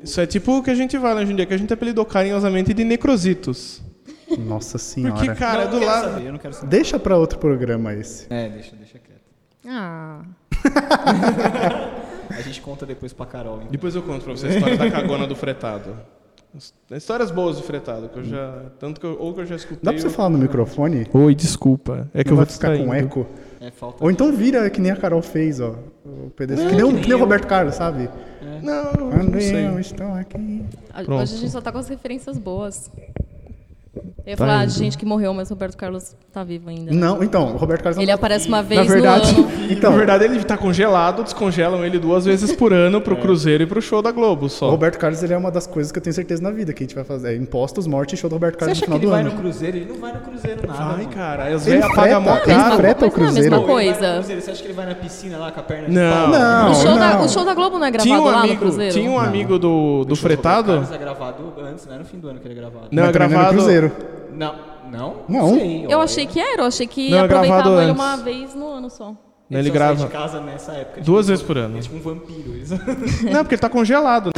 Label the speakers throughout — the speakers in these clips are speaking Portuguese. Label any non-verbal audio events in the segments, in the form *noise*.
Speaker 1: Isso é tipo o que a gente vai lá hoje em dia, que a gente apelidou carinhosamente de necrositos.
Speaker 2: Nossa senhora.
Speaker 1: Porque, cara,
Speaker 3: eu
Speaker 1: do
Speaker 3: quero
Speaker 1: lado.
Speaker 3: saber, eu não quero saber.
Speaker 2: Deixa pra outro programa esse.
Speaker 3: É, deixa, deixa quieto.
Speaker 4: Ah.
Speaker 3: A gente conta depois pra Carol. então.
Speaker 1: Depois eu conto pra você a história da cagona do fretado. As- Histórias boas do fretado, que eu já. Tanto que eu, ou que eu já escutei.
Speaker 2: Hum. Dá pra você
Speaker 1: ou-
Speaker 2: falar no microfone?
Speaker 1: Oi, desculpa. É que eu vou
Speaker 2: Não vai ficar com
Speaker 1: distraindo.
Speaker 2: eco.
Speaker 3: É falta.
Speaker 2: Ou então vira que nem a Carol fez, ó. O pedaço. que nem, o, que nem o Roberto Carlos, sabe?
Speaker 1: Não, eu
Speaker 2: Ah,
Speaker 1: não sei.
Speaker 2: Não, estão aqui.
Speaker 4: A-
Speaker 1: Pronto.
Speaker 4: Hoje a gente só tá com as referências boas. Eu ia
Speaker 1: Tá
Speaker 4: falar,
Speaker 1: indo.
Speaker 4: gente que morreu, mas Roberto Carlos tá vivo ainda.
Speaker 2: Não, então, o Roberto Carlos
Speaker 4: Ele aparece uma vez
Speaker 2: na verdade,
Speaker 4: no
Speaker 2: *laughs*
Speaker 4: ano.
Speaker 2: então,
Speaker 1: Na verdade, ele tá congelado, descongelam ele duas vezes por ano
Speaker 3: É.
Speaker 1: pro Cruzeiro e pro show da Globo
Speaker 2: o
Speaker 1: só.
Speaker 2: Roberto Carlos ele é uma das coisas que eu tenho certeza na vida que a gente vai fazer. É impostos, morte e show do Roberto
Speaker 3: Você
Speaker 2: Carlos
Speaker 3: acha
Speaker 2: no final
Speaker 3: que ele
Speaker 2: do
Speaker 3: vai
Speaker 2: ano.
Speaker 3: no Cruzeiro? Ele não vai no Cruzeiro nada.
Speaker 1: Vai,
Speaker 3: mano.
Speaker 1: cara. As
Speaker 2: Ele
Speaker 1: velhas pagam mó
Speaker 2: freta, ele
Speaker 1: caro.
Speaker 2: freta.
Speaker 4: mas não é a
Speaker 2: Cruzeiro.
Speaker 4: mesma
Speaker 2: Pô,
Speaker 3: Pô, ele vai no
Speaker 4: coisa.
Speaker 3: Cruzeiro, Você acha que ele vai na piscina lá com a perna
Speaker 1: Não.
Speaker 3: de pau?
Speaker 2: Não,
Speaker 4: o, show da,
Speaker 2: não.
Speaker 4: o show da Globo não é
Speaker 1: Tinha
Speaker 4: gravado
Speaker 1: um
Speaker 4: lá no
Speaker 1: amigo,
Speaker 4: Cruzeiro?
Speaker 1: tinha um amigo do, do
Speaker 3: O Carlos
Speaker 1: fretado.
Speaker 3: é gravado antes, não é no fim do ano que ele é gravado.
Speaker 1: Não,
Speaker 2: Mas
Speaker 1: é
Speaker 2: também não é no
Speaker 1: gravado.
Speaker 2: Cruzeiro.
Speaker 3: Não. Não?
Speaker 2: Não.
Speaker 3: Sei,
Speaker 4: Eu
Speaker 3: ó.
Speaker 4: achei que era, eu achei que
Speaker 1: Não, é
Speaker 4: aproveitava
Speaker 1: gravado
Speaker 4: ele
Speaker 1: antes.
Speaker 4: uma vez no ano só.
Speaker 1: Né, Ele
Speaker 3: só sai de
Speaker 1: grava
Speaker 3: casa nessa época. tipo,
Speaker 1: duas vezes por ano.
Speaker 3: É tipo um vampiro. Eles...
Speaker 1: Não, porque ele tá congelado. né?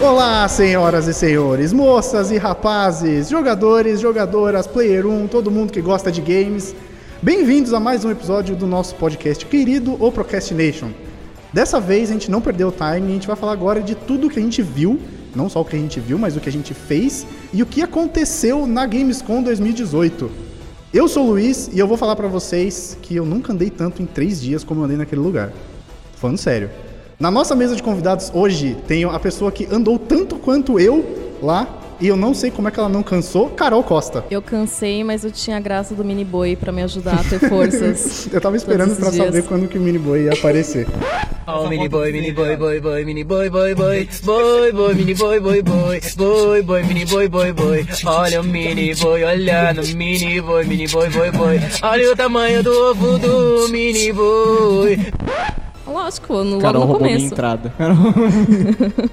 Speaker 2: Olá, senhoras e senhores, moças e rapazes, jogadores, jogadoras, player 1, todo mundo que gosta de games. Bem-vindos a mais um episódio do nosso podcast querido, o Procrastination. Dessa vez a gente não perdeu o time, a gente vai falar agora de tudo que a gente viu, não só o que a gente viu, mas o que a gente fez e o que aconteceu na Gamescom 2018. Eu sou o Luiz e eu vou falar pra vocês que eu nunca andei tanto em três dias como eu andei naquele lugar. Tô falando sério. Na nossa mesa de convidados hoje tem a pessoa que andou tanto quanto eu lá e eu não sei como é que ela não cansou, Carol Costa. *laughs*
Speaker 4: Eu cansei, mas eu tinha a graça do mini boi pra me ajudar
Speaker 1: *laughs*
Speaker 4: a ter forças.
Speaker 2: Eu tava esperando
Speaker 4: Todos
Speaker 2: pra
Speaker 4: os
Speaker 2: saber
Speaker 4: dias.
Speaker 2: quando que o mini boy ia
Speaker 4: *laughs*
Speaker 2: aparecer.
Speaker 5: Oh, mini boy, mini boy, boy, boy, mini boy, boy, boy, boy, boy, mini boy, boy, boy, boy, boy, mini boy, boy, boy. Olha o mini boy, olha no mini boy, mini boy, boy, boy. Olha o tamanho do ovo do mini boy.
Speaker 4: Lógico, no, logo no começo.
Speaker 1: tá-
Speaker 3: entrada.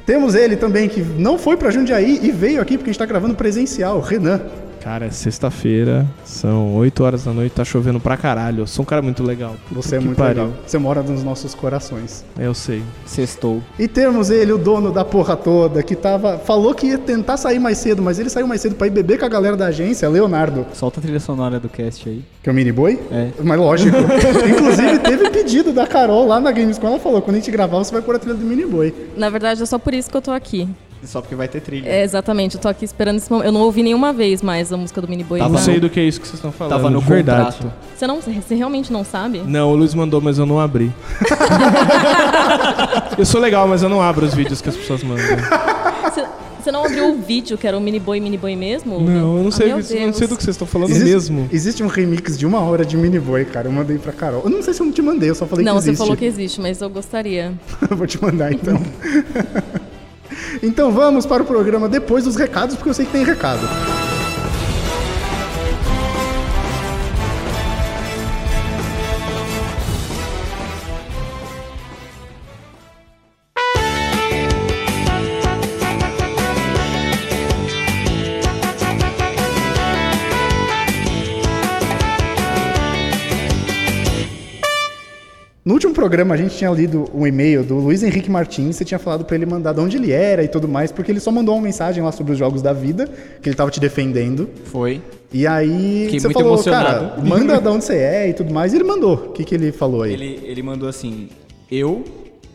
Speaker 2: Temos ele também que não foi pra Jundiaí e veio aqui porque a gente tá gravando presencial, Renan.
Speaker 1: Cara, é sexta-feira, são 8 horas da noite, tá chovendo pra caralho. Eu sou um cara muito legal. Puta
Speaker 2: Você é
Speaker 1: que
Speaker 2: muito
Speaker 1: pariu. É,
Speaker 2: legal. Você mora nos nossos corações.
Speaker 1: Eu sei.
Speaker 3: Sextou.
Speaker 2: E temos ele, o dono da porra toda, que tava falou que ia tentar sair mais cedo, mas ele saiu mais cedo pra ir beber com a galera da agência, Leonardo.
Speaker 3: Solta a trilha sonora do cast aí.
Speaker 2: Que é o mini boi?
Speaker 3: É.
Speaker 1: *laughs*
Speaker 2: Mas lógico. Inclusive, teve pedido da Carol lá na Gamescom. Ela falou: quando a gente gravar, você vai pôr a trilha do mini boi.
Speaker 4: Na verdade, é só por isso que eu tô aqui.
Speaker 3: Só porque vai ter trilha.
Speaker 4: É, exatamente, eu tô aqui esperando esse momento. Eu não ouvi nenhuma vez mais a música do mini boi.
Speaker 3: Tava
Speaker 1: não
Speaker 4: então.
Speaker 3: no-
Speaker 1: sei do que é isso que vocês estão falando.
Speaker 3: Tava no
Speaker 1: de verdade.
Speaker 3: contrato.
Speaker 4: Você, não, você realmente não sabe?
Speaker 1: Não, o Luiz mandou, mas eu não
Speaker 3: *laughs*
Speaker 1: abri. eu sou legal, mas eu não abro os vídeos que as pessoas mandam.
Speaker 4: Você, você não abriu o vídeo que era o mini boi, mini boi mesmo?
Speaker 1: Não, eu não sei,
Speaker 4: Ah,
Speaker 1: o
Speaker 4: meu
Speaker 1: que- eu não
Speaker 4: Deus.
Speaker 1: sei do que vocês estão falando
Speaker 2: Existe-
Speaker 1: mesmo.
Speaker 2: Existe um remix de uma hora de mini boi, cara. Eu mandei pra Carol. Eu não sei se eu não te mandei, eu só falei
Speaker 4: Não,
Speaker 2: tá que
Speaker 4: você
Speaker 2: existe.
Speaker 4: falou que existe, mas eu gostaria.
Speaker 2: *laughs* Eu Vou te mandar então. *laughs* então vamos para o programa depois dos recados, porque eu sei que tem recado. No último programa a gente tinha lido um e-mail do Luiz Henrique Martins, você tinha falado pra ele mandar de onde ele era e tudo mais, porque ele só mandou uma mensagem lá sobre os jogos da vida, que ele tava te defendendo.
Speaker 3: Foi.
Speaker 2: E aí
Speaker 3: Fiquei
Speaker 2: você
Speaker 3: muito
Speaker 2: falou,
Speaker 3: emocionado.
Speaker 2: cara, manda de onde você é e tudo mais, e ele mandou. O que, que ele falou aí?
Speaker 3: Ele, ele mandou assim: Eu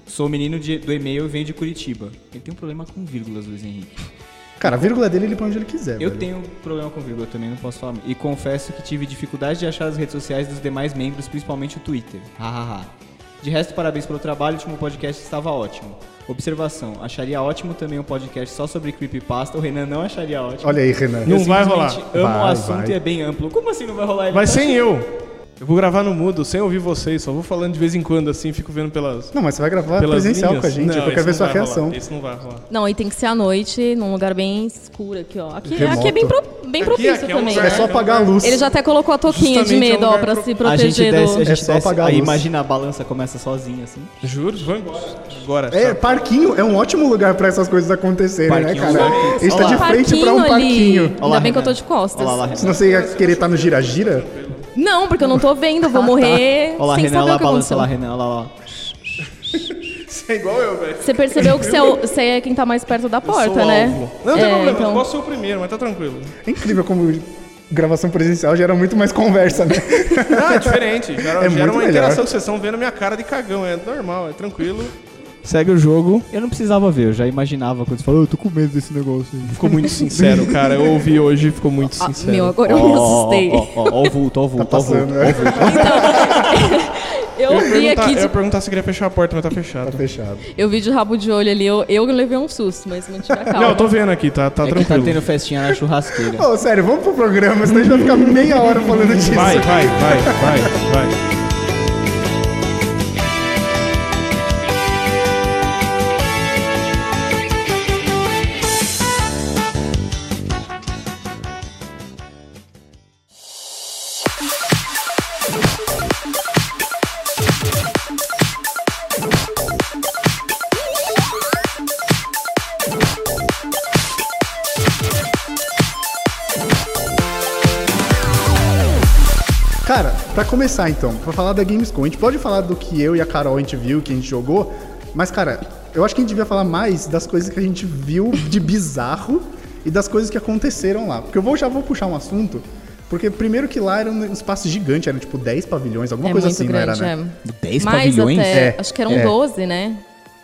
Speaker 3: sou menino de- do e-mail e venho de Curitiba. Ele tem um problema com vírgulas, Luiz Henrique.
Speaker 2: Cara, a vírgula dele ele põe onde ele quiser.
Speaker 3: Eu
Speaker 2: velho.
Speaker 3: tenho um problema com vírgula também, não posso falar. E confesso que tive dificuldade de achar as redes sociais dos demais membros, principalmente o Twitter. Hahaha. De resto, parabéns pelo trabalho, o último podcast estava ótimo. Observação, acharia ótimo também um podcast só sobre creepypasta, o Renan não acharia ótimo.
Speaker 2: Olha aí, Renan.
Speaker 1: Não
Speaker 3: Eu
Speaker 1: vai
Speaker 3: simplesmente
Speaker 1: rolar.
Speaker 3: amo
Speaker 2: Vai,
Speaker 3: o assunto
Speaker 2: vai.
Speaker 3: e é bem amplo. Como assim não vai rolar? Ele
Speaker 1: Vai
Speaker 3: tá
Speaker 1: sem
Speaker 3: achando-
Speaker 1: eu. Eu vou gravar no mudo, sem ouvir vocês, só vou falando de vez em quando, assim, fico vendo pelas.
Speaker 2: Não, mas você vai gravar
Speaker 1: pelas
Speaker 2: Tá presencial
Speaker 1: linhas.
Speaker 2: com a gente,
Speaker 1: Não,
Speaker 2: eu
Speaker 1: isso
Speaker 2: quero ver
Speaker 1: não
Speaker 2: sua
Speaker 1: vai
Speaker 2: reação.
Speaker 1: rolar, Isso não vai rolar.
Speaker 4: Não, e tem que ser à noite, num lugar bem escuro aqui, ó. Aqui,
Speaker 2: Remoto.
Speaker 4: aqui é bem, pro- bem propício
Speaker 1: aqui é um
Speaker 4: também,
Speaker 1: lugar-
Speaker 2: É
Speaker 4: né?
Speaker 2: só apagar a luz.
Speaker 4: Ele já até colocou a touquinha de
Speaker 1: Justamente é um
Speaker 4: medo, ó,
Speaker 1: lugar
Speaker 4: pra
Speaker 1: pro-
Speaker 4: se
Speaker 3: A gente
Speaker 4: proteger
Speaker 3: desce, a
Speaker 4: do...
Speaker 3: gente
Speaker 2: É só
Speaker 3: desce.
Speaker 2: apagar a
Speaker 3: Aí
Speaker 2: luz.
Speaker 3: imagina a balança começa sozinha, assim.
Speaker 1: Juro, vou embora. Agora.
Speaker 2: É,
Speaker 1: tá.
Speaker 2: parquinho é um ótimo lugar pra essas coisas acontecerem,
Speaker 3: Parquinho.
Speaker 2: né, cara? A gente tá
Speaker 3: Olha
Speaker 2: de
Speaker 3: lá.
Speaker 2: frente pra um
Speaker 4: ali.
Speaker 2: parquinho.
Speaker 4: Ainda
Speaker 3: Olha lá,
Speaker 4: bem que eu tô
Speaker 3: Renan.
Speaker 4: de costas.
Speaker 3: Olha lá, lá,
Speaker 2: Senão você ia querer estar no gira-gira?
Speaker 4: Não, porque eu não tô vendo, eu vou morrer
Speaker 3: Olha lá,
Speaker 4: sem
Speaker 3: Renan,
Speaker 4: saber
Speaker 3: olha lá,
Speaker 4: o que
Speaker 3: balança
Speaker 4: aconteceu.
Speaker 3: lá, Renan, olha lá, ó.
Speaker 1: Você é igual eu, velho.
Speaker 4: Você percebeu que você é, o- você é quem tá mais perto da
Speaker 1: Eu sou
Speaker 4: porta,
Speaker 1: o
Speaker 4: né?
Speaker 1: alvo. Não, não tem
Speaker 4: É,
Speaker 1: problema,
Speaker 4: então-
Speaker 1: eu posso ser o primeiro, mas tá tranquilo.
Speaker 2: É incrível como gravação presencial gera muito mais conversa, né?
Speaker 1: Ah, é diferente. Gera, gera
Speaker 2: É muito
Speaker 1: uma
Speaker 2: melhor.
Speaker 1: interação que vocês estão vendo a minha cara de cagão. É normal, é tranquilo. Segue o jogo.
Speaker 3: Eu não precisava ver, eu já imaginava quando você falou, eu tô com medo desse negócio aí.
Speaker 1: Ficou muito sincero, cara. Eu ouvi hoje e ficou muito
Speaker 4: Ah,
Speaker 1: sincero.
Speaker 4: meu, agora eu me assustei.
Speaker 3: Ó, ó, ó, ó o vulto, ó o vulto, ó o vulto.
Speaker 2: Passando, né?
Speaker 1: Eu
Speaker 4: Eu
Speaker 1: ia,
Speaker 4: vi
Speaker 1: perguntar,
Speaker 4: aqui
Speaker 1: eu
Speaker 4: de
Speaker 1: ia perguntar se queria fechar a porta, mas tá fechado.
Speaker 2: Tá fechado.
Speaker 4: Eu vi de rabo de olho ali, eu, eu levei um susto, mas mantive a calma.
Speaker 1: Não, eu tô vendo aqui, tá, tá
Speaker 3: É que tá
Speaker 1: tranquilo.
Speaker 3: tendo festinha na churrasqueira. *laughs*
Speaker 2: Ô, sério, vamos pro programa, senão a gente vai ficar meia hora falando disso.
Speaker 1: Vai, vai, vai, vai, vai.
Speaker 2: Cara, pra começar então, pra falar da Gamescom, a gente pode falar do que eu e a Carol a gente viu, que a gente jogou, mas cara, eu acho que a gente devia falar mais das coisas que a gente viu de bizarro e das coisas que aconteceram lá. Porque eu vou, já vou puxar um assunto, porque primeiro que lá era um espaço gigante, era tipo 10 pavilhões, alguma
Speaker 4: é
Speaker 2: coisa
Speaker 4: muito
Speaker 2: assim,
Speaker 4: grande,
Speaker 2: não era, né?
Speaker 4: é.
Speaker 3: 10
Speaker 4: Mais
Speaker 3: pavilhões?
Speaker 4: até,
Speaker 2: É,
Speaker 4: acho que eram
Speaker 2: é.
Speaker 4: 12, né?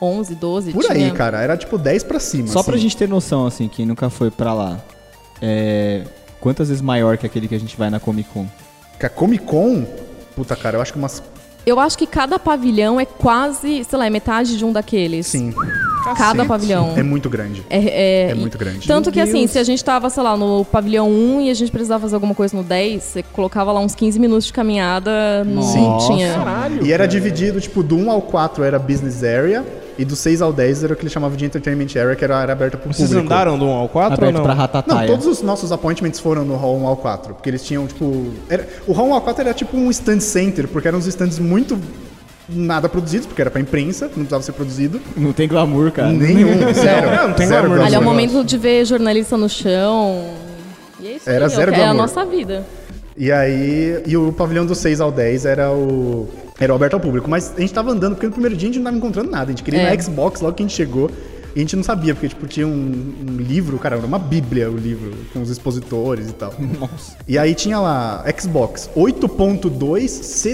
Speaker 4: 11, 12,
Speaker 2: Por
Speaker 4: tinha.
Speaker 2: aí, cara, era tipo 10 pra cima.
Speaker 3: Só pra
Speaker 2: assim.
Speaker 3: gente ter noção, assim, quem nunca foi pra lá, é... quantas vezes maior que aquele que a gente vai na Comic Con?
Speaker 2: Que a Comic Con, puta cara, eu acho que umas.
Speaker 4: Eu acho que cada pavilhão é quase, sei lá, é metade de um daqueles.
Speaker 2: Sim.
Speaker 4: Cada
Speaker 2: Sim,
Speaker 4: pavilhão.
Speaker 2: sim. É muito grande.
Speaker 4: É,
Speaker 2: É
Speaker 4: e-
Speaker 2: muito grande.
Speaker 4: Tanto que
Speaker 3: Meu
Speaker 4: assim,
Speaker 3: Deus.
Speaker 4: se a gente tava, sei lá, no pavilhão 1 e a gente precisava fazer alguma coisa no 10, você colocava lá uns 15 minutos de caminhada, não
Speaker 3: Sim.
Speaker 4: tinha.
Speaker 1: Caralho.
Speaker 2: E era dividido, tipo, do 1 ao 4 era business area, e do 6 ao 10 era o que ele chamava de entertainment area, que era a área aberta pro
Speaker 1: Vocês
Speaker 2: público.
Speaker 1: andaram do 1 ao 4
Speaker 3: Aberto
Speaker 1: ou não?
Speaker 3: pra
Speaker 2: Não,
Speaker 3: Ratataia.
Speaker 2: todos os nossos appointments foram no hall 1 ao 4, porque eles tinham, tipo... era- o hall 1 ao 4 era tipo um stand center, porque eram uns stands muito nada produzidos, porque era pra imprensa, não precisava ser produzido.
Speaker 3: Não tem glamour, cara.
Speaker 2: Nenhum, zero.
Speaker 1: Não, não tem
Speaker 2: zero
Speaker 1: glamour.
Speaker 2: glamour.
Speaker 4: Ali é o
Speaker 1: Nossa.
Speaker 4: momento de ver jornalista no chão. E é isso
Speaker 2: Era
Speaker 4: aí,
Speaker 2: zero
Speaker 4: ó, que é a
Speaker 2: glamour.
Speaker 4: nossa vida.
Speaker 2: E aí, e o pavilhão do 6 ao 10 era o era o aberto ao público, mas a gente tava andando porque no primeiro dia a gente não tava encontrando nada, a gente queria ir
Speaker 4: É.
Speaker 2: na Xbox logo que a gente chegou. E a gente não sabia, porque, tipo, tinha um, um livro, cara, era uma bíblia o livro, com os expositores e tal.
Speaker 3: Nossa.
Speaker 2: E aí tinha lá, Xbox 8.2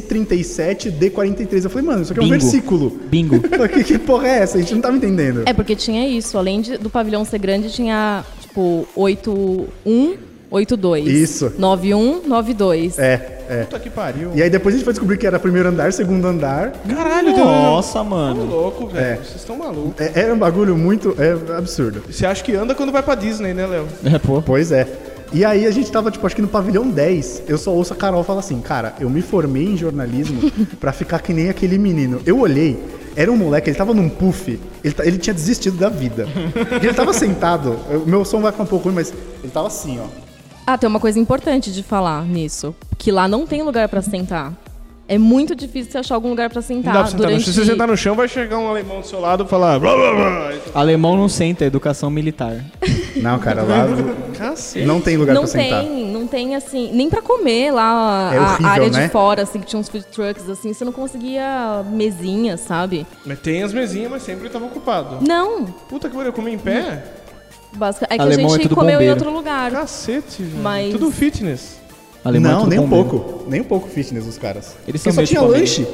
Speaker 2: C37 D43. Eu falei, mano, isso aqui é um
Speaker 3: Bingo.
Speaker 2: versículo. *laughs*
Speaker 3: Bingo.
Speaker 2: que, que porra é essa? A gente não tava entendendo.
Speaker 4: É, porque tinha isso. Além de- do pavilhão ser grande, tinha, tipo, 8-1, 8-2.
Speaker 2: Isso.
Speaker 4: 9-1, 9-2.
Speaker 2: É, é.
Speaker 1: Puta que pariu.
Speaker 2: E aí depois a gente foi descobrir que era primeiro andar, segundo andar.
Speaker 1: Caralho,
Speaker 3: um
Speaker 1: deu-
Speaker 3: Nossa,
Speaker 1: Tá
Speaker 3: mano.
Speaker 1: louco,
Speaker 2: É.
Speaker 1: velho. Vocês estão malucos.
Speaker 2: É- era um bagulho muito. É absurdo.
Speaker 1: Você acha que anda quando vai pra Disney, né, Léo?
Speaker 3: É, pô.
Speaker 2: Pois é. E aí a gente tava, tipo, acho que no pavilhão 10, eu só ouço a Carol falar assim, cara, eu me formei em
Speaker 4: *laughs*
Speaker 2: jornalismo pra ficar que nem aquele menino. Eu olhei, era um moleque, ele tava num puff, ele, ta- ele tinha desistido da
Speaker 4: *laughs*
Speaker 2: vida. E ele tava sentado, o meu som vai ficar um pouco ruim, mas ele tava assim, ó.
Speaker 4: Ah, tem uma coisa importante de falar nisso. Que lá não tem lugar pra sentar. É muito difícil você achar algum lugar pra
Speaker 1: não
Speaker 4: sentar.
Speaker 1: dá pra sentar no
Speaker 4: durante...
Speaker 1: chão. Se você sentar no chão, vai chegar um alemão do seu lado e falar. Blá, blá, blá.
Speaker 3: Alemão não senta, é educação militar.
Speaker 2: Não, cara,
Speaker 4: *laughs*
Speaker 2: lá
Speaker 1: *laughs* Cacete.
Speaker 2: não tem lugar
Speaker 4: não
Speaker 2: pra
Speaker 4: tem,
Speaker 2: sentar.
Speaker 4: não tem assim, nem pra comer lá a,
Speaker 2: É horrível,
Speaker 4: a área
Speaker 2: né?
Speaker 4: de fora, assim, que tinha uns food trucks, assim, você não conseguia mesinha, sabe?
Speaker 1: Mas tem as mesinhas, mas sempre tava ocupado.
Speaker 4: Não,
Speaker 1: Puta que pariu, eu comi em pé?
Speaker 4: basicamente. É que
Speaker 3: Alemão
Speaker 4: a
Speaker 3: é
Speaker 4: gente
Speaker 3: tudo
Speaker 4: comeu em
Speaker 3: bombeiro.
Speaker 4: outro lugar.
Speaker 1: Cacete, velho.
Speaker 4: Mas-
Speaker 1: Tudo fitness.
Speaker 3: Alemão é
Speaker 2: não,
Speaker 3: tudo
Speaker 2: nem um
Speaker 3: bombeiro.
Speaker 2: pouco. Nem um pouco fitness os caras. Porque
Speaker 3: Eles são
Speaker 2: só
Speaker 3: meio
Speaker 2: tinha
Speaker 3: tipo
Speaker 2: lanche.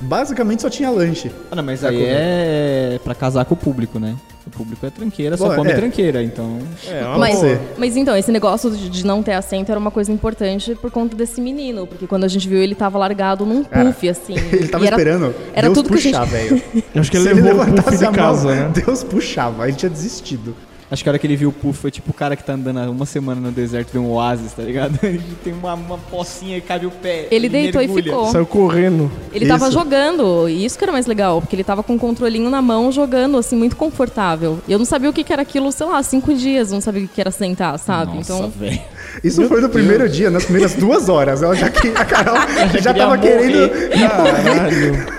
Speaker 2: Basicamente só tinha lanche.
Speaker 3: Ah, não, mas
Speaker 2: Pra
Speaker 3: aí
Speaker 2: comer.
Speaker 3: é pra casar com o público, né? O público é tranqueira, só
Speaker 2: Bom,
Speaker 3: come
Speaker 2: é.
Speaker 3: tranqueira, então.
Speaker 1: É, uma
Speaker 4: Mas,
Speaker 2: ser.
Speaker 4: mas então, esse negócio de, de não ter assento era uma coisa importante por conta desse menino. Porque quando a gente viu, ele tava largado num
Speaker 2: Cara,
Speaker 4: puff, assim.
Speaker 2: *laughs* Ele tava
Speaker 4: e era-
Speaker 2: esperando
Speaker 4: Era
Speaker 2: Deus
Speaker 4: tudo
Speaker 2: puxar,
Speaker 4: *laughs* que a gente...
Speaker 2: velho.
Speaker 1: Eu acho que
Speaker 2: Se
Speaker 1: ele levou o
Speaker 2: levantasse
Speaker 1: puff
Speaker 2: a
Speaker 1: de
Speaker 2: mão,
Speaker 1: casa, né?
Speaker 2: Deus puxava, ele tinha desistido.
Speaker 3: Acho que a hora que ele viu o Puff foi tipo o cara que tá andando há uma semana no deserto vê um oásis, tá ligado? *laughs* Ele tem uma, uma pocinha e cabe o pé.
Speaker 4: Ele deitou e
Speaker 3: mergulha.
Speaker 4: ficou.
Speaker 2: Saiu correndo.
Speaker 4: Ele tava
Speaker 2: Isso.
Speaker 4: jogando, e isso que era mais legal, porque ele tava com o controlinho na mão, jogando, assim, muito confortável. E eu não sabia o que, que era aquilo, sei lá, cinco dias, não sabia o que que era sentar, sabe?
Speaker 3: Nossa,
Speaker 4: então,
Speaker 3: velho.
Speaker 2: Isso foi no primeiro dia, nas primeiras duas horas. Ela já que a Carol *laughs* já tava
Speaker 3: queria morrer.
Speaker 2: querendo.
Speaker 1: Caralho.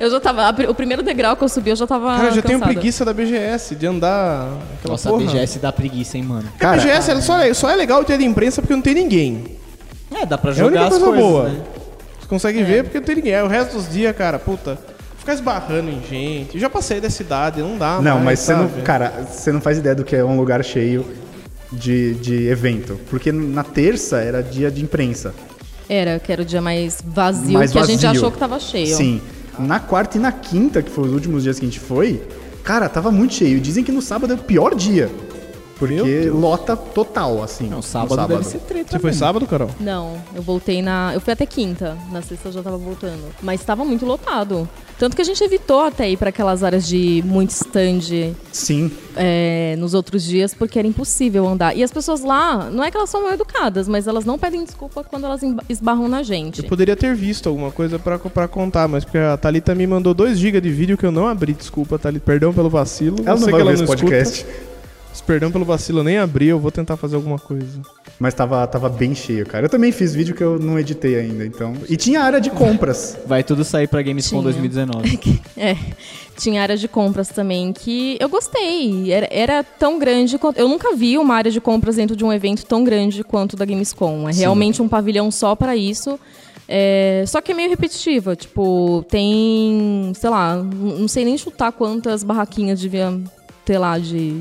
Speaker 4: eu já tava. a pri- O primeiro degrau que eu subi, eu já tava.
Speaker 1: Cara, eu já tenho
Speaker 4: Ah, cansada.
Speaker 1: preguiça da BGS, de andar aquela
Speaker 3: Nossa,
Speaker 1: porra.
Speaker 3: a BGS dá preguiça, hein, mano.
Speaker 1: A BGS ela só, é- só é legal o dia da imprensa porque não tem ninguém.
Speaker 3: É, dá pra
Speaker 1: É a
Speaker 3: jogar
Speaker 1: única
Speaker 3: as
Speaker 1: coisa
Speaker 3: coisas,
Speaker 1: boa.
Speaker 3: né?
Speaker 1: Você consegue
Speaker 4: É.
Speaker 1: ver porque não tem ninguém. Aí o resto dos dias, cara, puta, ficar esbarrando em gente. Eu já passei da cidade, não dá
Speaker 2: Não, mas
Speaker 1: mais,
Speaker 2: você não.
Speaker 1: sabe?
Speaker 2: Cara, você não faz ideia do que é um lugar cheio de, de evento. Porque na terça era dia de imprensa.
Speaker 4: Era, que era o dia mais vazio,
Speaker 2: mais
Speaker 4: que a gente
Speaker 2: vazio.
Speaker 4: achou que tava cheio.
Speaker 2: Sim. Na quarta e na quinta, que foram os últimos dias que a gente foi, cara, tava muito cheio. Dizem que no sábado é o pior dia. Porque lota total, assim.
Speaker 3: Não,
Speaker 2: no
Speaker 3: Um sábado, deve ser treta
Speaker 1: Você foi
Speaker 3: mesmo.
Speaker 1: sábado, Carol?
Speaker 4: Não, eu voltei na. Eu fui até quinta. Na sexta eu já tava voltando. Mas tava muito lotado. Tanto que a gente evitou até ir pra aquelas áreas de muito stand
Speaker 2: Sim.
Speaker 4: é, nos outros dias, porque era impossível andar. E as pessoas lá, não é que elas são mal educadas, mas elas não pedem desculpa quando elas emba- esbarram na gente.
Speaker 1: Eu poderia ter visto alguma coisa pra, pra contar, mas porque a Thalita me mandou 2 GB de vídeo que eu não abri. Desculpa, Thalita. Perdão pelo vacilo.
Speaker 2: Ela
Speaker 1: eu
Speaker 2: não
Speaker 1: sei
Speaker 2: vai
Speaker 1: que
Speaker 2: ouvir
Speaker 1: ela
Speaker 2: esse
Speaker 1: não
Speaker 2: podcast.
Speaker 1: escuta. Mas Perdão pelo vacilo, eu nem abri. Eu vou tentar fazer alguma coisa.
Speaker 2: Mas tava, tava bem cheio, cara. Eu também fiz vídeo que eu não editei ainda, então. E tinha área de compras.
Speaker 3: Vai tudo sair pra Gamescom
Speaker 4: Tinha.
Speaker 3: 2019.
Speaker 4: É. Tinha área de compras também que eu gostei. Era, era tão grande quanto. Eu nunca vi uma área de compras dentro de um evento tão grande quanto o da Gamescom. É realmente um pavilhão só pra isso. É, só que é meio repetitiva. Tipo, tem. sei lá, n- não sei nem chutar quantas barraquinhas devia ter lá de-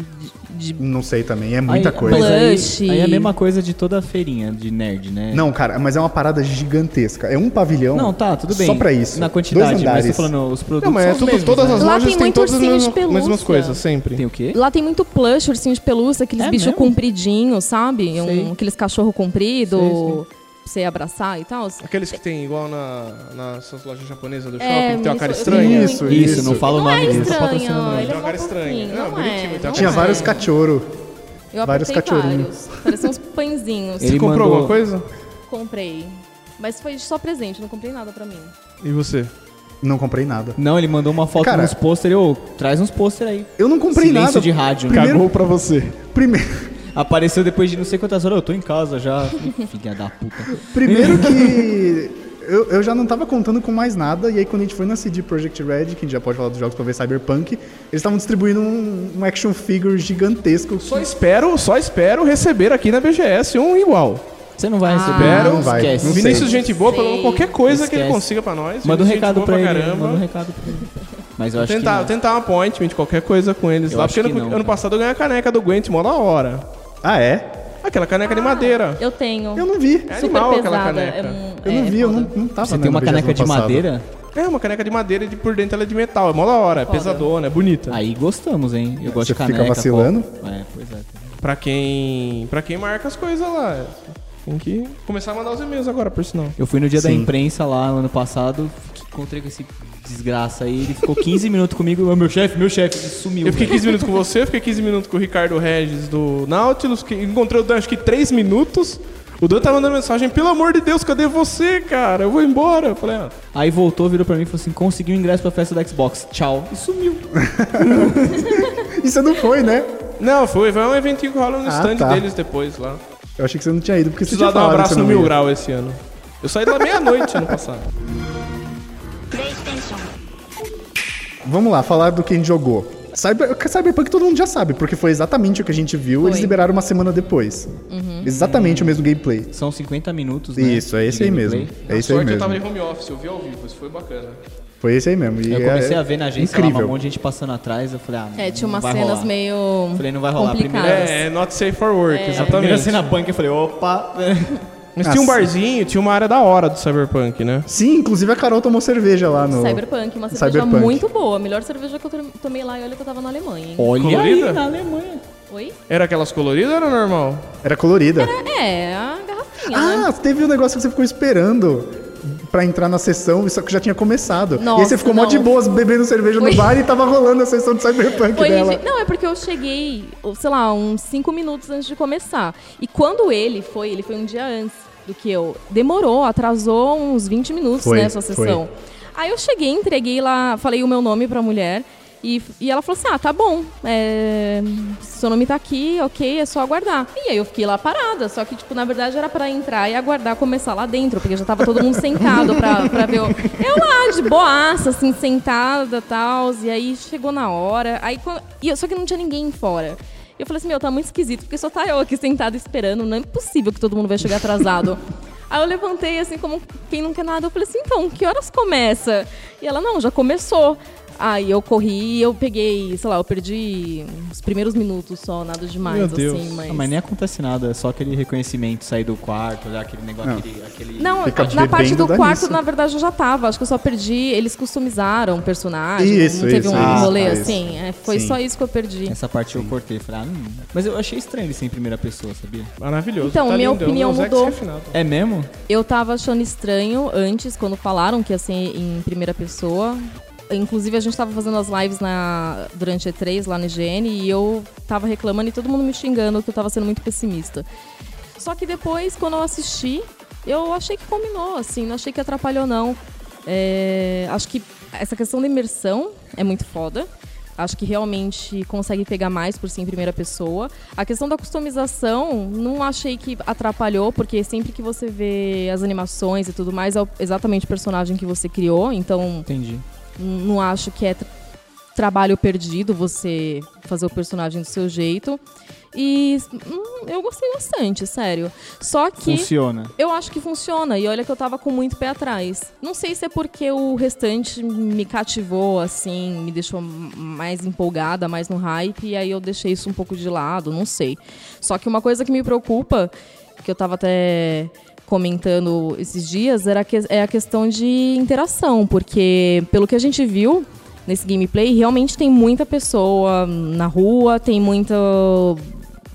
Speaker 4: de- de
Speaker 2: Não sei também, é muita
Speaker 3: Aí-
Speaker 2: coisa.
Speaker 3: mas
Speaker 4: Blush.
Speaker 3: Aí, aí é a mesma coisa de toda a feirinha de nerd, né?
Speaker 2: Não, cara, mas é uma parada gigantesca. É um pavilhão.
Speaker 3: Não, tá, tudo bem.
Speaker 2: Só pra isso.
Speaker 3: Na quantidade,
Speaker 2: Dois
Speaker 3: mas tô
Speaker 2: andares.
Speaker 3: falando os produtos.
Speaker 1: Não, mas é
Speaker 3: são os
Speaker 1: tudo,
Speaker 3: mesmos,
Speaker 1: todas
Speaker 3: né?
Speaker 1: as
Speaker 4: Lá
Speaker 1: lojas
Speaker 4: tem
Speaker 1: têm
Speaker 4: muito
Speaker 1: todas as
Speaker 4: ursinho de
Speaker 1: mesmas, mesmas
Speaker 4: pelúcia.
Speaker 1: coisas, sempre.
Speaker 3: Tem o quê?
Speaker 4: Lá tem muito plush, ursinho de pelúcia, aqueles
Speaker 3: É
Speaker 4: bichos
Speaker 3: mesmo?
Speaker 4: compridinhos, sabe? Um-
Speaker 3: Sei.
Speaker 4: aqueles cachorro comprido,
Speaker 3: Sei,
Speaker 4: pra você abraçar e tal.
Speaker 1: um- Aqueles que tem igual na, nessas lojas japonesas do shopping,
Speaker 4: É,
Speaker 1: que tem uma cara
Speaker 4: eu-
Speaker 1: estranha.
Speaker 4: eu-
Speaker 2: Isso,
Speaker 3: Isso,
Speaker 2: isso.
Speaker 3: não fala o
Speaker 4: Não
Speaker 3: nome
Speaker 4: é
Speaker 3: disso.
Speaker 4: estranho, ele é
Speaker 1: Tem uma
Speaker 4: mó
Speaker 1: cara estranha.
Speaker 4: fofinho,
Speaker 1: Ah,
Speaker 4: não
Speaker 1: bonitinho,
Speaker 4: é,
Speaker 1: tem uma
Speaker 4: não
Speaker 2: Tinha
Speaker 4: é.
Speaker 2: vários cachorro.
Speaker 4: Eu
Speaker 2: Vários
Speaker 4: apertei
Speaker 2: cachorrinhos.
Speaker 4: vários, pareciam uns pãezinhos.
Speaker 1: Você
Speaker 3: Ele
Speaker 1: comprou
Speaker 3: mandou-
Speaker 1: alguma coisa?
Speaker 4: Comprei. Mas foi só presente, não comprei nada pra mim.
Speaker 1: E você?
Speaker 2: Não comprei nada.
Speaker 3: Não, ele mandou uma foto
Speaker 2: Cara-
Speaker 3: nos pôster. Ô, traz uns pôster aí.
Speaker 2: Eu não comprei
Speaker 3: Silêncio
Speaker 2: nada.
Speaker 3: de rádio. né?
Speaker 2: Primeiro,
Speaker 3: Cagou
Speaker 2: pra você. Primeiro,
Speaker 3: Apareceu depois de não sei quantas horas. Eu tô em casa já. *laughs* Filha da puta.
Speaker 2: *laughs* primeiro que. Eu, eu já não tava contando com mais nada, e aí quando a gente foi na CD Projekt Red, que a gente já pode falar dos jogos pra ver Cyberpunk, eles estavam distribuindo um, um action figure gigantesco.
Speaker 1: Só espero, só espero receber aqui na BGS um igual.
Speaker 3: Você não vai receber.
Speaker 1: Pera,
Speaker 3: não
Speaker 1: não
Speaker 2: vai.
Speaker 3: Esquece.
Speaker 2: Não sei.
Speaker 1: Vinícius, gente boa, pelo menos qualquer coisa que ele
Speaker 3: Esquece.
Speaker 1: consiga pra nós.
Speaker 3: Manda um
Speaker 1: Vinícius, gente
Speaker 3: recado
Speaker 1: boa
Speaker 3: pra ele.
Speaker 1: caramba.
Speaker 3: Manda um recado pra ele. Mas eu acho
Speaker 1: tentar,
Speaker 3: que. não.
Speaker 1: tentar um appointment, qualquer coisa com eles
Speaker 3: Eu
Speaker 1: lá.
Speaker 3: acho
Speaker 1: Porque ano,
Speaker 3: que não,
Speaker 1: ano
Speaker 3: cara.
Speaker 1: passado eu ganhei a caneca do Gwent, mó da hora.
Speaker 2: Ah, é?
Speaker 1: Aquela caneca
Speaker 4: Ah.
Speaker 1: de madeira.
Speaker 4: Eu tenho.
Speaker 2: Eu não vi.
Speaker 1: É
Speaker 4: Super
Speaker 1: animal
Speaker 4: pesada.
Speaker 1: aquela caneca.
Speaker 4: É um-
Speaker 2: Eu não
Speaker 4: é,
Speaker 2: vi,
Speaker 4: é
Speaker 2: eu não,
Speaker 4: foda.
Speaker 2: não tava
Speaker 3: Você
Speaker 2: na
Speaker 3: tem uma
Speaker 2: BGS ano
Speaker 3: caneca de
Speaker 2: passado.
Speaker 3: madeira?
Speaker 1: É uma caneca de madeira e de- por dentro ela é de metal. É mó da hora, é
Speaker 4: Foda.
Speaker 1: pesadona, é bonita.
Speaker 3: Aí gostamos, hein? Eu gosto
Speaker 2: Você
Speaker 3: de caneca.
Speaker 2: fica vacilando?
Speaker 3: copo. É, pois é.
Speaker 1: Pra quem. para quem marca as coisas lá. Tem que começar a mandar os e-mails agora, por sinal.
Speaker 3: Eu fui no dia da
Speaker 2: Sim.
Speaker 3: imprensa lá ano passado, fiquei- encontrei com esse desgraça aí, ele ficou 15 *laughs* minutos comigo, "Ah, meu chefe, meu chefe, ele sumiu.
Speaker 1: Eu fiquei
Speaker 3: velho.
Speaker 1: 15 minutos com você, eu fiquei 15 minutos com o Ricardo Regis do Nautilus, que encontrei o Dan acho que 3 minutos. O Dan tá mandando mensagem, pelo amor de Deus, cadê você, cara? Eu vou embora. Eu falei, ah,
Speaker 3: Aí voltou, virou pra mim e falou assim: conseguiu ingresso pra festa da Xbox, tchau. E sumiu.
Speaker 2: E você não foi, né?
Speaker 1: não, foi, foi um eventinho que rola no
Speaker 2: Ah,
Speaker 1: stand
Speaker 2: tá.
Speaker 1: deles depois lá.
Speaker 2: Eu achei que você não tinha ido, porque você tinha
Speaker 1: Precisava dar um
Speaker 2: falado
Speaker 1: abraço
Speaker 2: que você
Speaker 1: no
Speaker 2: não
Speaker 1: Mil
Speaker 2: ia.
Speaker 1: Grau esse ano. Eu saí lá meia-noite ano passado.
Speaker 2: Vamos lá, falar do que a gente jogou. Cyber, Cyberpunk todo mundo já sabe, porque foi exatamente o que a gente viu. Eles
Speaker 4: Foi. Uhum.
Speaker 2: liberaram uma semana depois. Exatamente o mesmo gameplay.
Speaker 3: São 50 minutos, né?
Speaker 2: Isso, é esse
Speaker 3: de
Speaker 2: aí
Speaker 3: gameplay.
Speaker 2: mesmo. É isso aí
Speaker 1: Sorte eu tava
Speaker 2: mesmo.
Speaker 1: de home office, eu vi ao vivo, isso foi bacana.
Speaker 2: Foi esse aí mesmo. E
Speaker 3: Eu
Speaker 2: é-
Speaker 3: comecei a ver na agência lá,
Speaker 2: incrível.
Speaker 3: um monte de gente passando atrás, eu falei, ah,
Speaker 4: É, tinha
Speaker 3: não
Speaker 4: umas
Speaker 3: vai
Speaker 4: cenas
Speaker 3: rolar.
Speaker 4: meio.
Speaker 3: Falei, não vai rolar. A primeira-
Speaker 4: Complicadas.
Speaker 1: É, not safe for work,
Speaker 3: A primeira
Speaker 1: exatamente.
Speaker 3: cena punk, eu falei, opa.
Speaker 1: Mas
Speaker 4: Ah,
Speaker 1: tinha um
Speaker 2: Nossa.
Speaker 1: barzinho, tinha uma área da hora do Cyberpunk, né?
Speaker 2: Sim, inclusive a Carol tomou cerveja lá no.
Speaker 4: Cyberpunk, uma cerveja
Speaker 2: é. Cyberpunk.
Speaker 4: muito boa. A melhor cerveja que eu to- tomei lá e olha que eu tava na Alemanha, hein?
Speaker 3: *laughs* Olha
Speaker 1: Colorida?
Speaker 3: aí, na Alemanha.
Speaker 4: Oi?
Speaker 1: Era aquelas coloridas ou era normal?
Speaker 2: Era colorida.
Speaker 4: É, a garrafinha, né?
Speaker 2: Ah, teve um negócio que você ficou esperando. pra entrar na sessão, só que já tinha começado. e aí
Speaker 4: Nossa,
Speaker 2: você ficou mó de
Speaker 4: não.
Speaker 2: boas bebendo cerveja no
Speaker 4: Foi.
Speaker 2: bar e tava rolando a sessão de Cyberpunk
Speaker 4: Foi,
Speaker 2: dela.
Speaker 4: gente, não, é porque eu cheguei, ou, sei lá, uns cinco minutos antes de começar. E quando ele foi, ele foi um dia antes do que eu. Demorou, atrasou uns 20 minutos,
Speaker 2: Foi,
Speaker 4: né, sua
Speaker 2: foi.
Speaker 4: sessão. Aí eu cheguei, entreguei lá, falei o meu nome pra mulher. E, e ela falou assim: ah, tá bom, é, seu nome tá aqui, ok, é só aguardar. E aí eu fiquei lá parada, só que, tipo, na verdade era pra entrar e aguardar começar lá dentro, porque já tava todo mundo sentado pra, pra ver. O... *laughs* Eu lá, de boaça, assim, sentada e tal. E aí chegou na hora, aí quan- e eu- só que não tinha ninguém fora. E eu falei assim: meu, tá muito esquisito, porque só tá eu aqui sentada esperando, não é possível que todo mundo vai chegar atrasado.
Speaker 2: *laughs*
Speaker 4: Aí eu levantei, assim, como quem não quer nada. Eu falei assim, então, que horas começa? E ela, não, já começou. Aí eu corri, eu peguei, sei lá, eu perdi os primeiros minutos só, nada demais,
Speaker 1: Meu Deus.
Speaker 4: assim, mas...
Speaker 3: Ah, mas nem acontece nada, é só aquele reconhecimento, sair do quarto, olhar aquele negócio, aquele... aquele...
Speaker 4: Não,
Speaker 2: Fica
Speaker 4: na parte
Speaker 2: bebendo,
Speaker 4: do
Speaker 2: dá
Speaker 4: quarto,
Speaker 2: nisso.
Speaker 4: na verdade, eu já tava. Acho que eu só perdi. Eles customizaram o personagem.
Speaker 2: Isso,
Speaker 4: não teve
Speaker 2: isso,
Speaker 4: um
Speaker 2: isso, Ah,
Speaker 4: rolê
Speaker 2: isso.
Speaker 4: assim. é, foi
Speaker 2: Sim.
Speaker 4: só isso que eu perdi.
Speaker 3: Essa parte eu cortei, falei, ah, hum. Mas eu achei estranho ele ser em primeira pessoa, sabia?
Speaker 1: Maravilhoso. tá
Speaker 4: Então, minha opinião
Speaker 1: Deus Ex
Speaker 4: mudou.
Speaker 1: refinado.
Speaker 3: É mesmo?
Speaker 4: Eu tava achando estranho antes, quando falaram que ia ser em primeira pessoa. Inclusive, a gente tava fazendo as lives na, durante a E3 lá no IGN e eu tava reclamando e todo mundo me xingando que eu tava sendo muito pessimista. Só que depois, quando eu assisti, eu achei que combinou, assim, não achei que atrapalhou, não. É, acho que essa questão da imersão é muito foda. Acho que realmente consegue pegar mais por ser em primeira pessoa. A questão da customização, não achei que atrapalhou, porque sempre que você vê as animações e tudo mais, é o- exatamente o personagem que você criou. Então,
Speaker 3: Entendi.
Speaker 4: N- não acho que é tra- trabalho perdido você fazer o personagem do seu jeito. E hum, eu gostei bastante, sério. Só que
Speaker 3: Funciona.
Speaker 4: eu acho que funciona. E olha que eu tava com muito pé atrás. Não sei se é porque o restante me cativou, assim, me deixou m- mais empolgada, mais no hype, e aí eu deixei isso um pouco de lado, não sei. Só que uma coisa que me preocupa, que eu tava até comentando esses dias, era que, é a questão de interação, porque pelo que a gente viu. Nesse gameplay, realmente tem muita pessoa na rua, tem muita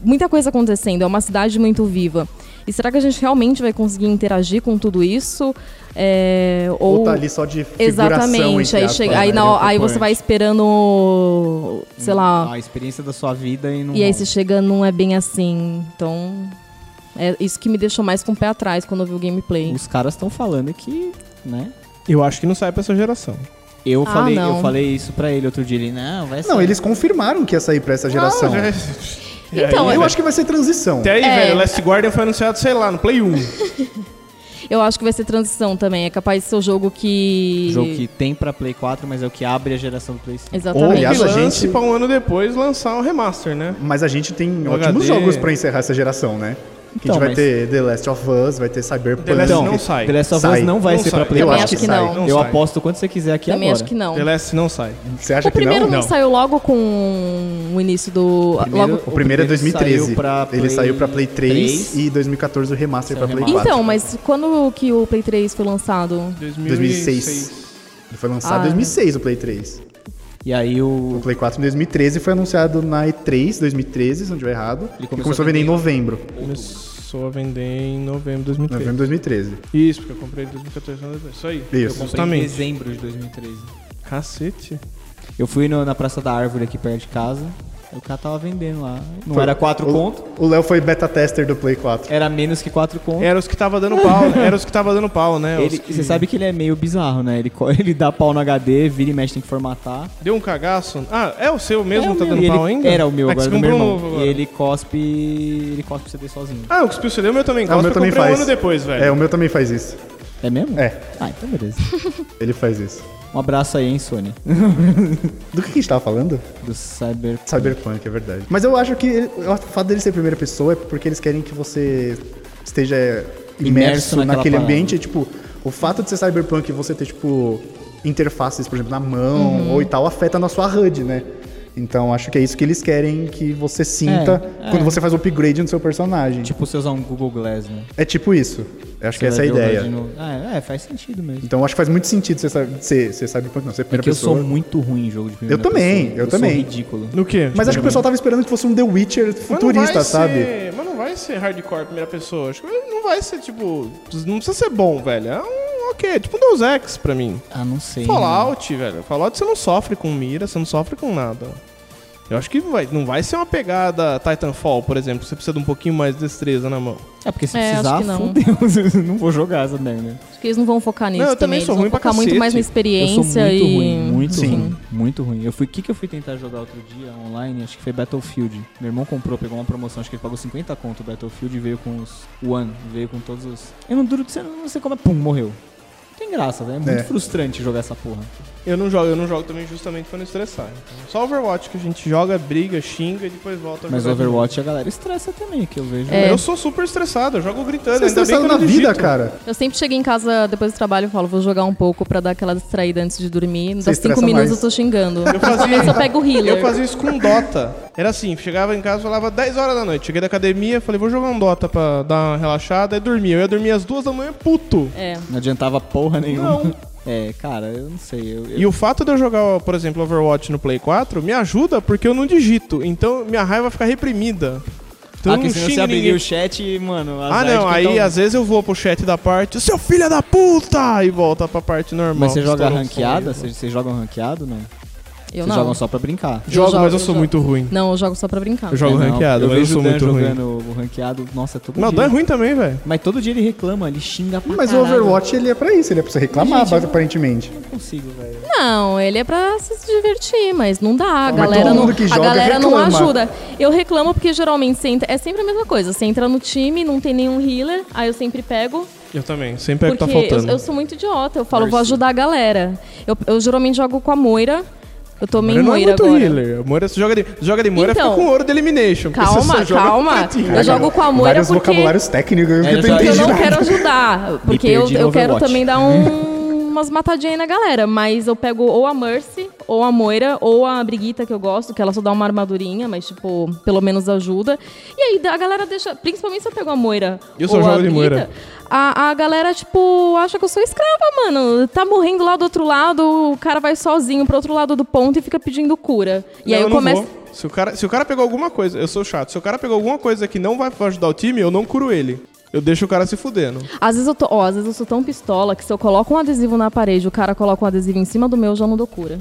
Speaker 4: muita coisa acontecendo, é uma cidade muito viva. E será que a gente realmente vai conseguir interagir com tudo isso? É,
Speaker 2: Ou,
Speaker 4: ou
Speaker 2: tá ali só de figuração,
Speaker 4: Exatamente.
Speaker 2: entre
Speaker 4: Aí,
Speaker 2: aspas,
Speaker 4: chega, aí,
Speaker 2: né?
Speaker 4: na-
Speaker 3: é um
Speaker 4: aí
Speaker 3: pouco
Speaker 4: você vai esperando, sei lá.
Speaker 3: A experiência da sua vida e não...
Speaker 4: E aí você chega, não é bem assim. Então, é isso que me deixou mais com o pé atrás quando eu vi o gameplay.
Speaker 3: Os caras estão falando que, né?
Speaker 1: Eu acho que não sai pra essa geração.
Speaker 3: Eu,
Speaker 4: Ah,
Speaker 3: falei,
Speaker 4: não.
Speaker 3: eu falei isso pra ele outro dia, ele, não, vai
Speaker 2: Não,
Speaker 3: sair."
Speaker 2: eles confirmaram que ia sair pra essa geração.
Speaker 4: Então,
Speaker 2: Eu
Speaker 4: eu,
Speaker 2: acho que né? vai ser
Speaker 1: *laughs*
Speaker 2: transição.
Speaker 1: Até Ah, aí,
Speaker 4: É.
Speaker 1: velho, Last Guardian foi anunciado, sei lá, no Play
Speaker 4: *laughs*
Speaker 1: 1.
Speaker 4: eu acho que vai ser transição também. É capaz de ser o jogo que.
Speaker 3: um Jogo que tem pra Play 4, mas é o que abre a geração do Play 5.
Speaker 1: Ou
Speaker 4: Exatamente.
Speaker 1: que
Speaker 2: Aliás, a
Speaker 1: lance
Speaker 2: gente-
Speaker 1: pra um ano depois lançar um remaster, né?
Speaker 2: Mas a gente tem
Speaker 1: No
Speaker 2: ótimos
Speaker 1: HD.
Speaker 2: jogos pra encerrar essa geração, né? Que a
Speaker 3: Então,
Speaker 2: gente vai
Speaker 3: mas-
Speaker 2: ter The Last of Us, vai ter Cyberpunk.
Speaker 1: The Last não sai.
Speaker 3: The Last of Us
Speaker 2: Então, Sai.
Speaker 3: não vai
Speaker 1: Não
Speaker 3: ser
Speaker 1: sai.
Speaker 3: pra Play um,
Speaker 2: Eu
Speaker 3: 4.
Speaker 2: acho
Speaker 4: Também
Speaker 2: que sai.
Speaker 4: não.
Speaker 1: Não
Speaker 3: Eu
Speaker 1: sai.
Speaker 3: aposto quanto você quiser aqui
Speaker 4: Também
Speaker 3: é agora.
Speaker 4: acho que não.
Speaker 1: The Last não sai.
Speaker 2: Você acha
Speaker 4: O
Speaker 2: que
Speaker 4: primeiro
Speaker 2: não?
Speaker 4: não, saiu logo com o início do. logo...
Speaker 2: O primeiro é 2013.
Speaker 3: saiu pra
Speaker 2: Ele
Speaker 3: Play
Speaker 2: saiu pra Play 3,
Speaker 3: 3.
Speaker 2: e 2014 o remaster pra
Speaker 3: Saiu
Speaker 2: Play 4.
Speaker 4: Então, mas quando que o Play 3 foi lançado?
Speaker 2: 2006. Ele foi lançado em
Speaker 4: Ah.
Speaker 2: 2006 o Play 3.
Speaker 3: E aí
Speaker 2: O
Speaker 3: o...
Speaker 2: Play 4 em 2013 foi anunciado na E3 2013, se não estiver errado. Ele começou, a vender em novembro.
Speaker 1: Começou a vender em novembro de 2013.
Speaker 2: Novembro de 2013.
Speaker 1: Isso, porque eu comprei em 2014. não, depois. Isso aí.
Speaker 2: Isso.
Speaker 3: Eu comprei em
Speaker 1: Justamente.
Speaker 3: dezembro de 2013.
Speaker 1: Cacete.
Speaker 3: Eu fui no- na Praça da Árvore aqui perto de casa. O cara tava vendendo lá. Não
Speaker 2: Foi-
Speaker 3: era 4
Speaker 2: o-
Speaker 3: conto,
Speaker 2: O Léo foi beta tester do Play 4.
Speaker 3: era menos que 4 conto.
Speaker 2: É,
Speaker 1: Era os que tava dando
Speaker 3: *laughs*
Speaker 1: pau, né? Era os que tava dando pau, né? Os
Speaker 3: Ele-
Speaker 1: que-
Speaker 3: Você sabe que ele é meio bizarro, né? Ele, co- *laughs* ele dá pau no HD, vira e mexe, tem que formatar.
Speaker 1: Deu um cagaço. Ah, é o seu mesmo?
Speaker 3: É o
Speaker 1: tá
Speaker 3: meu.
Speaker 1: dando
Speaker 3: E
Speaker 1: pau
Speaker 3: ele-
Speaker 1: ainda?
Speaker 3: Era o meu
Speaker 1: Ah, que
Speaker 3: agora,
Speaker 1: você
Speaker 3: do meu
Speaker 1: comprou um
Speaker 3: irmão.
Speaker 1: novo
Speaker 3: E
Speaker 1: agora.
Speaker 3: ele cospe. Ele cospe o CD sozinho.
Speaker 1: Ah, o cuspiu o CD, o meu também.
Speaker 2: Ah, o
Speaker 1: Gosto,
Speaker 2: meu
Speaker 1: eu
Speaker 2: também
Speaker 1: comprei um
Speaker 2: faz.
Speaker 1: ano depois, velho.
Speaker 2: É, o meu também faz isso.
Speaker 3: É mesmo?
Speaker 2: É,
Speaker 3: Ah, então beleza.
Speaker 2: ele faz isso.
Speaker 3: Um abraço aí, hein, Sony.
Speaker 2: Do que que a gente tava falando?
Speaker 3: Do Cyber.
Speaker 2: Cyberpunk, é verdade. Mas eu acho que ele- o fato dele ser primeira pessoa é porque eles querem que você esteja imerso,
Speaker 3: Imerso naquela
Speaker 2: naquele
Speaker 3: parada.
Speaker 2: ambiente. Tipo, o fato de ser cyberpunk e você ter, tipo, interfaces, por exemplo, na mão
Speaker 3: Uhum.
Speaker 2: ou e tal, afeta na sua HUD, né? Então acho que é isso que eles querem que você sinta
Speaker 3: É, é.
Speaker 2: quando você faz o upgrade no seu personagem.
Speaker 3: Tipo, você usar um Google Glass, né?
Speaker 2: é tipo isso. Eu acho que
Speaker 3: Você
Speaker 2: essa é a
Speaker 3: vai ver o
Speaker 2: ideia.
Speaker 3: HD no- Ah, é, faz sentido mesmo.
Speaker 2: Então acho que faz muito sentido ser, cy- ser, ser cyberpunk, não, ser primeira
Speaker 3: Porque eu
Speaker 2: pessoa.
Speaker 3: sou muito ruim em jogo de primeira
Speaker 2: Eu também,
Speaker 3: pessoa.
Speaker 2: eu também.
Speaker 3: sou ridículo.
Speaker 1: No quê?
Speaker 2: Mas acho que o pessoal tava esperando que fosse um The Witcher
Speaker 1: Mas não
Speaker 2: futurista,
Speaker 1: vai
Speaker 2: sabe?
Speaker 1: ser- mas não vai ser hardcore primeira pessoa. Acho que não vai ser, tipo. Não precisa ser bom, velho. É um ok. Tipo Deus Ex pra mim.
Speaker 3: Ah, não sei.
Speaker 1: Fallout, velho. Fallout você não sofre com mira, você não sofre com nada. Eu acho que vai- não vai ser uma pegada Titanfall, por exemplo. que Você precisa de um pouquinho mais de destreza na mão.
Speaker 3: É porque se
Speaker 4: É,
Speaker 3: precisar,
Speaker 4: acho que não.
Speaker 3: *laughs* fudeu. Não vou jogar essa merda.
Speaker 4: Acho que eles não vão focar nisso.
Speaker 1: eu também sou
Speaker 4: eles vão
Speaker 1: ruim pra
Speaker 4: focar muito
Speaker 1: cacete.
Speaker 4: mais na
Speaker 3: Eu sou muito
Speaker 4: experiência e.
Speaker 3: ruim, muito
Speaker 2: Sim.
Speaker 3: ruim, muito ruim. Eu fui, o que que eu fui tentar jogar outro dia online? Acho que foi Battlefield. Meu irmão comprou, pegou uma promoção, acho que ele pagou 50 conto o Battlefield e veio com os One, veio com todos os. Eu não duro de ser, não sei como é, pum, morreu. Não tem graça, velho. É muito
Speaker 2: É.
Speaker 3: frustrante jogar essa porra.
Speaker 1: Eu não jogo, eu não jogo também justamente pra não estressar. Então, só Overwatch que a gente joga, briga, xinga e depois volta a
Speaker 3: Mas
Speaker 1: jogar de novo.
Speaker 3: Overwatch a galera estressa também, que eu vejo.
Speaker 4: É.
Speaker 1: Eu sou super estressado, eu jogo gritando.
Speaker 2: Você
Speaker 1: ainda
Speaker 2: é
Speaker 1: bem que eu
Speaker 2: estressado
Speaker 1: não
Speaker 2: na vida,
Speaker 1: digito.
Speaker 2: cara.
Speaker 4: Eu sempre cheguei em casa depois do trabalho e falo, vou jogar um pouco pra dar aquela distraída antes de dormir.
Speaker 2: Você
Speaker 4: Das cinco
Speaker 2: estressa
Speaker 4: minutos
Speaker 2: mais.
Speaker 4: eu tô xingando.
Speaker 1: Eu fazia,
Speaker 4: Principalmente se eu pego o healer.
Speaker 1: eu fazia isso com Dota. Era assim, chegava em casa, falava 10 horas da noite. Cheguei da academia, falei, vou jogar um Dota pra dar uma relaxada e dormir. Eu ia dormir às duas da manhã, puto.
Speaker 4: É.
Speaker 3: Não adiantava porra nenhuma.
Speaker 1: Não.
Speaker 3: É, cara, eu não sei. Eu, eu-
Speaker 1: E o fato de eu jogar, por exemplo, Overwatch no Play 4 me ajuda porque eu não digito. Então minha raiva fica reprimida. Então
Speaker 3: ah,
Speaker 1: eu
Speaker 3: que
Speaker 1: não
Speaker 3: se você
Speaker 1: xingo
Speaker 3: abrir
Speaker 1: ninguém.
Speaker 3: o chat e, mano.
Speaker 1: Ah,
Speaker 3: azar de
Speaker 1: não.
Speaker 3: quem
Speaker 1: Aí
Speaker 3: tá
Speaker 1: às vezes eu vou pro chat da parte, seu filho da puta! E volta pra parte normal.
Speaker 3: Mas você
Speaker 1: que
Speaker 3: joga
Speaker 1: estoura um
Speaker 3: ranqueada?
Speaker 1: som aí.
Speaker 3: Vocês vocês jogam ranqueado, não?
Speaker 4: Eu
Speaker 3: Vocês
Speaker 4: não.
Speaker 3: jogam só pra brincar.
Speaker 1: Jogo,
Speaker 4: jogo,
Speaker 1: mas eu
Speaker 4: eu
Speaker 1: sou
Speaker 4: jogo.
Speaker 1: muito ruim.
Speaker 4: Não, eu jogo só pra brincar.
Speaker 1: Eu jogo
Speaker 3: É, não.
Speaker 1: ranqueado,
Speaker 3: Eu
Speaker 1: mas eu
Speaker 3: vejo
Speaker 1: sou
Speaker 3: o Dan
Speaker 1: muito ruim.
Speaker 3: jogando o ranqueado, nossa, todo
Speaker 1: Não, o
Speaker 3: dia.
Speaker 1: Dan é ruim também, velho.
Speaker 3: Mas todo dia ele reclama, ele xinga pra
Speaker 4: Tá
Speaker 2: Mas o
Speaker 4: né?
Speaker 3: caralho.
Speaker 2: Overwatch, ele é pra isso. Ele é pra você reclamar,
Speaker 3: Gente, eu-
Speaker 2: aparentemente.
Speaker 3: Eu não consigo, velho.
Speaker 4: Não, ele é pra se divertir, mas não dá. A
Speaker 2: Mas
Speaker 4: galera,
Speaker 2: todo
Speaker 4: não,
Speaker 2: mundo que
Speaker 4: a
Speaker 2: joga
Speaker 4: galera não
Speaker 2: reclama.
Speaker 4: ajuda. Eu reclamo porque geralmente você entra- é sempre a mesma coisa. Você entra no time, não tem nenhum healer, aí eu sempre pego.
Speaker 1: Eu também. Sempre é que tá
Speaker 4: porque eu,
Speaker 1: faltando.
Speaker 4: eu sou muito idiota. Eu falo, vou
Speaker 3: Mercy.
Speaker 4: ajudar a galera. Eu, eu geralmente jogo com a Moira. Eu tô
Speaker 1: Moira
Speaker 4: meio
Speaker 1: não é
Speaker 4: Moira
Speaker 1: muito
Speaker 4: agora.
Speaker 1: healer. Moira, você joga de, joga de Moira,
Speaker 4: Então.
Speaker 1: fica com ouro de elimination. porque você só
Speaker 4: Calma,
Speaker 1: joga com
Speaker 4: calma.
Speaker 1: pretinho.
Speaker 4: Eu jogo com a Moira
Speaker 2: Vários
Speaker 4: porque
Speaker 2: vocabulários técnicos que eu
Speaker 3: eu
Speaker 2: tô
Speaker 3: já-
Speaker 4: porque eu
Speaker 2: entendendo.
Speaker 4: não quero ajudar. Porque eu,
Speaker 3: perdi no
Speaker 4: eu quero
Speaker 3: Overwatch.
Speaker 4: também dar
Speaker 3: *laughs*
Speaker 4: um- umas matadinhas aí na galera. Mas eu pego ou a Mercy, ou a Moira, ou a Briguita que eu gosto, que ela só dá uma armadurinha, mas, tipo, pelo menos ajuda. E aí a galera deixa. Principalmente se eu pego a Moira.
Speaker 1: Eu só
Speaker 4: ou a
Speaker 1: jogo de
Speaker 4: Brigitta,
Speaker 1: Moira.
Speaker 4: A, a galera, tipo, acha que eu sou escrava, mano. Tá morrendo lá do outro lado, o cara vai sozinho pro outro lado do ponto e fica pedindo cura. E
Speaker 1: Não,
Speaker 4: aí eu,
Speaker 1: não
Speaker 4: começo.
Speaker 1: vou. Se o, cara, se o cara pegou alguma coisa, eu sou chato. Se o cara pegou alguma coisa que não vai ajudar o time, eu não curo ele. Eu deixo o cara se fudendo.
Speaker 4: Às vezes eu tô, ó, às vezes eu sou tão pistola que se eu coloco um adesivo na parede, o cara coloca um adesivo em cima do meu, eu já não dou cura.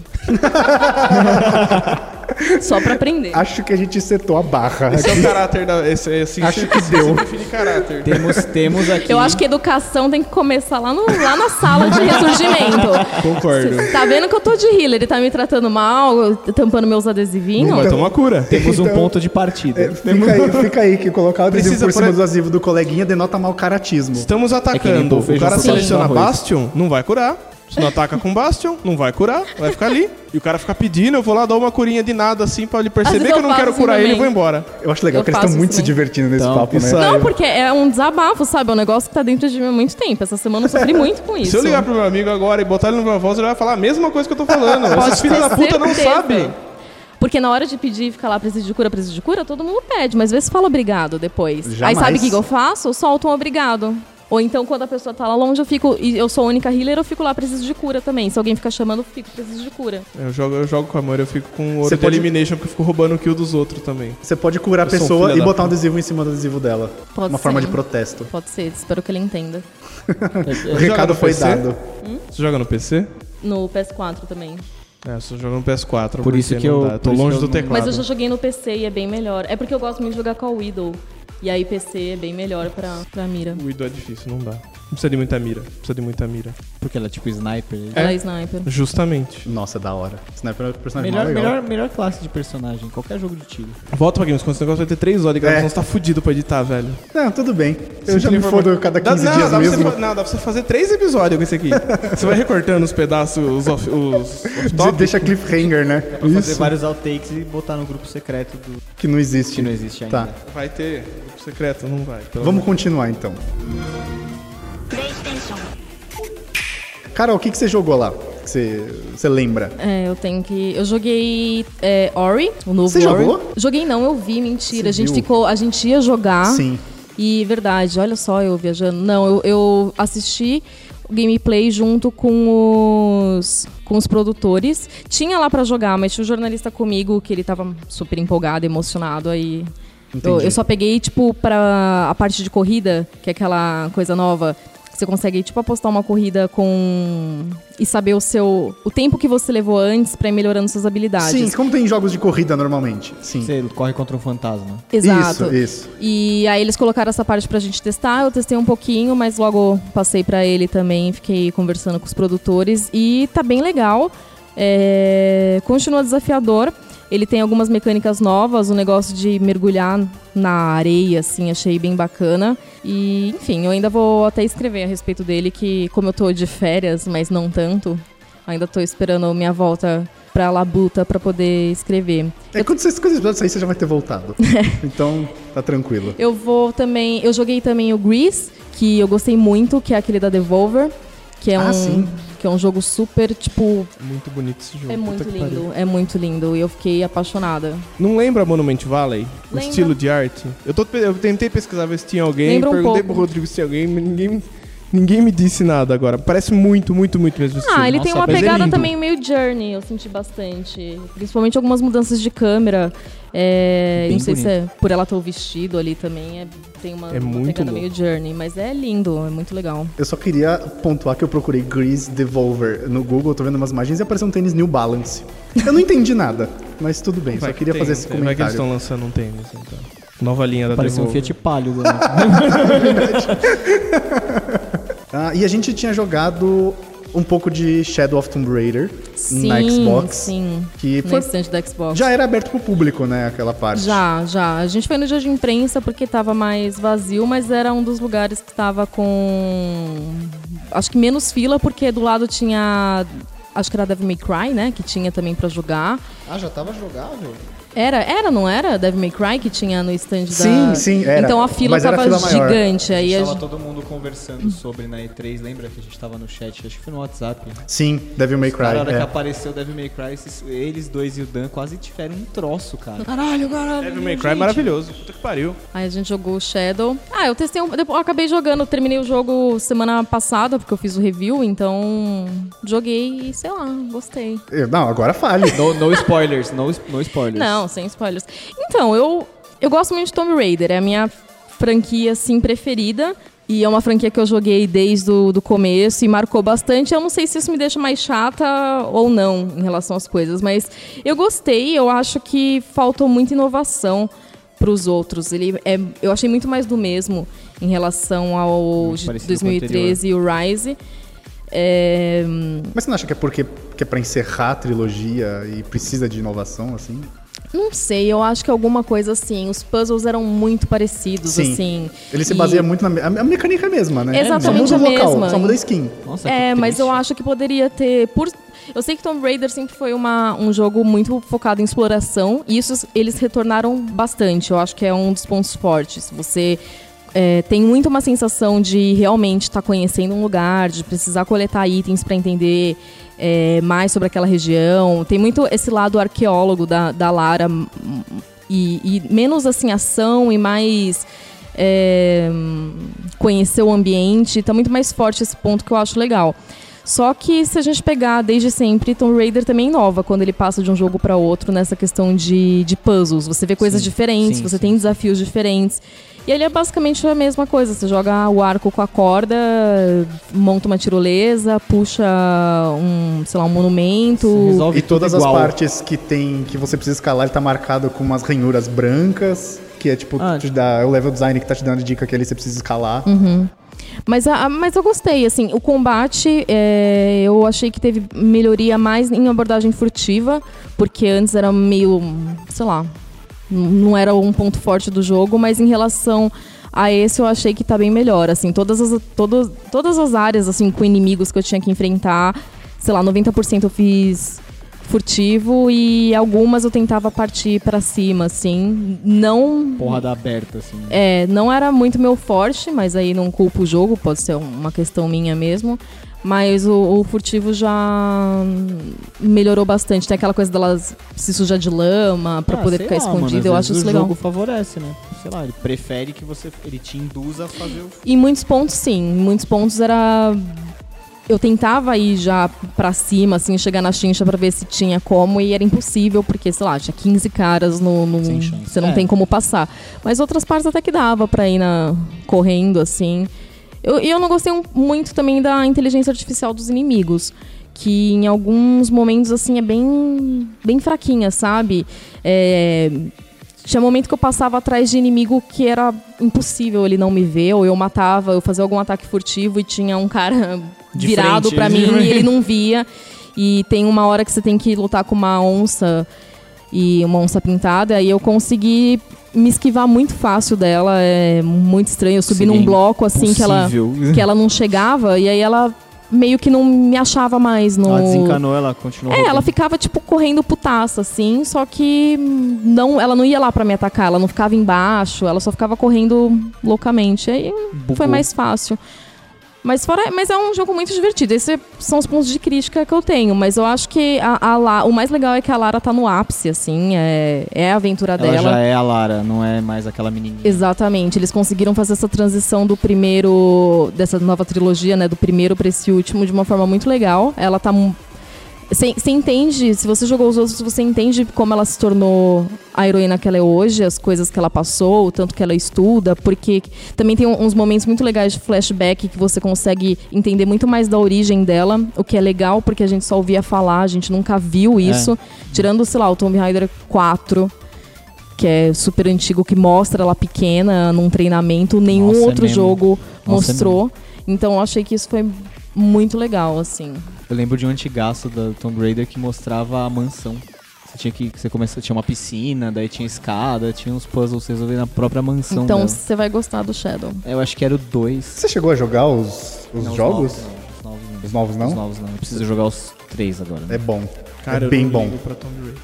Speaker 4: Só pra aprender.
Speaker 2: Acho que a gente setou a barra.
Speaker 1: Esse é o caráter da. Esse, esse,
Speaker 2: Acho
Speaker 1: esse-
Speaker 2: que
Speaker 1: esse
Speaker 2: deu.
Speaker 1: define caráter.
Speaker 3: Temos,
Speaker 4: *laughs*
Speaker 3: temos aqui.
Speaker 4: Eu acho que educação tem que começar lá, no- lá na sala de ressurgimento.
Speaker 1: Concordo.
Speaker 4: Cê Tá vendo que eu tô de healer, ele tá me tratando mal, tampando meus adesivinhos?
Speaker 1: Vai tomar cura.
Speaker 3: Temos um
Speaker 2: Então-
Speaker 3: ponto de partida.
Speaker 2: É, fica, aí, fica aí que colocar o adesivo
Speaker 1: Precisa
Speaker 2: por cima
Speaker 1: por-
Speaker 2: do adesivo do coleguinha denota mau caratismo.
Speaker 1: Estamos
Speaker 3: É que nem
Speaker 1: atacando.
Speaker 3: pôr
Speaker 1: o
Speaker 3: feijão
Speaker 1: cara
Speaker 3: com
Speaker 1: seleciona
Speaker 3: arroz.
Speaker 1: Bastion, não vai curar. Se não ataca com Bastion, não vai curar. Vai ficar ali. E o cara fica pedindo, eu vou lá dar uma curinha de nada assim pra ele
Speaker 4: Às
Speaker 1: perceber
Speaker 4: vezes
Speaker 1: que eu
Speaker 4: eu
Speaker 1: não quero
Speaker 4: faço
Speaker 1: curar ele e
Speaker 4: também.
Speaker 1: vou embora.
Speaker 2: Eu acho legal
Speaker 4: Eu
Speaker 2: que eles estão
Speaker 4: faço
Speaker 2: muito
Speaker 4: isso
Speaker 2: se
Speaker 4: também.
Speaker 2: divertindo nesse
Speaker 3: Então,
Speaker 2: papo, né?
Speaker 1: isso aí.
Speaker 4: Não, porque é um desabafo, sabe? É um negócio que tá dentro de mim há muito tempo. Essa semana eu sofri muito com isso.
Speaker 1: Se eu ligar pro meu amigo agora e botar ele no meu voz, ele vai falar a mesma coisa que
Speaker 4: *laughs*
Speaker 1: eu tô falando. Esses filhos
Speaker 4: ter
Speaker 1: da puta não
Speaker 4: certeza.
Speaker 1: sabem.
Speaker 4: Porque na hora de pedir e ficar lá, preciso de cura, preciso de cura, todo mundo pede, mas às vezes fala obrigado depois.
Speaker 2: Jamais.
Speaker 4: Aí sabe o que, que eu faço? Eu solto um obrigado. Ou então, quando a pessoa tá lá longe, eu fico. E eu sou a única healer, eu fico lá, preciso de cura também. Se alguém ficar chamando, eu fico, preciso de cura.
Speaker 1: Eu jogo, eu jogo com amor, eu fico com ouro
Speaker 2: Você
Speaker 1: de
Speaker 2: pode-
Speaker 1: elimination porque eu fico roubando o kill dos outros também.
Speaker 2: Você pode curar a
Speaker 1: sou um
Speaker 2: pessoa
Speaker 1: filho
Speaker 2: e
Speaker 1: da
Speaker 2: botar um adesivo em cima do adesivo dela.
Speaker 4: Pode
Speaker 2: Uma forma
Speaker 4: ser.
Speaker 2: de protesto.
Speaker 4: Pode ser, espero que ele entenda.
Speaker 2: O
Speaker 1: joga
Speaker 2: recado
Speaker 1: no
Speaker 2: foi
Speaker 1: PC?
Speaker 2: dado.
Speaker 1: Você joga no PC?
Speaker 4: No PS4 também.
Speaker 1: É, eu só jogo no PS4.
Speaker 3: Por isso
Speaker 1: porque
Speaker 3: que
Speaker 1: não
Speaker 3: eu-
Speaker 1: dá.
Speaker 3: por
Speaker 1: tô
Speaker 3: isso
Speaker 1: longe
Speaker 3: que eu
Speaker 1: do
Speaker 3: não-
Speaker 1: teclado.
Speaker 4: Mas eu já joguei no PC e é bem melhor. É porque eu gosto muito de jogar com a Widow. E aí PC é bem melhor pra, pra mira.
Speaker 1: O Ido é difícil, não dá. Não precisa de muita mira. Precisa de muita mira.
Speaker 3: Porque ela é tipo sniper.
Speaker 4: Ela é sniper.
Speaker 1: Justamente.
Speaker 2: Nossa, da hora. Sniper é um personagem
Speaker 3: Melhor,
Speaker 2: mó legal.
Speaker 3: melhor, melhor classe de personagem, qualquer jogo de tiro.
Speaker 1: Volta pra Games, quando esse negócio vai ter 3 horas de gravação,
Speaker 2: É.
Speaker 1: você tá fudido pra editar, velho.
Speaker 2: Não, tudo bem. Eu
Speaker 1: Você
Speaker 2: já
Speaker 1: tem
Speaker 2: me
Speaker 1: informa-
Speaker 2: fodo cada
Speaker 1: Dá-
Speaker 2: 15
Speaker 1: não,
Speaker 2: dias
Speaker 1: dá pra você
Speaker 2: mesmo.
Speaker 1: fa- não, dá pra você fazer 3 episódios com esse *laughs* aqui. você vai recortando os pedaços, os off, os off
Speaker 2: De- Deixa cliffhanger, né?
Speaker 3: Pra fazer vários outtakes e botar no grupo secreto do.
Speaker 2: Que não existe.
Speaker 3: Que não existe ainda.
Speaker 2: Tá.
Speaker 1: Vai ter grupo secreto, não vai. pelo
Speaker 2: Vamos continuar então. Carol, o que, que você jogou lá? Que você, você lembra?
Speaker 4: É, eu tenho que. Eu joguei é, Ori, o novo
Speaker 2: Você
Speaker 4: Ori.
Speaker 2: jogou?
Speaker 4: Joguei não, eu vi, mentira.
Speaker 2: Você
Speaker 4: a gente
Speaker 2: viu?
Speaker 4: ficou. A gente ia
Speaker 1: Ah?
Speaker 4: jogar.
Speaker 2: Sim.
Speaker 4: E verdade, olha só, eu viajando. Não, eu, eu assisti o gameplay junto com os com os produtores. Tinha lá pra jogar, mas tinha um jornalista comigo que ele tava super empolgado, emocionado aí. Eu,
Speaker 2: Entendi.
Speaker 4: eu só peguei tipo pra a parte de corrida, que é aquela coisa nova. Você consegue, tipo, apostar uma corrida com. e saber o seu. o tempo que você levou antes pra ir melhorando suas
Speaker 1: Ah,
Speaker 4: habilidades.
Speaker 2: Sim, como tem jogos de corrida normalmente. Sim.
Speaker 3: Você corre contra um fantasma.
Speaker 4: Exato.
Speaker 2: Isso, isso.
Speaker 4: E aí eles colocaram essa parte pra gente testar, eu testei um pouquinho, mas logo passei pra ele também, fiquei conversando com os produtores e tá bem legal. É, Continua desafiador. Ele tem algumas mecânicas novas, o negócio de mergulhar na areia, assim, achei bem bacana. E, enfim, eu ainda vou até escrever a respeito dele, que como eu tô de férias, mas não tanto, ainda tô esperando minha volta pra Labuta pra poder escrever.
Speaker 2: É quando você quando esse episódio sair, você já vai
Speaker 1: *laughs*
Speaker 2: ter voltado. então, tá tranquilo.
Speaker 4: Eu vou também. Eu joguei também o Grease, que eu gostei muito, que é aquele da Devolver. Que é
Speaker 2: Ah,
Speaker 4: um.
Speaker 2: sim.
Speaker 4: Que é um jogo super, tipo.
Speaker 1: Muito bonito esse jogo.
Speaker 4: É
Speaker 1: puta
Speaker 4: muito
Speaker 1: que
Speaker 4: lindo,
Speaker 1: pariu.
Speaker 4: é muito lindo. E eu fiquei apaixonada.
Speaker 1: Não lembra Monument Valley? O
Speaker 4: Lembra.
Speaker 1: estilo de arte? Eu, tô, eu tentei pesquisar ver se tinha alguém,
Speaker 4: Lembra um
Speaker 1: perguntei
Speaker 4: pouco.
Speaker 1: pro Rodrigo se tinha alguém, mas ninguém, ninguém me disse nada agora. Parece muito, muito, muito mesmo esse
Speaker 4: Ah,
Speaker 1: estilo.
Speaker 4: ele
Speaker 3: nossa,
Speaker 4: tem uma
Speaker 3: mas é
Speaker 4: pegada
Speaker 1: lindo.
Speaker 4: também meio journey, eu senti bastante. Principalmente algumas mudanças de câmera. É,
Speaker 3: Bem
Speaker 4: não sei se é
Speaker 3: bonito.
Speaker 4: por ela ter o vestido ali também. é- tem uma,
Speaker 1: É
Speaker 4: uma
Speaker 1: muito
Speaker 4: pegada
Speaker 1: louco.
Speaker 4: meio journey, mas é lindo, é muito legal.
Speaker 2: Eu só queria pontuar que eu procurei Grease Devolver no Google, eu tô vendo umas imagens e apareceu um tênis New Balance. Eu não entendi nada, mas tudo bem,
Speaker 1: Vai
Speaker 2: só
Speaker 1: que
Speaker 2: queria
Speaker 1: tem,
Speaker 2: fazer esse
Speaker 1: tem. Vai que eles estão
Speaker 2: comentário.
Speaker 1: lançando um tênis, então. Nova linha da
Speaker 3: Parecia um
Speaker 1: Devolver.
Speaker 3: Fiat
Speaker 4: *laughs*
Speaker 3: Palio. né?
Speaker 2: Ah, e a gente tinha jogado um pouco de Shadow of Tomb Raider
Speaker 4: Sim,
Speaker 2: na Xbox.
Speaker 4: sim.
Speaker 2: Que
Speaker 4: Na
Speaker 2: foi-
Speaker 4: estante da Xbox.
Speaker 2: já era aberto pro público, né, aquela parte.
Speaker 4: Já, já. A gente foi no dia de imprensa porque tava mais vazio, mas era um dos lugares que tava com. Acho que menos fila, porque do lado tinha. Acho que era Devil May Cry, né? Que tinha também pra jogar.
Speaker 6: Ah, já tava jogável?
Speaker 4: Era, era, não era? Devil May Cry que tinha no stand da.
Speaker 2: Sim, sim, era.
Speaker 4: Então a fila
Speaker 2: Mas era
Speaker 4: tava
Speaker 2: a fila maior.
Speaker 4: gigante. Aí a
Speaker 3: Tava
Speaker 4: gente-
Speaker 3: todo mundo conversando sobre na E3, lembra que a gente tava no chat, acho que foi no WhatsApp.
Speaker 2: Sim, Devil May Cry.
Speaker 3: Cara, na hora
Speaker 2: é.
Speaker 3: que apareceu o Devil May Cry, esses- eles dois e o Dan quase tiveram um troço, cara. Caralho, caralho.
Speaker 1: Devil May Cry é
Speaker 3: gente.
Speaker 1: maravilhoso. Puta que pariu.
Speaker 4: Aí a gente jogou o Shadow. Ah, eu testei um. Depois, eu acabei jogando, eu terminei o jogo semana passada, porque eu fiz o review, então joguei e sei lá, gostei.
Speaker 2: Eu- Não, agora fale.
Speaker 3: *laughs*
Speaker 2: *laughs*
Speaker 3: No, no spoilers, no, no spoilers.
Speaker 4: Não, sem spoilers. Então, eu, eu gosto muito de Tomb Raider, é a minha franquia assim preferida. E é uma franquia que eu joguei desde o do começo e marcou bastante. Eu não sei se isso me deixa mais chata ou não em relação às coisas, mas eu gostei. Eu acho que faltou muita inovação para os outros. Ele é, eu achei muito mais do mesmo em relação ao de
Speaker 3: parecido com o
Speaker 4: 2013 e o Rise. É, hum,
Speaker 2: Mas você não acha que é porque que é pra encerrar a trilogia e precisa de inovação, assim?
Speaker 4: Não sei, eu acho que alguma coisa assim. Os puzzles eram muito parecidos,
Speaker 2: Sim.
Speaker 4: assim.
Speaker 2: Ele se
Speaker 4: E-
Speaker 2: baseia muito na... me- A mecânica é a mesma, né?
Speaker 4: Exatamente
Speaker 2: Só muda
Speaker 4: a
Speaker 2: o local,
Speaker 4: mesma.
Speaker 2: só muda a skin.
Speaker 3: Nossa,
Speaker 4: É,
Speaker 3: que
Speaker 4: mas
Speaker 3: triste.
Speaker 4: eu acho que poderia ter. Por... Eu sei que Tomb Raider sempre foi uma, um jogo muito focado em exploração, e isso eles retornaram bastante. Eu acho que é um dos pontos fortes. Você. é, tem muito uma sensação de realmente estar conhecendo um lugar, de precisar coletar itens para entender é, mais sobre aquela região. Tem muito esse lado arqueólogo da, da Lara hum, e, e menos assim ação e mais é, hum, conhecer o ambiente. Tá muito mais forte esse ponto que eu acho legal. Só que se a gente pegar desde sempre, Tomb Raider também inova quando ele passa de um jogo para outro nessa questão de, de puzzles. Você vê coisas diferentes,
Speaker 3: sim,
Speaker 4: você
Speaker 3: sim.
Speaker 4: tem desafios diferentes. E ali é basicamente a mesma coisa. Você joga o arco com a corda, monta uma tirolesa, puxa um, sei lá, um monumento.
Speaker 3: Você resolve
Speaker 2: E todas
Speaker 3: tudo
Speaker 2: as
Speaker 3: igual.
Speaker 2: partes que tem que você precisa escalar, ele tá marcado com umas ranhuras brancas, que é tipo,
Speaker 3: Ah,
Speaker 2: te dá, é o level design que tá te dando dica que ali você precisa escalar.
Speaker 4: Uhum. Mas, a, a- mas eu gostei, assim, o combate é, eu achei que teve melhoria mais em abordagem furtiva, porque antes era meio, sei lá, n- não era um ponto forte do jogo, mas em relação a esse eu achei que tá bem melhor, assim, todas as, todo, todas as áreas, assim, com inimigos que eu tinha que enfrentar, sei lá, 90% eu fiz furtivo e algumas eu tentava partir pra cima, assim, não
Speaker 3: Porrada aberta, assim.
Speaker 4: é, não era muito meu forte, mas aí não culpo o jogo, pode ser uma questão minha mesmo. Mas o, o furtivo já melhorou bastante. Tem aquela coisa delas se sujar de lama pra
Speaker 3: Ah,
Speaker 4: poder
Speaker 3: sei
Speaker 4: ficar
Speaker 3: lá, mano,
Speaker 4: escondido.
Speaker 3: às
Speaker 4: eu
Speaker 3: vezes
Speaker 4: acho isso
Speaker 3: o
Speaker 4: legal.
Speaker 3: jogo favorece, né? Sei lá, ele prefere que você... Ele te induza a fazer o...
Speaker 4: Em muitos pontos, sim. Em muitos pontos era. Eu tentava ir já pra cima, assim, chegar na chincha pra ver se tinha como, e era impossível, porque, sei lá, tinha 15 caras no. no-
Speaker 3: Sem chance.
Speaker 4: Você não
Speaker 3: É.
Speaker 4: tem como passar. Mas outras partes até que dava pra ir na... correndo, assim. Eu- E eu, não gostei um- muito também da inteligência artificial dos inimigos. Que em alguns momentos, assim, é bem, bem fraquinha, sabe? É, Tinha momento que eu passava atrás de inimigo que era impossível ele não me ver, ou eu matava, eu fazia algum ataque furtivo e tinha um cara
Speaker 3: De
Speaker 4: virado
Speaker 3: frente, né?
Speaker 4: pra
Speaker 3: de
Speaker 4: mim
Speaker 3: frente.
Speaker 4: e
Speaker 3: *laughs*
Speaker 4: ele não via. E tem uma hora que você tem que lutar com uma onça e uma onça pintada, e eu consegui me esquivar muito fácil dela, é muito estranho. Eu subi
Speaker 3: Seria
Speaker 4: num bloco assim que ela,
Speaker 3: Possível.
Speaker 4: que ela não chegava, e aí ela meio que não me achava mais no.
Speaker 3: Ela desencanou, ela continuou.
Speaker 4: É, ela
Speaker 3: roubando.
Speaker 4: ficava, tipo, correndo putaça, assim, só que hum, não, ela não ia lá pra me atacar, ela não ficava embaixo, ela só ficava correndo loucamente. Aí
Speaker 3: Bugou.
Speaker 4: foi mais fácil. Mas, fora, mas é um jogo muito divertido. Esses são os pontos de crítica que eu tenho. Mas eu acho que a, a La- o mais legal é que a Lara tá no ápice, assim. É, é a aventura
Speaker 3: Ela
Speaker 4: dela.
Speaker 3: já é a Lara, não é mais aquela menininha.
Speaker 4: Exatamente, eles conseguiram fazer essa transição do primeiro, dessa nova trilogia, né, do primeiro pra esse último, de uma forma muito legal. Ela tá. mu- Você você entende, se você jogou os outros, você entende como ela se tornou a heroína que ela é hoje, as coisas que ela passou, o tanto que ela estuda, porque também tem um- uns momentos muito legais de flashback que você consegue entender muito mais da origem dela, o que é legal, porque a gente só ouvia falar, a gente nunca
Speaker 3: É.
Speaker 4: viu isso. Tirando, sei lá, o Tomb Raider 4, que é super antigo, que mostra ela pequena num treinamento, nenhum
Speaker 3: Nossa, é
Speaker 4: outro
Speaker 3: mesmo.
Speaker 4: jogo
Speaker 3: é
Speaker 4: mostrou. então eu achei que isso foi muito legal, assim.
Speaker 3: Eu lembro de um antigaço da Tomb Raider que mostrava a mansão. Você tinha que. Você começa, tinha uma piscina, daí tinha escada, tinha uns puzzles resolver na própria mansão.
Speaker 4: então
Speaker 3: dela. É,
Speaker 4: você vai gostar do Shadow.
Speaker 3: Eu acho que era o 2.
Speaker 2: Você chegou a jogar os, os jogos?
Speaker 3: Os novos não.
Speaker 2: Os novos não?
Speaker 3: Os novos não. Eu preciso jogar os três agora. né?
Speaker 2: É bom.
Speaker 1: Cara,
Speaker 2: é bem
Speaker 1: eu não
Speaker 2: bom.
Speaker 1: ligo pra Tomb Raider.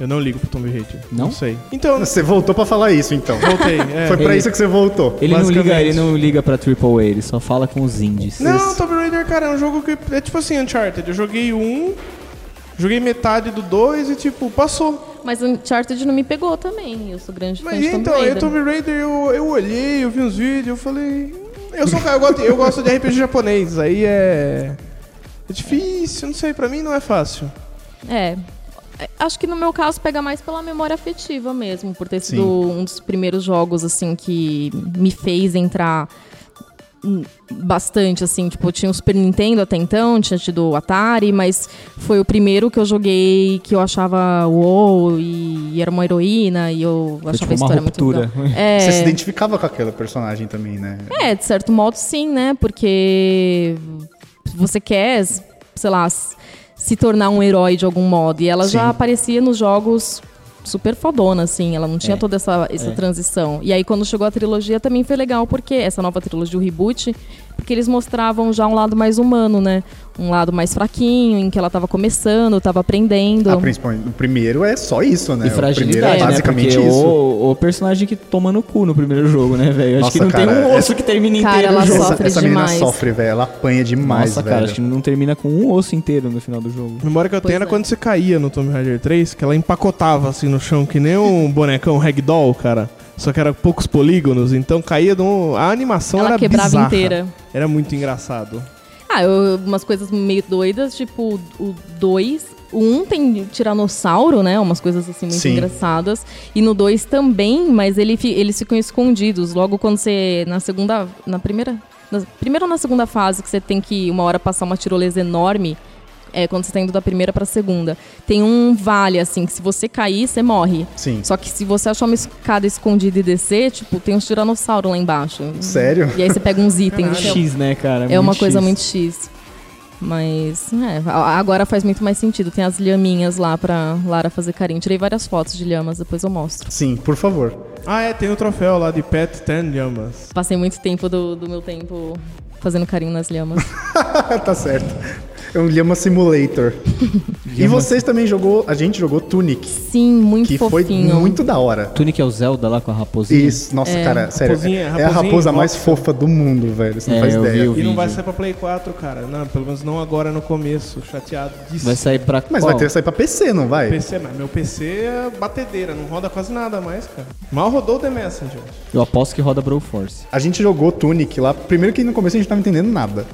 Speaker 1: Eu não ligo pro Tomb Raider.
Speaker 3: Não?
Speaker 1: sei. Então,
Speaker 2: Você voltou pra falar isso, então. *laughs*
Speaker 1: voltei. é.
Speaker 2: Foi pra
Speaker 3: Ele-
Speaker 2: isso que você voltou.
Speaker 3: Ele não
Speaker 1: Basicamente.
Speaker 3: liga, ele não liga pra AAA, ele só fala com os indies.
Speaker 1: Não,
Speaker 2: Vocês-
Speaker 1: Tomb Raider, cara, é um jogo que é tipo assim, Uncharted. Eu joguei um, joguei metade do dois e tipo, passou.
Speaker 4: Mas Uncharted não me pegou também. Eu sou grande fã
Speaker 1: Mas
Speaker 4: de Tomb
Speaker 1: então,
Speaker 4: Raider. né?
Speaker 1: eu Tomb Raider, eu, eu olhei, eu vi uns vídeos, eu falei. Eu sou um cara, eu gosto, eu gosto de RPG japonês, aí é. É difícil, não sei, pra mim não é fácil.
Speaker 4: É. Acho que no meu caso pega mais pela memória afetiva mesmo, por ter sido um dos primeiros jogos assim que me fez entrar hum, bastante assim, tipo, eu tinha o Super Nintendo até então, tinha tido o Atari, mas foi o primeiro que eu joguei que eu achava uou e, e era uma heroína e eu achava
Speaker 3: tipo
Speaker 4: a
Speaker 3: uma
Speaker 4: história
Speaker 3: ruptura.
Speaker 4: muito legal. É,
Speaker 2: Você se identificava com aquela personagem também, né?
Speaker 4: é, de certo modo sim, né? Porque você quer, sei lá, s- se tornar um herói de algum modo. E ela já aparecia nos jogos super fodona, assim. Ela não tinha toda essa, essa transição. E aí, quando chegou a trilogia, também foi legal, porque essa nova trilogia, o reboot, porque eles mostravam já um lado mais humano, né? Um lado mais fraquinho, em que ela tava começando, tava aprendendo.
Speaker 2: Ah, principalmente, o primeiro é só isso, né?
Speaker 3: E
Speaker 2: o primeiro
Speaker 3: fragilidade,
Speaker 2: é
Speaker 3: né?
Speaker 2: basicamente
Speaker 3: Porque
Speaker 2: isso.
Speaker 3: O, o personagem que toma no cu no primeiro jogo, né, velho? Acho
Speaker 2: Nossa,
Speaker 3: que não tem
Speaker 2: cara,
Speaker 3: um osso
Speaker 2: essa-
Speaker 3: que termina
Speaker 4: Cara,
Speaker 3: inteiro o
Speaker 4: ela
Speaker 3: jogo.
Speaker 2: Essa,
Speaker 4: sofre
Speaker 2: essa menina
Speaker 4: demais.
Speaker 2: sofre, velho. Ela apanha demais,
Speaker 3: Nossa,
Speaker 2: velho.
Speaker 3: cara, acho que não termina com um osso inteiro no final do jogo.
Speaker 1: A memória que eu
Speaker 4: Pois
Speaker 1: tenho era
Speaker 4: é.
Speaker 1: quando você caía no Tomb Raider 3, que ela empacotava assim no chão, que nem
Speaker 4: *laughs*
Speaker 1: um bonecão ragdoll, cara. Só que era poucos polígonos, então caía de um... A animação
Speaker 4: Ela
Speaker 1: era
Speaker 4: quebrava
Speaker 1: bizarra.
Speaker 4: inteira.
Speaker 1: Era muito engraçado.
Speaker 4: Ah, eu- umas coisas meio doidas, tipo o 2. O 1 um tem tiranossauro, né? Umas coisas assim muito
Speaker 2: Sim.
Speaker 4: engraçadas. E no 2 também, mas ele, fi- eles ficam escondidos. Logo quando você. Na segunda. Na primeira. Na primeira ou na segunda fase que você tem que uma hora passar uma tirolesa enorme. É, quando você tá indo da primeira pra segunda. Tem um vale, assim, que se você cair, você morre.
Speaker 2: Sim.
Speaker 4: Só que se você achar uma escada escondida e descer, tipo, tem uns tiranossauro lá embaixo.
Speaker 3: um
Speaker 2: Sério?
Speaker 4: E aí você pega uns itens. então-
Speaker 3: X, né, cara?
Speaker 4: é uma coisa
Speaker 3: X.
Speaker 4: muito X. Mas, é, a- agora faz muito mais sentido. Tem as lhaminhas lá pra Lara fazer carinho. Tirei várias fotos de lhamas, depois eu mostro.
Speaker 2: Sim, por favor.
Speaker 1: Ah, é, tem o troféu lá de Pet Ten Llamas.
Speaker 4: Passei muito tempo do, do meu tempo fazendo carinho nas lhamas.
Speaker 2: tá certo. É um Lhama
Speaker 3: *laughs*
Speaker 2: Simulator. e vocês também jogou, a gente jogou Tunic,
Speaker 4: Sim, muito
Speaker 2: que
Speaker 4: fofinho.
Speaker 2: foi muito da hora.
Speaker 3: Tunic é o Zelda lá com a raposinha.
Speaker 2: Isso, nossa, cara, sério.
Speaker 1: Raposinha-
Speaker 2: é a
Speaker 1: raposinha
Speaker 2: raposa
Speaker 1: em
Speaker 2: mais
Speaker 1: box, cara.
Speaker 2: fofa do mundo, velho. Você não
Speaker 3: É,
Speaker 2: faz
Speaker 3: eu
Speaker 2: ideia.
Speaker 3: vi, eu
Speaker 1: E não vai
Speaker 3: vídeo.
Speaker 1: sair pra Play 4, cara. Não, pelo menos não agora no começo. Chateado disso.
Speaker 3: Vai sair pra
Speaker 2: Mas
Speaker 3: qual?
Speaker 2: vai ter que sair pra PC, não vai?
Speaker 1: PC, mas meu PC é batedeira, não roda quase nada mais, cara. Mal rodou o The Messenger.
Speaker 3: Eu aposto que roda Brawl Force.
Speaker 2: A gente jogou Tunic lá. Primeiro que no começo a gente não tava entendendo nada.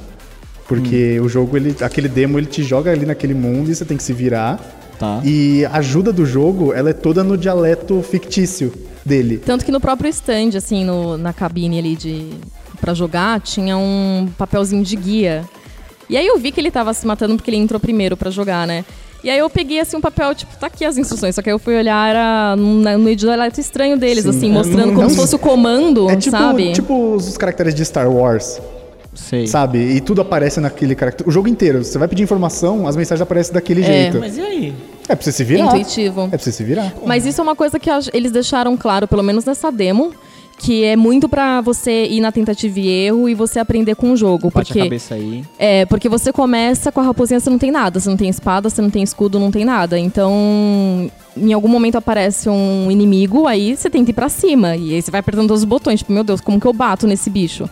Speaker 2: Porque o jogo, ele, aquele demo, ele te joga ali naquele mundo e você tem que se virar.
Speaker 3: Tá.
Speaker 2: E a ajuda do jogo, ela é toda no dialeto fictício dele.
Speaker 4: Tanto que no próprio stand, assim, no- na cabine ali de. pra jogar, tinha um papelzinho de guia. E aí eu vi que ele tava se matando porque ele entrou primeiro pra jogar, né? E aí eu peguei assim um papel, tipo, tá aqui as instruções. Só que aí eu fui olhar, era num- na- no edileto estranho deles,
Speaker 2: Sim,
Speaker 4: assim,
Speaker 2: é,
Speaker 4: mostrando
Speaker 2: não-
Speaker 4: como
Speaker 2: não-
Speaker 4: se fosse o comando,
Speaker 2: É tipo,
Speaker 4: sabe?
Speaker 2: tipo os caracteres de Star Wars,
Speaker 3: Sei.
Speaker 2: sabe? E tudo aparece naquele caractere. O jogo inteiro. Você vai pedir informação, as mensagens aparecem daquele jeito.
Speaker 6: Mas e aí?
Speaker 2: É pra você se virar.
Speaker 4: Intuitivo.
Speaker 2: É pra você se virar.
Speaker 4: Mas isso é uma coisa que eu acho- eles deixaram claro, pelo menos nessa demo, que é muito pra você ir na tentativa e erro e você aprender com o jogo.
Speaker 3: Bate
Speaker 4: porque
Speaker 3: a cabeça aí.
Speaker 4: É, porque você começa com a raposinha, você não tem nada. Você não tem espada, você não tem escudo, não tem nada. Então, em algum momento aparece um inimigo, aí você tem que ir pra cima. E aí você vai apertando todos os botões. Tipo, meu Deus, como que eu bato nesse bicho?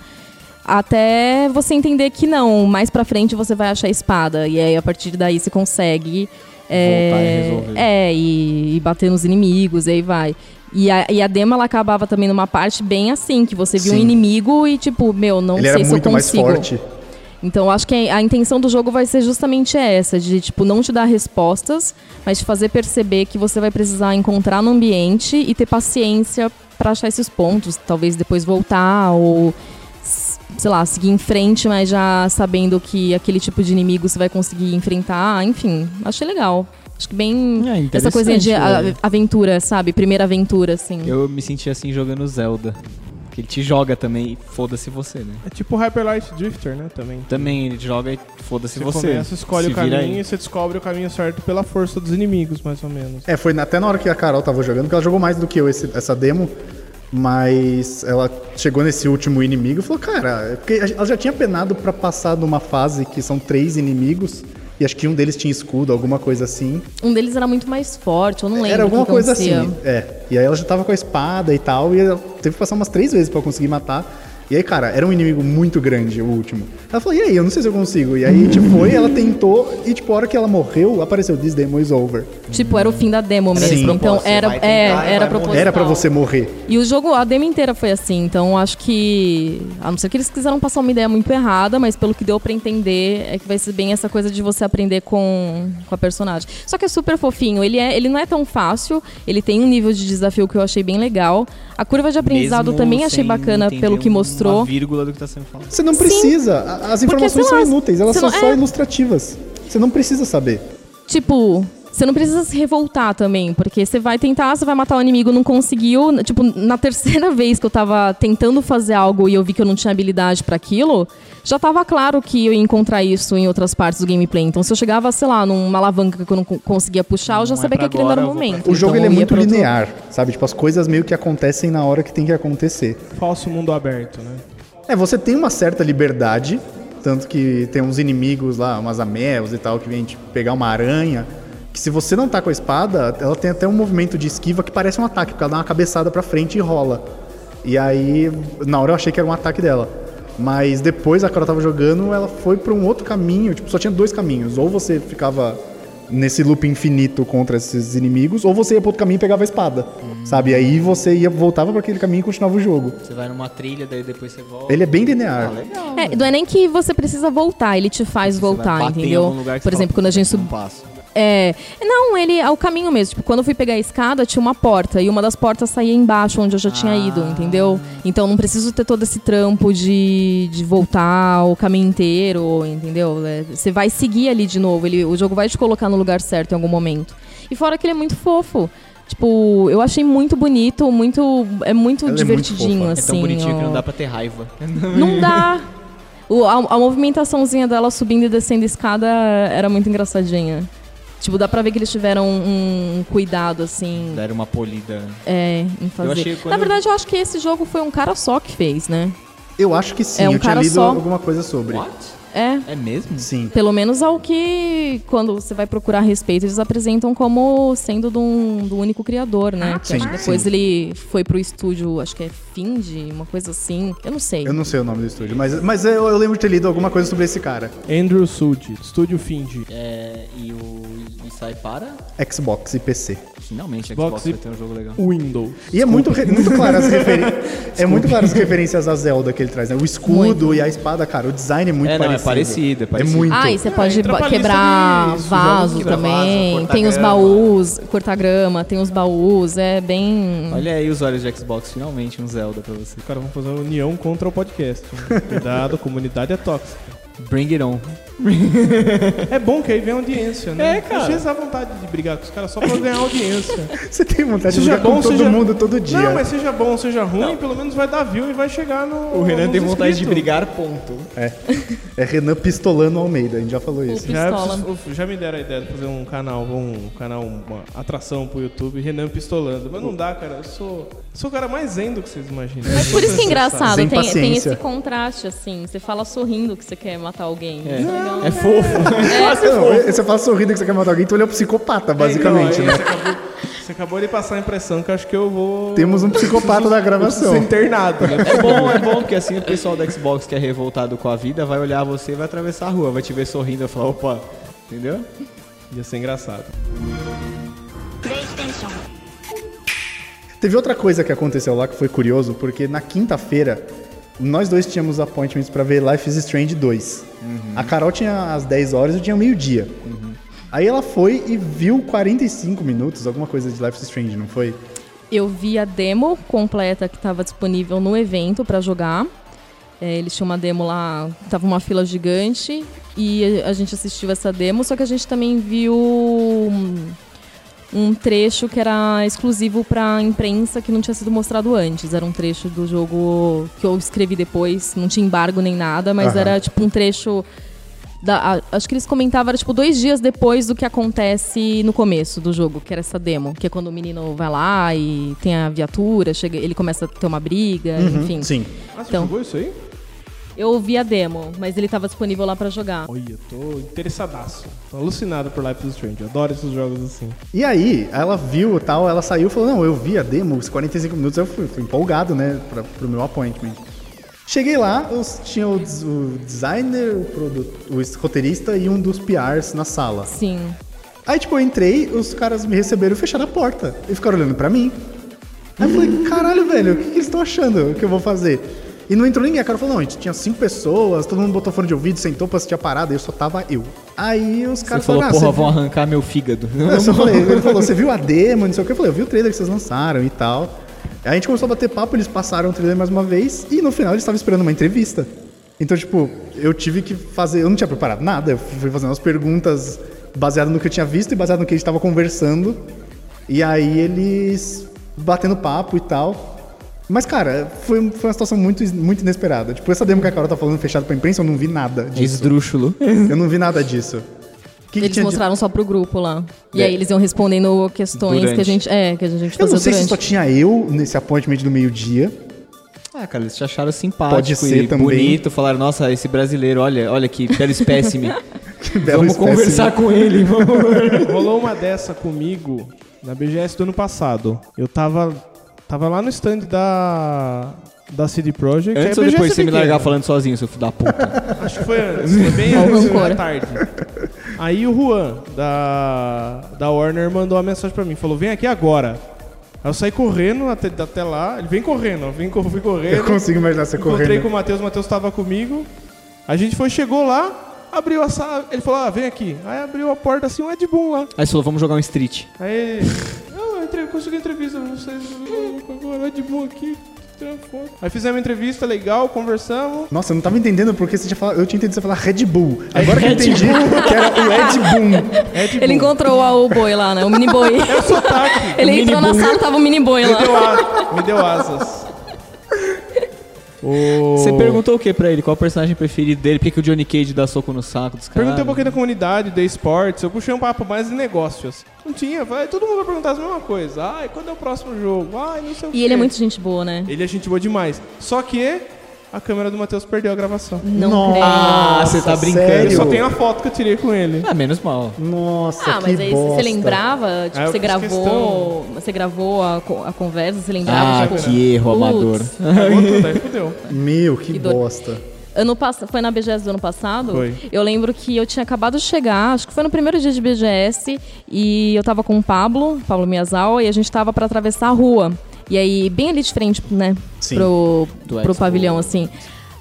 Speaker 4: Até você entender que não, mais pra frente você vai achar a espada. E aí, a partir daí, você consegue... é,
Speaker 3: Voltar e resolver.
Speaker 4: É, e, e bater nos inimigos, e aí vai. E a, e a demo, ela acabava também numa parte bem assim, que você viu um
Speaker 2: Sim.
Speaker 4: inimigo e tipo, meu, não
Speaker 2: Ele
Speaker 4: sei
Speaker 2: era
Speaker 4: se
Speaker 2: muito
Speaker 4: eu
Speaker 2: mais
Speaker 4: consigo.
Speaker 2: forte.
Speaker 4: Então, acho que a intenção do jogo vai ser justamente essa, de tipo não te dar respostas, mas te fazer perceber que você vai precisar encontrar no ambiente e ter paciência pra achar esses pontos, talvez depois voltar ou s- sei lá, seguir em frente, mas já sabendo que aquele tipo de inimigo você vai conseguir enfrentar, enfim, achei legal. Acho que bem
Speaker 3: É,
Speaker 4: essa
Speaker 3: interessante,
Speaker 4: coisinha de a-
Speaker 2: né?
Speaker 3: velho.
Speaker 4: aventura, sabe? Primeira aventura assim.
Speaker 3: Eu me senti assim jogando Zelda. Que ele te joga também e foda-se você, né?
Speaker 1: É tipo Hyper Light Drifter, né? Também.
Speaker 3: Também ele joga e foda-se
Speaker 1: Você,
Speaker 3: você.
Speaker 1: começa, escolhe
Speaker 3: Se
Speaker 1: o
Speaker 3: vira aí.
Speaker 1: caminho e você descobre o caminho certo pela força dos inimigos, mais ou menos.
Speaker 2: É, foi na- até na hora que a Carol tava jogando, que ela jogou mais do que eu esse- essa demo. Mas ela chegou nesse último inimigo e falou, cara, é porque a- ela já tinha penado pra passar numa fase que são três inimigos, e acho que um deles tinha escudo, alguma coisa assim.
Speaker 4: Um deles era muito mais forte, eu não lembro.
Speaker 2: Era
Speaker 4: o que
Speaker 2: alguma coisa
Speaker 4: acontecia.
Speaker 2: assim. É. E aí ela já tava com a espada e tal, e ela teve que passar umas três vezes pra conseguir matar. E aí, cara, era um inimigo muito grande, o último. Ela falou, e aí, eu não sei se eu consigo. E aí, tipo, foi, ela tentou, e tipo, a hora que ela morreu, apareceu This Demo is Over.
Speaker 4: Tipo, era o fim da demo mesmo.
Speaker 2: Sim.
Speaker 4: Então
Speaker 6: Você
Speaker 4: era,
Speaker 6: vai tentar
Speaker 4: é,
Speaker 6: e vai
Speaker 4: era
Speaker 6: morrer.
Speaker 4: proposital.
Speaker 2: Era pra você morrer.
Speaker 4: E o jogo, a demo inteira foi assim. Então acho que. A não ser que eles quiseram passar uma ideia muito errada, mas pelo que deu pra entender, é que vai ser bem essa coisa de você aprender com, com a personagem. Só que é super fofinho. Ele, é, ele não é tão fácil. Ele tem um nível de desafio que eu achei bem legal. A curva de aprendizado
Speaker 3: Mesmo
Speaker 4: também achei
Speaker 3: sem
Speaker 4: bacana
Speaker 3: entender
Speaker 4: pelo que
Speaker 3: uma
Speaker 4: mostrou.
Speaker 3: vírgula do que tá sendo falado.
Speaker 2: Você não precisa. A- As informações
Speaker 4: sei
Speaker 2: são
Speaker 4: lá,
Speaker 2: inúteis, elas
Speaker 4: você
Speaker 2: são
Speaker 4: não-
Speaker 2: só
Speaker 4: é.
Speaker 2: ilustrativas. Você não precisa saber.
Speaker 4: Tipo, você não precisa se revoltar também, porque você vai tentar, você vai matar o inimigo, não conseguiu. Tipo, na terceira *laughs* vez que eu tava tentando fazer algo e eu vi que eu não tinha habilidade pra aquilo, já tava claro que eu ia encontrar isso em outras partes do gameplay. Então, se eu chegava, sei lá, numa alavanca que eu não co- conseguia puxar, eu já
Speaker 3: Não é
Speaker 4: sabia
Speaker 3: pra
Speaker 4: que aquele
Speaker 3: agora,
Speaker 4: não era o
Speaker 3: eu vou pra
Speaker 4: momento.
Speaker 2: O jogo
Speaker 4: Então,
Speaker 2: ele é
Speaker 4: eu ia
Speaker 2: muito
Speaker 4: pra outro-
Speaker 2: linear, sabe? Tipo, as coisas meio que acontecem na hora que tem que acontecer.
Speaker 1: Falso mundo aberto, né?
Speaker 2: É, você tem uma certa liberdade, tanto que tem uns inimigos lá, umas ameos e tal, que vêm te pegar uma aranha. Que se você não tá com a espada, ela tem até um movimento de esquiva que parece um ataque, porque ela dá uma cabeçada pra frente e rola. E aí, na hora eu achei que era um ataque dela. Mas depois a Carol tava jogando, ela foi pra um outro caminho, tipo, só tinha dois caminhos. Ou você ficava nesse loop infinito contra esses inimigos, ou você ia pro outro caminho e pegava a espada. Sabe? E aí você ia, voltava pra aquele caminho e continuava o jogo.
Speaker 3: Você vai numa trilha, daí depois você volta.
Speaker 2: Ele é bem linear.
Speaker 4: É, não é nem que você precisa voltar, ele te faz voltar, entendeu? Por exemplo, quando a gente sub-
Speaker 3: Passo.
Speaker 4: É. Não, ele é o caminho mesmo. Tipo, quando eu fui pegar a escada, tinha uma porta. E uma das portas saía embaixo, onde eu já tinha ido, entendeu? Então não preciso ter todo esse trampo de, de voltar o caminho inteiro, entendeu? É, Você vai seguir ali de novo. Ele, o jogo vai te colocar no lugar certo em algum momento. E fora que ele é muito fofo. Tipo, eu achei muito bonito, muito. É muito
Speaker 2: Ela é muito
Speaker 4: divertidinho,
Speaker 2: fofa.
Speaker 3: É
Speaker 4: assim.
Speaker 3: tão bonitinho que
Speaker 4: ó.
Speaker 3: não dá pra ter raiva.
Speaker 4: Não dá. O- a, a movimentaçãozinha dela subindo e descendo escada era muito engraçadinha. Tipo, dá pra ver que eles tiveram um, um cuidado, assim,
Speaker 3: Era uma polida.
Speaker 4: é, em fazer.
Speaker 3: achei quando
Speaker 4: Na
Speaker 3: eu-
Speaker 4: verdade, eu acho que esse jogo foi um cara só que fez, né?
Speaker 2: Eu acho que sim,
Speaker 4: É um
Speaker 2: eu tinha
Speaker 4: cara
Speaker 2: lido
Speaker 4: só.
Speaker 2: alguma coisa sobre.
Speaker 4: É.
Speaker 3: É mesmo?
Speaker 2: Sim.
Speaker 4: Pelo menos ao que, quando você vai procurar a respeito, eles apresentam como sendo de um, do único criador, né? Que
Speaker 2: sim,
Speaker 4: acho que depois
Speaker 2: sim.
Speaker 4: ele foi pro estúdio, acho que é Find, uma coisa assim. Eu não sei.
Speaker 2: Eu não sei o nome do estúdio, mas, mas eu, eu lembro de ter lido alguma coisa sobre esse cara.
Speaker 1: Andrew Sud, Estúdio Find.
Speaker 3: É, e o e sai para?
Speaker 2: Xbox e PC.
Speaker 3: Finalmente
Speaker 1: Xbox
Speaker 3: Xbox
Speaker 1: e-
Speaker 3: vai ter um jogo legal.
Speaker 1: Windows.
Speaker 2: E é muito, re- muito claro as referen- É muito claro as referências a Zelda que ele traz, né? O escudo e a espada, cara, o design é muito
Speaker 3: é, não, é
Speaker 2: parecido.
Speaker 3: parecida,
Speaker 2: É
Speaker 3: parecida.
Speaker 2: muito.
Speaker 4: Ah, e você pode
Speaker 1: entra
Speaker 4: ba-
Speaker 1: pra lista
Speaker 4: quebrar
Speaker 1: disso,
Speaker 4: vaso
Speaker 3: quebrar
Speaker 4: também.
Speaker 3: vaso,
Speaker 4: tem os
Speaker 3: cortar
Speaker 4: baús, cortar grama, tem os baús, é bem.
Speaker 3: Olha aí os olhos de Xbox, finalmente um Zelda pra você.
Speaker 1: Cara, vamos fazer uma união contra o podcast. né?
Speaker 3: *laughs*
Speaker 1: Cuidado, a comunidade é tóxica.
Speaker 3: Bring it on.
Speaker 1: É bom que aí vem audiência, né?
Speaker 3: É, cara.
Speaker 1: Às vezes dá vontade de brigar com os caras só pra ganhar audiência.
Speaker 3: *laughs*
Speaker 2: Você tem vontade de
Speaker 1: Seja
Speaker 2: jogar com
Speaker 1: é bom,
Speaker 2: todo
Speaker 1: seja-
Speaker 2: mundo todo dia.
Speaker 1: Não, mas seja bom ou seja ruim, pelo menos vai dar view e vai chegar no.
Speaker 3: O Renan
Speaker 1: nos
Speaker 3: tem vontade de
Speaker 1: inscritos.
Speaker 3: brigar, ponto.
Speaker 2: É Renan pistolando Almeida, a gente já falou isso.
Speaker 4: Opa.
Speaker 1: Já,
Speaker 4: Pistola.
Speaker 1: eu preciso- já me deram a ideia de fazer um canal, um canal, uma atração pro YouTube, Renan pistolando. Mas não dá, cara. Eu sou, sou o cara mais zen do que vocês imaginam.
Speaker 4: Mas por isso que é engraçado,
Speaker 2: Sem
Speaker 4: tem, tem
Speaker 2: paciência.
Speaker 4: esse contraste, assim. Você fala sorrindo que você quer matar alguém.
Speaker 3: É,
Speaker 4: Isso é legal.
Speaker 3: é fofo.
Speaker 2: Não, você fala sorrindo que você quer matar alguém, então tu olhou um psicopata, basicamente,
Speaker 1: Então, aí
Speaker 2: né?
Speaker 1: Você acabou, você acabou de passar a impressão que eu acho que eu vou.
Speaker 2: Temos um psicopata na
Speaker 1: Sou *laughs*
Speaker 2: gravação.
Speaker 1: internado, né?
Speaker 3: *laughs* É bom, é bom, porque assim o pessoal do Xbox que é revoltado com a vida vai olhar você e vai atravessar a rua, vai te ver sorrindo e vai falar, opa, entendeu?
Speaker 1: Ia ser engraçado.
Speaker 2: Teve outra coisa que aconteceu lá que foi curioso, porque na quinta-feira nós dois tínhamos appointments pra ver Life is Strange 2. A Carol tinha às 10 horas, eu tinha meio-dia. Aí ela foi e viu 45 minutos, alguma coisa de Life is Strange, não foi?
Speaker 4: Eu vi a demo completa que estava disponível no evento para jogar. É, eles tinham uma demo lá, tava uma fila gigante e a a gente assistiu essa demo, só que a gente também viu um, um trecho que era exclusivo para imprensa que não tinha sido mostrado antes. Era um trecho do jogo que eu escrevi depois, não tinha embargo nem nada, mas
Speaker 2: Aham.
Speaker 4: era tipo um trecho da- a- acho que eles comentavam, era tipo dois dias depois do que acontece no começo do jogo, que era essa demo. Que é quando o menino vai lá e tem a viatura, chega, ele começa a ter uma briga, enfim.
Speaker 2: Uhum, Sim.
Speaker 1: Ah, você
Speaker 4: Então.
Speaker 1: jogou isso aí?
Speaker 4: Eu ouvi a demo, mas ele tava disponível lá pra jogar.
Speaker 1: Olha, eu tô interessadaço. Tô alucinado por Life is Strange. Eu Adoro esses jogos assim.
Speaker 2: E aí, ela viu e tal, ela saiu e falou: Não, eu vi a demo, os 45 minutos, eu fui, fui empolgado, né, pra, pro meu appointment. Cheguei lá, eu s- tinha o, des- o designer, o, produ- o es- roteirista e um dos PRs na sala.
Speaker 4: Sim.
Speaker 2: Aí, tipo, eu entrei, os caras me receberam e fecharam a porta. E ficaram olhando pra mim. Aí eu falei, caralho, velho, o que, que eles estão achando que eu vou fazer? E não entrou ninguém. A cara falou, não, a gente tinha cinco pessoas, todo mundo botou fone de ouvido, sentou pra assistir a parada, e eu só tava eu. Aí os
Speaker 3: Você
Speaker 2: caras
Speaker 3: falou,
Speaker 2: falaram,
Speaker 3: porra,
Speaker 2: ah, você
Speaker 3: vão arrancar meu *laughs* fígado.
Speaker 2: eu *laughs* só falei, ele falou, você viu a demo, não sei o que. Eu falei, eu vi o trailer que vocês lançaram e tal. Aí a gente começou a bater papo, eles passaram o trailer mais uma vez e no final eles estavam esperando uma entrevista. Então, tipo, eu tive que fazer. Eu não tinha preparado nada, eu fui fazendo as perguntas baseado no que eu tinha visto e baseado no que a gente tava conversando. E aí eles batendo papo e tal. Mas, cara, foi, foi uma situação muito, muito inesperada. Tipo, essa demo que a Carol tá falando fechada pra imprensa, eu não vi nada disso.
Speaker 3: Esdrúxulo.
Speaker 2: Eu não vi nada disso. O Que que
Speaker 4: Eles
Speaker 2: tinha de-
Speaker 4: mostraram só pro grupo lá. E
Speaker 3: É.
Speaker 4: aí eles iam respondendo questões
Speaker 3: Durante.
Speaker 4: que a gente. É, que a gente
Speaker 2: Eu
Speaker 4: fazia
Speaker 2: não sei
Speaker 4: durante.
Speaker 2: se só tinha eu nesse appointment do meio-dia. *laughs*
Speaker 3: Ah, cara, eles te acharam simpático
Speaker 2: Pode ser
Speaker 3: e
Speaker 2: também.
Speaker 3: bonito, falaram, nossa, esse brasileiro, olha, olha que belo espécime.
Speaker 2: Que belo
Speaker 3: vamos
Speaker 2: espécime.
Speaker 3: conversar com ele, vamos.
Speaker 1: Rolou uma dessa comigo na BGS do ano passado. Eu tava, tava lá no stand da, da CD Projekt.
Speaker 3: Antes
Speaker 1: É
Speaker 3: ou
Speaker 1: BGS
Speaker 3: depois de você me
Speaker 1: pequena.
Speaker 3: largar falando sozinho, seu filho da
Speaker 4: *laughs*
Speaker 3: puta?
Speaker 1: Acho que foi antes, foi bem
Speaker 4: Algum
Speaker 1: antes da
Speaker 4: coro.
Speaker 1: tarde. Aí o Juan, da, da Warner, mandou uma mensagem pra mim, falou, vem aqui agora. Aí eu saí correndo até, até lá, ele vem correndo, vem, cor- fui correndo.
Speaker 2: Eu consigo imaginar você
Speaker 1: Encontrei
Speaker 3: né?
Speaker 2: correndo.
Speaker 1: com o Matheus, o Matheus tava comigo. A gente foi, chegou lá, abriu a sala, ele falou, ah, vem aqui. Aí abriu a porta assim, um Ed Boon lá.
Speaker 3: Aí você falou, vamos jogar um street.
Speaker 1: Aí, não, eu entre- consegui entrevista, não sei se agora, Ed Boon tá aqui, tirar foto. Aí fizemos uma entrevista legal, conversamos.
Speaker 2: Nossa, eu não tava entendendo porque você tinha falado. Eu tinha entendido você falar Red Bull.
Speaker 1: É
Speaker 2: Agora que eu entendi *laughs* que era o
Speaker 4: *laughs*
Speaker 2: Ed Boon.
Speaker 1: Ed
Speaker 4: Ele
Speaker 1: Boon.
Speaker 4: encontrou
Speaker 2: *laughs*
Speaker 4: a- o boi lá, né? O mini
Speaker 2: É
Speaker 4: boi.
Speaker 1: Sotaque.
Speaker 4: ele entrou na sala, tava o mini boi
Speaker 1: Me
Speaker 4: lá.
Speaker 1: deu, a- me deu asas.
Speaker 3: Você perguntou o que pra ele? Qual o personagem preferido dele? Por que, que o Johnny Cage dá soco no saco dos caras?
Speaker 1: Perguntei um pouquinho da comunidade, de esportes, eu puxei um papo mais de negócios. Não tinha, vai, todo mundo vai perguntar as mesmas coisas. Ai, quando é o próximo jogo? Ai, não sei o
Speaker 4: E ele é muito gente boa, né?
Speaker 1: Ele é gente boa demais. Só que a câmera do Matheus perdeu a gravação.
Speaker 4: Não
Speaker 2: Nossa.
Speaker 4: creio.
Speaker 3: Ah, você tá
Speaker 2: Nossa,
Speaker 3: brincando.
Speaker 1: Eu
Speaker 2: sério?
Speaker 1: só tenho a foto que eu tirei com
Speaker 3: *laughs*
Speaker 1: ele.
Speaker 3: Ah, menos mal.
Speaker 2: Nossa,
Speaker 4: Ah, mas
Speaker 2: que
Speaker 4: aí
Speaker 2: bosta.
Speaker 4: você lembrava, tipo,
Speaker 1: Ah, eu
Speaker 4: você
Speaker 1: fiz
Speaker 4: gravou, você gravou a, co- a conversa, você lembrava,
Speaker 3: Ah,
Speaker 4: tipo,
Speaker 3: que erro
Speaker 4: "Putz,
Speaker 3: amador."
Speaker 1: Acabou tudo, Tá aí fudeu.
Speaker 2: Meu, que,
Speaker 4: Que dor.
Speaker 2: bosta.
Speaker 4: Ano passado, foi na BGS do ano passado?
Speaker 1: Foi.
Speaker 4: Eu lembro que eu tinha acabado de chegar, acho que foi no primeiro dia de BGS, e eu tava com o Pablo, Pablo Miyazawa, e a gente tava pra atravessar a rua. E aí, bem ali de frente, né?
Speaker 2: Sim.
Speaker 4: Pro,
Speaker 3: Do
Speaker 4: pro
Speaker 3: Expo.
Speaker 4: pavilhão, assim.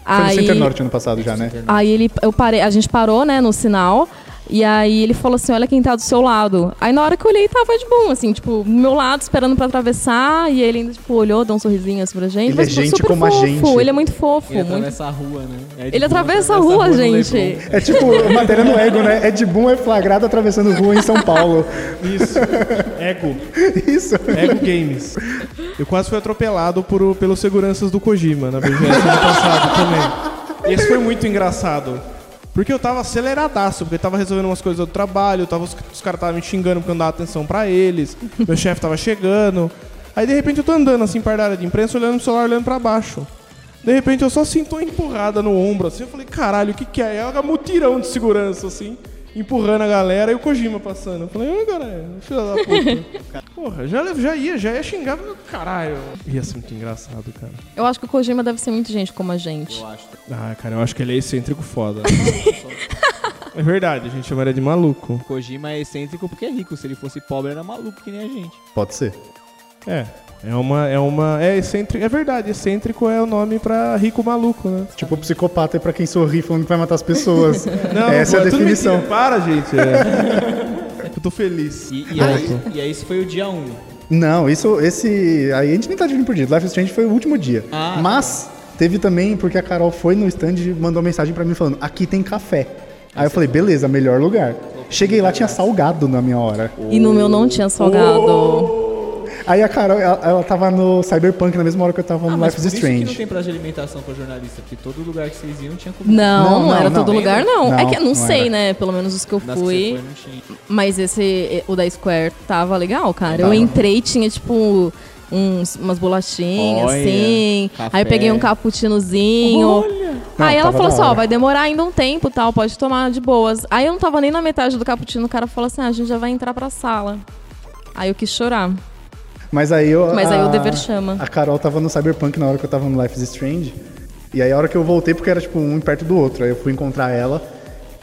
Speaker 2: Foi no
Speaker 4: Aí-
Speaker 2: Center Norte ano passado já, né?
Speaker 4: Aí ele, eu parei, a gente parou, né, no sinal. E aí ele falou assim, olha quem tá do seu lado. Aí na hora que eu olhei, tava de bom, assim, tipo, do meu lado, esperando pra atravessar. E ele ainda, tipo, olhou, deu um sorrisinho assim pra gente.
Speaker 2: Ele
Speaker 4: mas,
Speaker 2: é
Speaker 4: tipo,
Speaker 2: gente
Speaker 4: super
Speaker 2: como a
Speaker 4: fofo.
Speaker 2: gente.
Speaker 4: Ele é muito fofo.
Speaker 3: Ele
Speaker 4: muito...
Speaker 3: atravessa a rua, né? É de boa,
Speaker 4: Ele atravessa a rua,
Speaker 3: no
Speaker 4: gente.
Speaker 3: Leblon.
Speaker 2: É tipo matéria no ego, né? Ed Boon é flagrado atravessando rua em São Paulo. *laughs*
Speaker 1: Isso. Ego.
Speaker 2: Isso.
Speaker 1: Ego Games. Eu quase fui atropelado por, pelos seguranças do Kojima na BGS ano passado também. E esse foi muito engraçado. Porque eu tava aceleradaço, porque eu tava resolvendo umas coisas do trabalho, eu tava, os, os caras estavam me xingando porque eu não dava atenção pra eles, meu chefe tava chegando. Aí de repente eu tô andando assim, perto da área de imprensa, olhando pro celular, olhando pra baixo. De repente eu só sinto uma empurrada no ombro, assim, eu falei, caralho, o que que é? É um mutirão de segurança, assim, empurrando a galera e o Kojima passando. Eu falei, ai, caralho, filho da puta. Porra, já, já ia, já ia xingar meu caralho. Ia ser muito engraçado, cara.
Speaker 4: Eu acho que o Kojima deve ser muito gente como a gente.
Speaker 1: Ah, cara, eu acho que ele é excêntrico
Speaker 4: *laughs*
Speaker 1: foda. é verdade, a gente chamaria de maluco.
Speaker 3: Kojima é excêntrico porque é rico. Se ele fosse pobre, era maluco que nem a gente.
Speaker 2: Pode ser.
Speaker 1: É. É uma. É uma. É excêntrico. É verdade, excêntrico é o nome pra rico maluco, né?
Speaker 2: Tipo psicopata é pra quem sorri falando que vai matar as pessoas.
Speaker 1: Não,
Speaker 2: Essa é a
Speaker 1: tudo
Speaker 2: definição.
Speaker 1: mentira, Para, gente.
Speaker 2: *laughs*
Speaker 1: é. Eu tô feliz.
Speaker 3: E, e aí, e aí isso foi o dia 1.
Speaker 2: Não, isso, esse. Aí a gente nem tá de por dia. Life is Strange foi o último dia.
Speaker 3: Ah.
Speaker 2: Mas teve também, porque a Carol foi no stand e mandou uma mensagem pra mim falando: aqui tem café. Aí eu falei: beleza, melhor lugar. Cheguei lá, tinha salgado na minha hora.
Speaker 4: E no meu não tinha
Speaker 2: Uh!
Speaker 4: salgado.
Speaker 2: Aí a Carol, ela, ela tava no Cyberpunk na mesma hora que eu tava no
Speaker 3: Ah, mas
Speaker 2: Life
Speaker 3: por
Speaker 2: is
Speaker 3: isso que não
Speaker 2: Strange.
Speaker 3: tem prazo de alimentação pra jornalista, porque todo lugar que vocês iam tinha comida.
Speaker 4: Não,
Speaker 2: Não,
Speaker 4: não,
Speaker 2: não,
Speaker 4: era
Speaker 2: não.
Speaker 4: todo lugar, não.
Speaker 2: Não,
Speaker 4: É que eu
Speaker 2: não
Speaker 4: não sei,
Speaker 2: era.
Speaker 4: né? Pelo menos os que eu
Speaker 3: Nas que você
Speaker 4: fui.
Speaker 3: foi, não tinha.
Speaker 4: Mas esse, o da Square, tava legal, cara. Eu entrei e tinha, tipo, uns, umas bolachinhas,
Speaker 3: Olha,
Speaker 4: assim.
Speaker 3: café.
Speaker 4: Aí eu peguei um cappuccinozinho.
Speaker 2: Não,
Speaker 4: Aí ela
Speaker 2: tava
Speaker 4: falou
Speaker 2: da
Speaker 4: assim, ó,
Speaker 2: hora.
Speaker 4: vai demorar ainda um tempo tal, pode tomar de boas. Aí eu não tava nem na metade do cappuccino, o cara falou assim, ah, a gente já vai entrar pra sala. Aí eu quis chorar.
Speaker 2: Mas aí eu.
Speaker 4: Mas aí
Speaker 2: a-
Speaker 4: o dever chama.
Speaker 2: A Carol tava no Cyberpunk na hora que eu tava no Life is Strange. E aí a hora que eu voltei, porque era tipo um perto do outro. Aí eu fui encontrar ela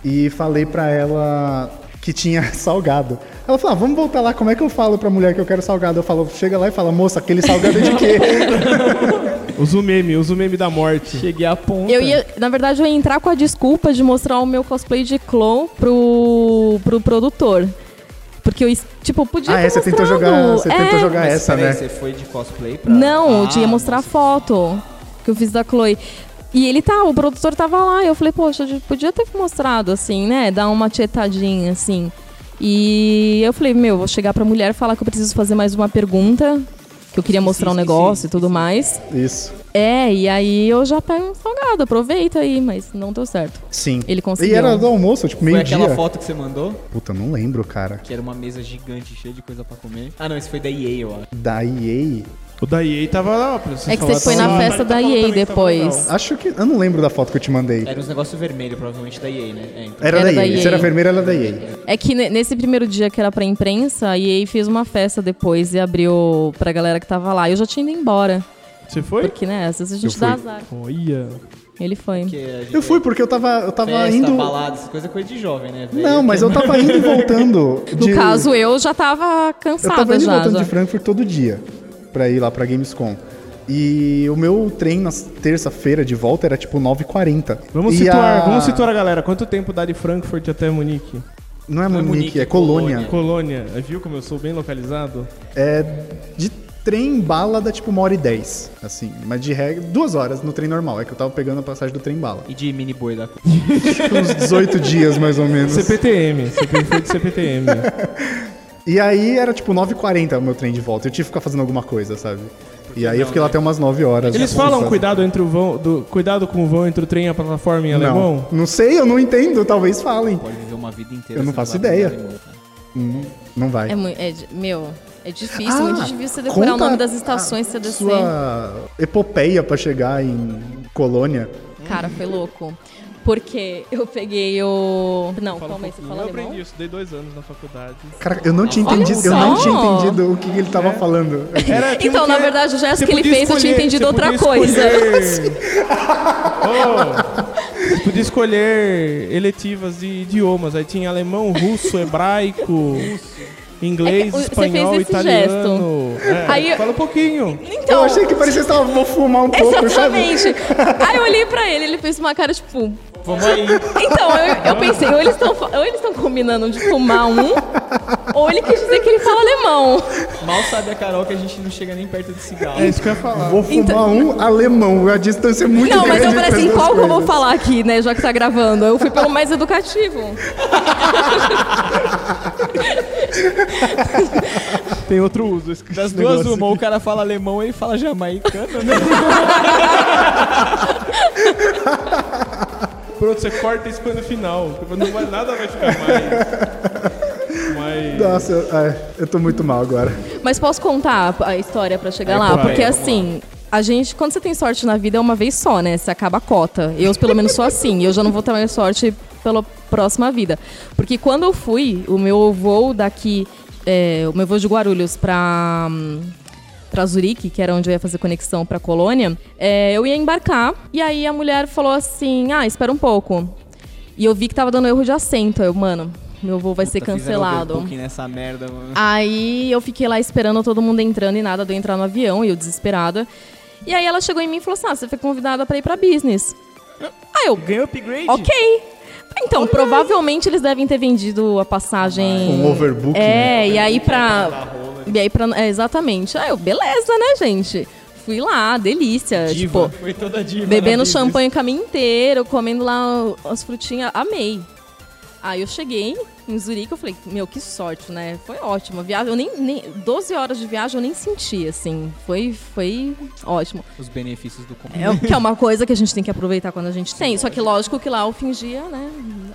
Speaker 2: e falei pra ela que tinha *laughs* salgado. Ela falou: ah, vamos voltar lá, como é que eu falo pra mulher que eu quero salgado? Eu falo, chega lá e fala, moça, aquele salgado é de
Speaker 4: *laughs*
Speaker 2: quê?
Speaker 4: Tipo
Speaker 1: Usa o meme, usa o meme da morte.
Speaker 3: Cheguei à ponta.
Speaker 4: Eu ia, na verdade, eu ia entrar com a desculpa de mostrar o meu cosplay de clown pro, pro produtor. Porque eu, es- tipo, eu podia
Speaker 2: ah,
Speaker 4: ter
Speaker 2: é, você tentou
Speaker 4: mostrado.
Speaker 2: jogar. Você
Speaker 4: É,
Speaker 2: tentou jogar
Speaker 3: Mas
Speaker 2: essa,
Speaker 3: peraí,
Speaker 2: né?
Speaker 3: Você foi de cosplay pra.
Speaker 4: Não, eu
Speaker 3: Ah,
Speaker 4: tinha mostrar
Speaker 3: nossa.
Speaker 4: foto que eu fiz da Chloe. E ele tá, o produtor tava lá. Eu falei, poxa, eu podia ter mostrado, assim, né? Dar uma tietadinha, assim. E eu falei, meu, vou chegar pra mulher e falar que eu preciso fazer mais uma pergunta. Que eu queria mostrar um
Speaker 3: esqueci,
Speaker 4: negócio e tudo mais.
Speaker 2: Isso.
Speaker 4: É, e aí eu já pego um salgado, aproveita aí, mas não deu certo.
Speaker 2: Sim.
Speaker 4: Ele conseguiu.
Speaker 2: E era do almoço, tipo,
Speaker 3: Foi
Speaker 2: meio-dia.
Speaker 3: aquela foto que você mandou,
Speaker 2: Puta, não lembro, cara.
Speaker 3: que era uma mesa gigante cheia de coisa pra comer. Ah, não, esse foi da EA, eu acho.
Speaker 2: Da EA.
Speaker 1: O da EA tava lá, pra
Speaker 4: É que
Speaker 1: falar,
Speaker 4: você foi
Speaker 1: tava
Speaker 4: na
Speaker 1: lá,
Speaker 4: festa
Speaker 1: tava
Speaker 4: da
Speaker 1: lá
Speaker 4: EA
Speaker 1: também, tava lá.
Speaker 4: depois.
Speaker 2: Acho que. Eu não lembro da foto que eu te mandei.
Speaker 3: Era uns negócios vermelhos, provavelmente da EA, né? É, então.
Speaker 2: Era,
Speaker 4: Era
Speaker 2: da,
Speaker 4: da
Speaker 2: EA.
Speaker 4: EA.
Speaker 2: Se era vermelho, era da EA.
Speaker 4: É que ne- nesse primeiro dia que era pra imprensa, a EA fez uma festa depois e abriu pra galera que tava lá. Eu já tinha ido embora.
Speaker 1: Você foi?
Speaker 4: Porque, né, às vezes a gente
Speaker 2: Eu
Speaker 4: dá
Speaker 2: fui.
Speaker 4: azar.
Speaker 1: Olha.
Speaker 4: Ele foi.
Speaker 3: Porque a gente
Speaker 2: Eu fui porque eu tava, eu tava
Speaker 3: festa,
Speaker 2: indo.
Speaker 3: balada, essas coisas é coisa de jovem, né? velho?
Speaker 2: Não, mas eu tava indo e voltando.
Speaker 4: No
Speaker 2: de-
Speaker 4: caso, eu já tava
Speaker 2: eu
Speaker 4: cansada
Speaker 2: tava indo e
Speaker 4: já.
Speaker 2: voltando
Speaker 4: já.
Speaker 2: de Frankfurt todo dia pra ir lá pra Gamescom. E o meu trem na terça-feira de volta era tipo 9h40.
Speaker 1: Vamos
Speaker 2: E
Speaker 1: situar,
Speaker 2: a-
Speaker 1: vamos situar a galera. Quanto tempo dá de Frankfurt até Munique?
Speaker 2: Não é
Speaker 3: é
Speaker 2: Munique,
Speaker 3: Munique,
Speaker 2: é
Speaker 3: é
Speaker 2: Colônia.
Speaker 3: Colônia.
Speaker 1: Colônia. Viu como eu sou bem localizado?
Speaker 2: É de trem bala dá tipo uma hora e dez. Assim, mas de regra, duas horas no trem normal. É que eu tava pegando a passagem do trem bala.
Speaker 3: E de mini boi da coisa.
Speaker 2: Uns 18 dias mais ou menos.
Speaker 1: CPTM. CP foi de *laughs* CPTM.
Speaker 2: E aí era tipo 9h40 o meu trem de volta. Eu tive que ficar fazendo alguma coisa, sabe? E aí eu fiquei lá até umas 9 horas.
Speaker 1: né? Eles falam um cuidado, entre o vão, do, cuidado com o vão entre o trem e a plataforma em alemão?
Speaker 2: Não, não sei, eu não entendo, talvez falem.
Speaker 3: Pode viver uma vida inteira.
Speaker 2: Eu não
Speaker 3: sem
Speaker 2: faço
Speaker 3: falar
Speaker 2: ideia.
Speaker 3: alemão, cara.
Speaker 2: Hum, Não vai.
Speaker 4: É mui- é di- meu, é difícil,
Speaker 2: Ah,
Speaker 4: muito difícil você decorar o
Speaker 2: conta
Speaker 4: nome das estações que você descer.
Speaker 2: Sua epopeia pra chegar em Colônia.
Speaker 4: Cara, foi louco. Porque eu peguei o. Não, calma aí, você fala
Speaker 1: um eu aprendi
Speaker 4: alemão?
Speaker 1: isso, dei dois anos na faculdade.
Speaker 2: Cara, eu não tinha
Speaker 4: Olha
Speaker 2: entendido, eu não
Speaker 4: só!
Speaker 2: tinha entendido o que ele
Speaker 1: É.
Speaker 2: tava falando.
Speaker 1: Era tipo
Speaker 4: *laughs* Então, na
Speaker 1: que-
Speaker 4: verdade, o gesto
Speaker 1: você
Speaker 4: que ele
Speaker 1: podia
Speaker 4: fez, eu tinha
Speaker 1: escolher,
Speaker 4: entendido
Speaker 1: você
Speaker 4: outra
Speaker 1: podia
Speaker 4: coisa.
Speaker 1: escolher-
Speaker 4: *laughs*
Speaker 1: oh, você podia escolher eletivas de idiomas. Aí tinha alemão, russo, hebraico, Inglês,
Speaker 4: É que o- você
Speaker 1: espanhol,
Speaker 4: fez esse
Speaker 1: italiano. É,
Speaker 4: Aí eu-
Speaker 1: fala um pouquinho.
Speaker 4: Então,
Speaker 2: eu achei que parecia que tava, vou fumar um pouco, sabe?
Speaker 4: exatamente. Aí eu olhei pra ele, ele fez uma cara tipo.
Speaker 3: Vamos aí.
Speaker 4: Então, eu, eu pensei, ou eles estão ou eles estão combinando de fumar um, ou ele quis dizer que ele fala alemão.
Speaker 3: Mal sabe a Carol que a gente não chega nem perto de cigarro.
Speaker 1: É isso que eu ia falar.
Speaker 2: Vou fumar
Speaker 4: Então-
Speaker 2: um alemão, a distância é muito
Speaker 4: Não,
Speaker 2: grande.
Speaker 4: mas eu falei
Speaker 2: entre as
Speaker 4: assim,
Speaker 2: duas
Speaker 4: qual que eu vou
Speaker 2: coisas.
Speaker 4: falar aqui, né, já que tá gravando? Eu fui pelo mais educativo.
Speaker 1: Tem outro uso. esse-
Speaker 3: Das
Speaker 1: esse
Speaker 3: duas,
Speaker 1: negócio.
Speaker 3: uma, ou o cara fala alemão ou ele fala
Speaker 2: *laughs*
Speaker 3: jamaicano, né?
Speaker 1: Pronto, você corta isso no final. porque Não vai, nada vai ficar mais. mais...
Speaker 2: Nossa, eu- ai, eu tô muito mal agora.
Speaker 4: Mas posso contar a história pra chegar
Speaker 1: Aí,
Speaker 4: lá?
Speaker 1: claro.
Speaker 4: Porque
Speaker 1: Vamos
Speaker 4: assim, a gente, quando você tem sorte na vida, é uma vez só, né? Você acaba a cota. Eu, pelo menos, sou assim. Eu já não vou ter mais sorte pela próxima vida. Porque quando eu fui, o meu voo daqui, é, o meu voo de Guarulhos pra. hum, Pra Zurique, que era onde eu ia fazer conexão pra colônia, é, eu ia embarcar e aí a mulher falou assim: Ah, espera um pouco. E eu vi que tava dando erro de assento. Eu, mano, meu voo vai ser
Speaker 3: Tá, fizeram
Speaker 4: cancelado.
Speaker 3: overbooking nessa merda, mano.
Speaker 4: Aí eu fiquei lá esperando todo mundo entrando e nada de eu entrar no avião e eu desesperada. E aí ela chegou em mim e falou assim: ah, você foi convidada pra ir pra business. Aí eu,
Speaker 3: Ganhou upgrade?
Speaker 4: ok. Então, provavelmente eles devem ter vendido a passagem.
Speaker 2: Um overbooking,
Speaker 4: É, e aí pra.
Speaker 3: né?
Speaker 4: E aí pra. É, exatamente. Aí eu, beleza, né, gente? Fui lá, delícia.
Speaker 3: Diva.
Speaker 4: Tipo,
Speaker 3: Foi toda diva.
Speaker 4: Bebendo
Speaker 3: na vida.
Speaker 4: champanhe o caminho inteiro, comendo lá as frutinhas, amei. Aí eu cheguei em Zurique, eu falei, meu, que sorte, né? Foi ótimo. A Viagem, eu nem, nem 12 horas de viagem eu nem senti, assim. Foi, foi ótimo.
Speaker 3: Os benefícios do convite.
Speaker 4: É, o- que é uma coisa que a gente tem que aproveitar quando a gente tem. Só que lógico que lá eu fingia, né?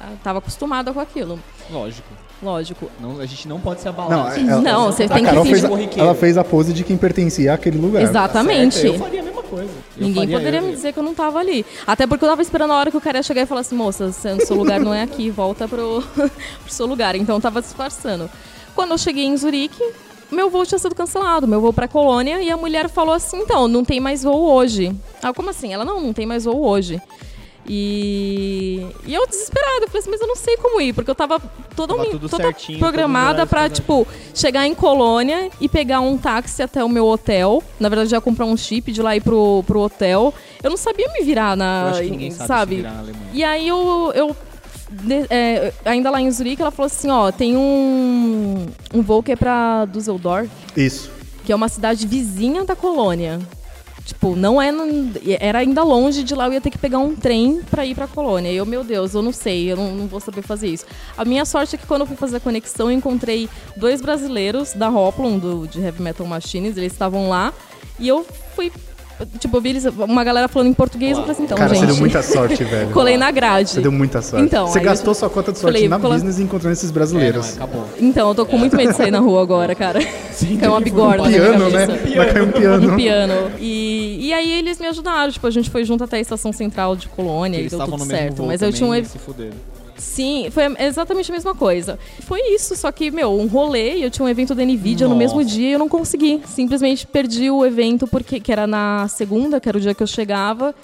Speaker 4: Eu Tava acostumada com aquilo.
Speaker 3: Lógico.
Speaker 4: Lógico.
Speaker 3: Não, a gente não pode se abalar.
Speaker 2: Não, é, ela-
Speaker 4: Não, você
Speaker 2: a
Speaker 4: tem que
Speaker 2: Carol
Speaker 4: fingir
Speaker 2: fez a,
Speaker 3: corriqueiro.
Speaker 2: ela fez a pose de quem pertencia àquele lugar.
Speaker 4: Exatamente.
Speaker 3: Eu
Speaker 2: é.
Speaker 3: faria a mesma coisa. Eu
Speaker 4: Ninguém
Speaker 3: faria,
Speaker 4: poderia
Speaker 3: eu-
Speaker 4: me dizer que eu não tava ali. Até porque eu tava esperando a hora que o cara ia chegar e falar assim, moça, seu seu lugar não é aqui, volta pro, *laughs* pro seu lugar. Então eu tava disfarçando. Quando eu cheguei em Zurique, meu voo tinha sido cancelado, meu voo pra Colônia, e a mulher falou assim, então, não tem mais voo hoje. Ah, como assim? Ela, não, não tem mais voo hoje. E, e eu desesperada, eu falei assim, mas eu não sei como ir, porque eu tava toda,
Speaker 3: Tava
Speaker 4: um-
Speaker 3: tudo
Speaker 4: toda
Speaker 3: certinho,
Speaker 4: programada
Speaker 3: todos os
Speaker 4: pra,
Speaker 3: horários,
Speaker 4: tipo, chegar em Colônia e pegar um táxi até o meu hotel. Na verdade, eu ia comprar um chip de lá ir pro, pro hotel. Eu não sabia me virar na.
Speaker 3: Eu acho que ninguém sabe, se virar na Alemanha.
Speaker 4: E aí eu. eu de- é, ainda lá em Zurique, ela falou assim: ó, tem um, um voo que é pra Düsseldorf,
Speaker 2: Isso.
Speaker 4: que é uma cidade vizinha da colônia. Tipo, não é. no- Era ainda longe de lá, eu ia ter que pegar um trem pra ir pra colônia. E eu, meu Deus, eu não sei, eu não, não vou saber fazer isso. A minha sorte é que quando eu fui fazer a conexão, eu encontrei dois brasileiros da Hoplon, do, de Heavy Metal Machines, eles estavam lá. E eu fui. Tipo, eu vi eles, uma galera falando em português, eu falei assim, então,
Speaker 2: Cara,
Speaker 4: gente.
Speaker 2: você deu muita sorte, velho.
Speaker 4: Colei na grade.
Speaker 2: Você deu muita sorte.
Speaker 4: Então,
Speaker 2: você
Speaker 4: aí
Speaker 2: gastou
Speaker 4: eu-
Speaker 2: sua cota de sorte
Speaker 4: falei,
Speaker 2: na
Speaker 4: colo-
Speaker 2: business encontrando esses brasileiros.
Speaker 3: Acabou.
Speaker 4: Então, eu tô com muito medo de sair na rua agora, cara. É uma bigorna. na minha
Speaker 2: piano, né?
Speaker 4: cabeça.
Speaker 2: Vai cair um
Speaker 4: Um
Speaker 2: piano.
Speaker 4: piano. E, e aí eles me ajudaram. Tipo, a gente foi junto até a estação central de Colônia
Speaker 3: Eles
Speaker 4: e deu
Speaker 3: estavam no
Speaker 4: tudo
Speaker 3: mesmo
Speaker 4: certo.
Speaker 3: voo
Speaker 4: Mas eu
Speaker 3: também, assim.
Speaker 4: tinha um.
Speaker 3: e se fuderam.
Speaker 4: Sim, foi exatamente a mesma coisa. Foi isso, só que, meu, um rolê e eu tinha um evento da Nvidia no mesmo dia e eu não consegui. Simplesmente perdi o evento, porque que era na segunda, que era o dia que eu chegava.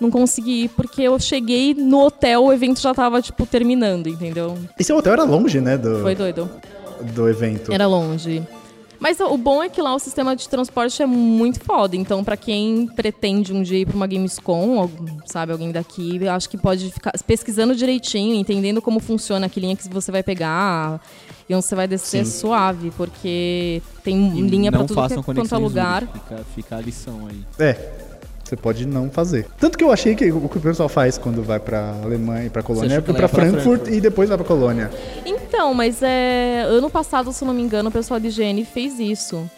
Speaker 4: Não consegui ir, porque eu cheguei no hotel, o evento já tava, tipo, terminando, entendeu?
Speaker 2: Esse hotel era longe, né, do,
Speaker 4: Foi doido.
Speaker 2: do evento.
Speaker 4: Era longe. Mas o bom é que lá o sistema de transporte é muito foda. Então, pra quem pretende um dia ir pra uma Gamescom, algum- sabe, alguém daqui, eu acho que pode ficar pesquisando direitinho, entendendo como funciona a que linha que você vai pegar e onde você vai descer suave, porque tem
Speaker 3: E
Speaker 4: linha pra
Speaker 3: não
Speaker 4: tudo que
Speaker 3: façam
Speaker 4: é, quanto é
Speaker 3: conexão em Zurique,
Speaker 4: lugar.
Speaker 3: Fica, fica a lição aí.
Speaker 2: É. Você pode não fazer. Tanto que eu achei que o que o pessoal faz quando vai pra Alemanha e pra Colônia é
Speaker 3: achou que
Speaker 2: pra,
Speaker 3: ela ia pra
Speaker 2: Frankfurt,
Speaker 3: Frankfurt.
Speaker 2: e depois vai pra Colônia.
Speaker 4: Então, mas é, ano passado, se eu não me engano, o pessoal de higiene fez isso.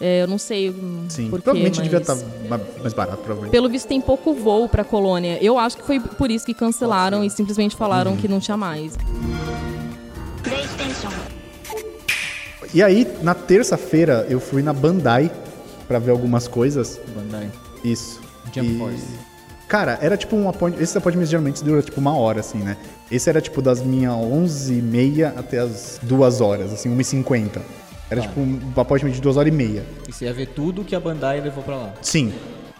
Speaker 4: É, eu não sei hum,
Speaker 2: Sim.
Speaker 4: por quê,
Speaker 2: provavelmente devia tá
Speaker 4: mas-
Speaker 2: estar mais barato, provavelmente.
Speaker 4: Pelo visto tem pouco voo pra colônia. Eu acho que foi por isso que cancelaram e simplesmente falaram
Speaker 2: Uhum.
Speaker 4: que não tinha mais.
Speaker 2: E aí, na terça-feira, eu fui na Bandai pra ver algumas coisas.
Speaker 3: Bandai.
Speaker 2: Isso.
Speaker 3: Jump Force.
Speaker 2: Cara, era tipo um appointment. Esses appointments geralmente duram tipo uma hora, assim, né? Esse era tipo das minhas 11h30 até as 2 horas, assim, 1h50.
Speaker 3: Tá.
Speaker 2: Era tipo um appointment de 2 horas e meia.
Speaker 3: E você ia ver tudo que a Bandai levou pra lá.
Speaker 2: Sim.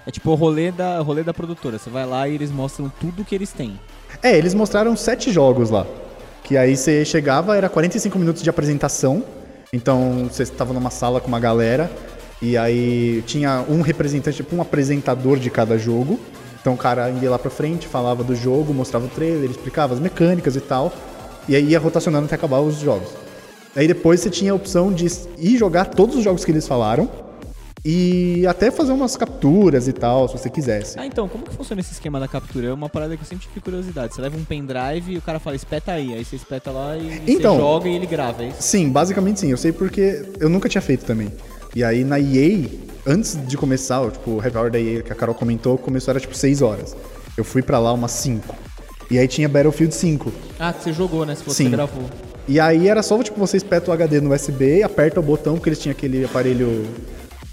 Speaker 3: É tipo o rolê da, rolê da produtora. Você vai lá e eles mostram tudo que eles têm.
Speaker 2: É, eles mostraram sete jogos lá. Que aí você chegava, era 45 minutos de apresentação. Então, você estava numa sala com uma galera e aí tinha um representante, tipo um apresentador de cada jogo. Então o cara ia lá pra frente, falava do jogo, mostrava o trailer, explicava as mecânicas e tal. E aí ia rotacionando até acabar os jogos. Aí depois você tinha a opção de ir jogar todos os jogos que eles falaram e até fazer umas capturas e tal, se você quisesse.
Speaker 3: Ah, então, como que funciona esse esquema da captura? É uma parada que eu sempre tive curiosidade. Você leva um pendrive e o cara fala, espeta aí. Aí você espeta lá e
Speaker 2: Então.
Speaker 3: você joga e ele grava, é isso?
Speaker 2: Sim, basicamente sim. Eu sei porque eu nunca tinha feito também. E aí na EA, antes de começar, o, tipo, o happy hour da EA que a Carol comentou, começou era tipo 6 horas. Eu fui pra lá umas 5. E aí tinha Battlefield 5.
Speaker 3: Ah, que você jogou, né? Se você
Speaker 2: Sim.
Speaker 3: gravou.
Speaker 2: E aí era só, tipo, você espeta o HD no USB, aperta o botão, porque eles tinham aquele aparelho.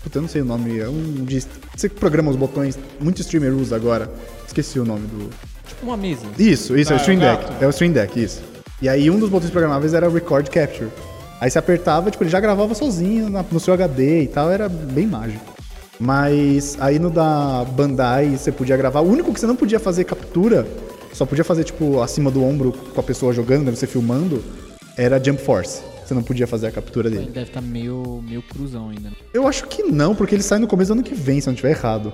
Speaker 2: Puta, eu não sei o nome. É um de. Você que programa os botões. Muito streamer usa agora. Esqueci o nome do.
Speaker 3: Tipo uma mesa.
Speaker 2: Isso, isso, é
Speaker 1: Ah,
Speaker 2: o
Speaker 1: é
Speaker 2: Stream
Speaker 1: o gato.
Speaker 2: Deck. É o Stream Deck, isso. E aí um dos botões programáveis era o Record Capture. Aí você apertava, tipo, ele já gravava sozinho na- no seu HD e tal, era bem mágico. Mas aí no da Bandai você podia gravar. O único que você não podia fazer captura, só podia fazer, tipo, acima do ombro com a pessoa jogando, né, você filmando, era Jump Force. Você não podia fazer a captura
Speaker 3: Ele
Speaker 2: dele.
Speaker 3: deve estar meio, meio cruzão ainda. né?
Speaker 2: Eu acho que não, porque ele sai no começo do ano que vem, se eu não estiver errado.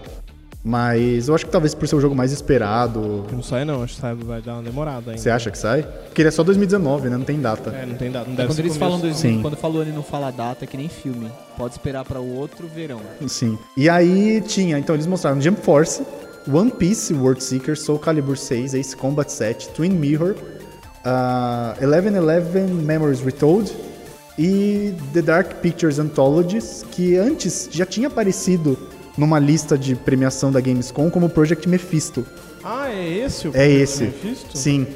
Speaker 2: Mas eu acho que talvez por ser o jogo mais esperado.
Speaker 1: Não sai não, acho que sai, vai dar uma demorada ainda.
Speaker 2: Você acha que sai? Porque ele é só 2019, né? Não tem data.
Speaker 1: É, não tem dado, não
Speaker 3: É
Speaker 1: deve
Speaker 3: quando
Speaker 1: ser
Speaker 3: eles falam
Speaker 1: começo.
Speaker 3: 2000,
Speaker 2: Sim.
Speaker 3: quando falou ele não fala a data, é que nem filme. Pode esperar pra o outro verão.
Speaker 2: Sim. E aí tinha, então eles mostraram Jump Force, One Piece, World Seeker, Soul Calibur 6, Ace Combat 7, Twin Mirror, ah, 1111 Memories Retold e The Dark Pictures Anthologies, que antes já tinha aparecido numa lista de premiação da Gamescom como Project Mephisto.
Speaker 1: Ah, é esse o
Speaker 2: É esse.
Speaker 1: Mephisto?
Speaker 2: Sim.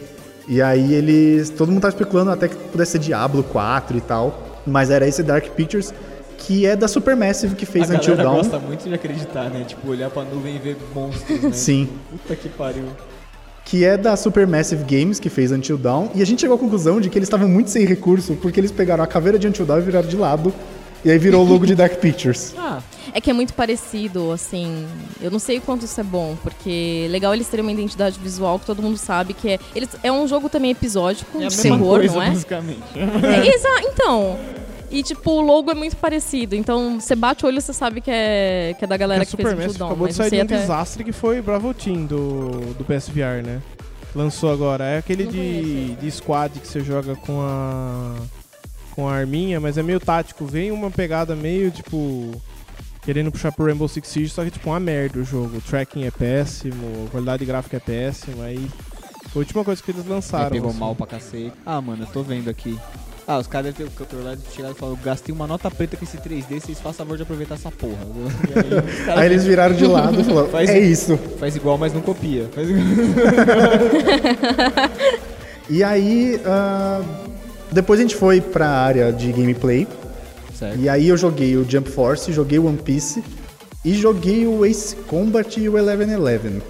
Speaker 2: E aí eles. Todo mundo tá especulando até que pudesse ser Diablo 4 e tal. Mas era esse Dark Pictures, que é da Supermassive que fez
Speaker 3: a
Speaker 2: Until
Speaker 3: galera
Speaker 2: Dawn.
Speaker 3: gosta muito de acreditar, né? Tipo, olhar pra nuvem e ver monstros, né?
Speaker 2: Sim.
Speaker 3: Puta que pariu.
Speaker 2: Que é da Supermassive Games que fez Until Dawn. E a gente chegou à conclusão de que eles estavam muito sem recurso, porque eles pegaram a caveira de Until Dawn e viraram de lado. E aí virou o logo de Dark Pictures.
Speaker 3: *laughs* Ah,
Speaker 4: É que é muito parecido, assim. Eu não sei o quanto isso é bom, porque legal eles terem uma identidade visual que todo mundo sabe que é. Eles, é um jogo também episódico,
Speaker 3: é a
Speaker 4: de
Speaker 3: mesma
Speaker 4: terror,
Speaker 3: coisa,
Speaker 4: não é?
Speaker 3: basicamente.
Speaker 4: É, exa- então. E tipo, o logo é muito parecido. Então, você bate o olho e você sabe que é, que é da galera
Speaker 1: O
Speaker 4: que fez o
Speaker 1: Superman
Speaker 4: Tudon.
Speaker 1: acabou de
Speaker 4: Mas
Speaker 1: sair de
Speaker 4: você
Speaker 1: um
Speaker 4: até.
Speaker 1: desastre que foi Bravo Team do, do PSVR, né? Lançou agora. É aquele
Speaker 4: Não
Speaker 1: de,
Speaker 4: conheço.
Speaker 1: de squad que você joga com a. com a arminha, mas é meio tático. Vem uma pegada meio tipo. Querendo puxar pro Rainbow Six Siege, só que tipo uma merda o jogo. O tracking é péssimo, a qualidade gráfica é péssima. Aí foi a última coisa que eles lançaram.
Speaker 3: Aí pegou
Speaker 1: assim.
Speaker 3: mal pra cacete. Ah, mano, eu tô vendo aqui. Ah, os caras devem ter o cantor lá de chegar e falar, eu gastei uma nota preta com esse 3D, vocês façam favor de aproveitar essa porra. *laughs* E aí, os caras
Speaker 2: Aí eles viraram de lado e falaram:
Speaker 3: Faz-
Speaker 2: É isso.
Speaker 3: Faz igual, mas não copia. Faz igual.
Speaker 2: E aí. ah, depois a gente foi pra área de gameplay.
Speaker 3: Certo.
Speaker 2: E aí eu joguei o Jump Force, joguei o One Piece e joguei o Ace Combat e o 1111,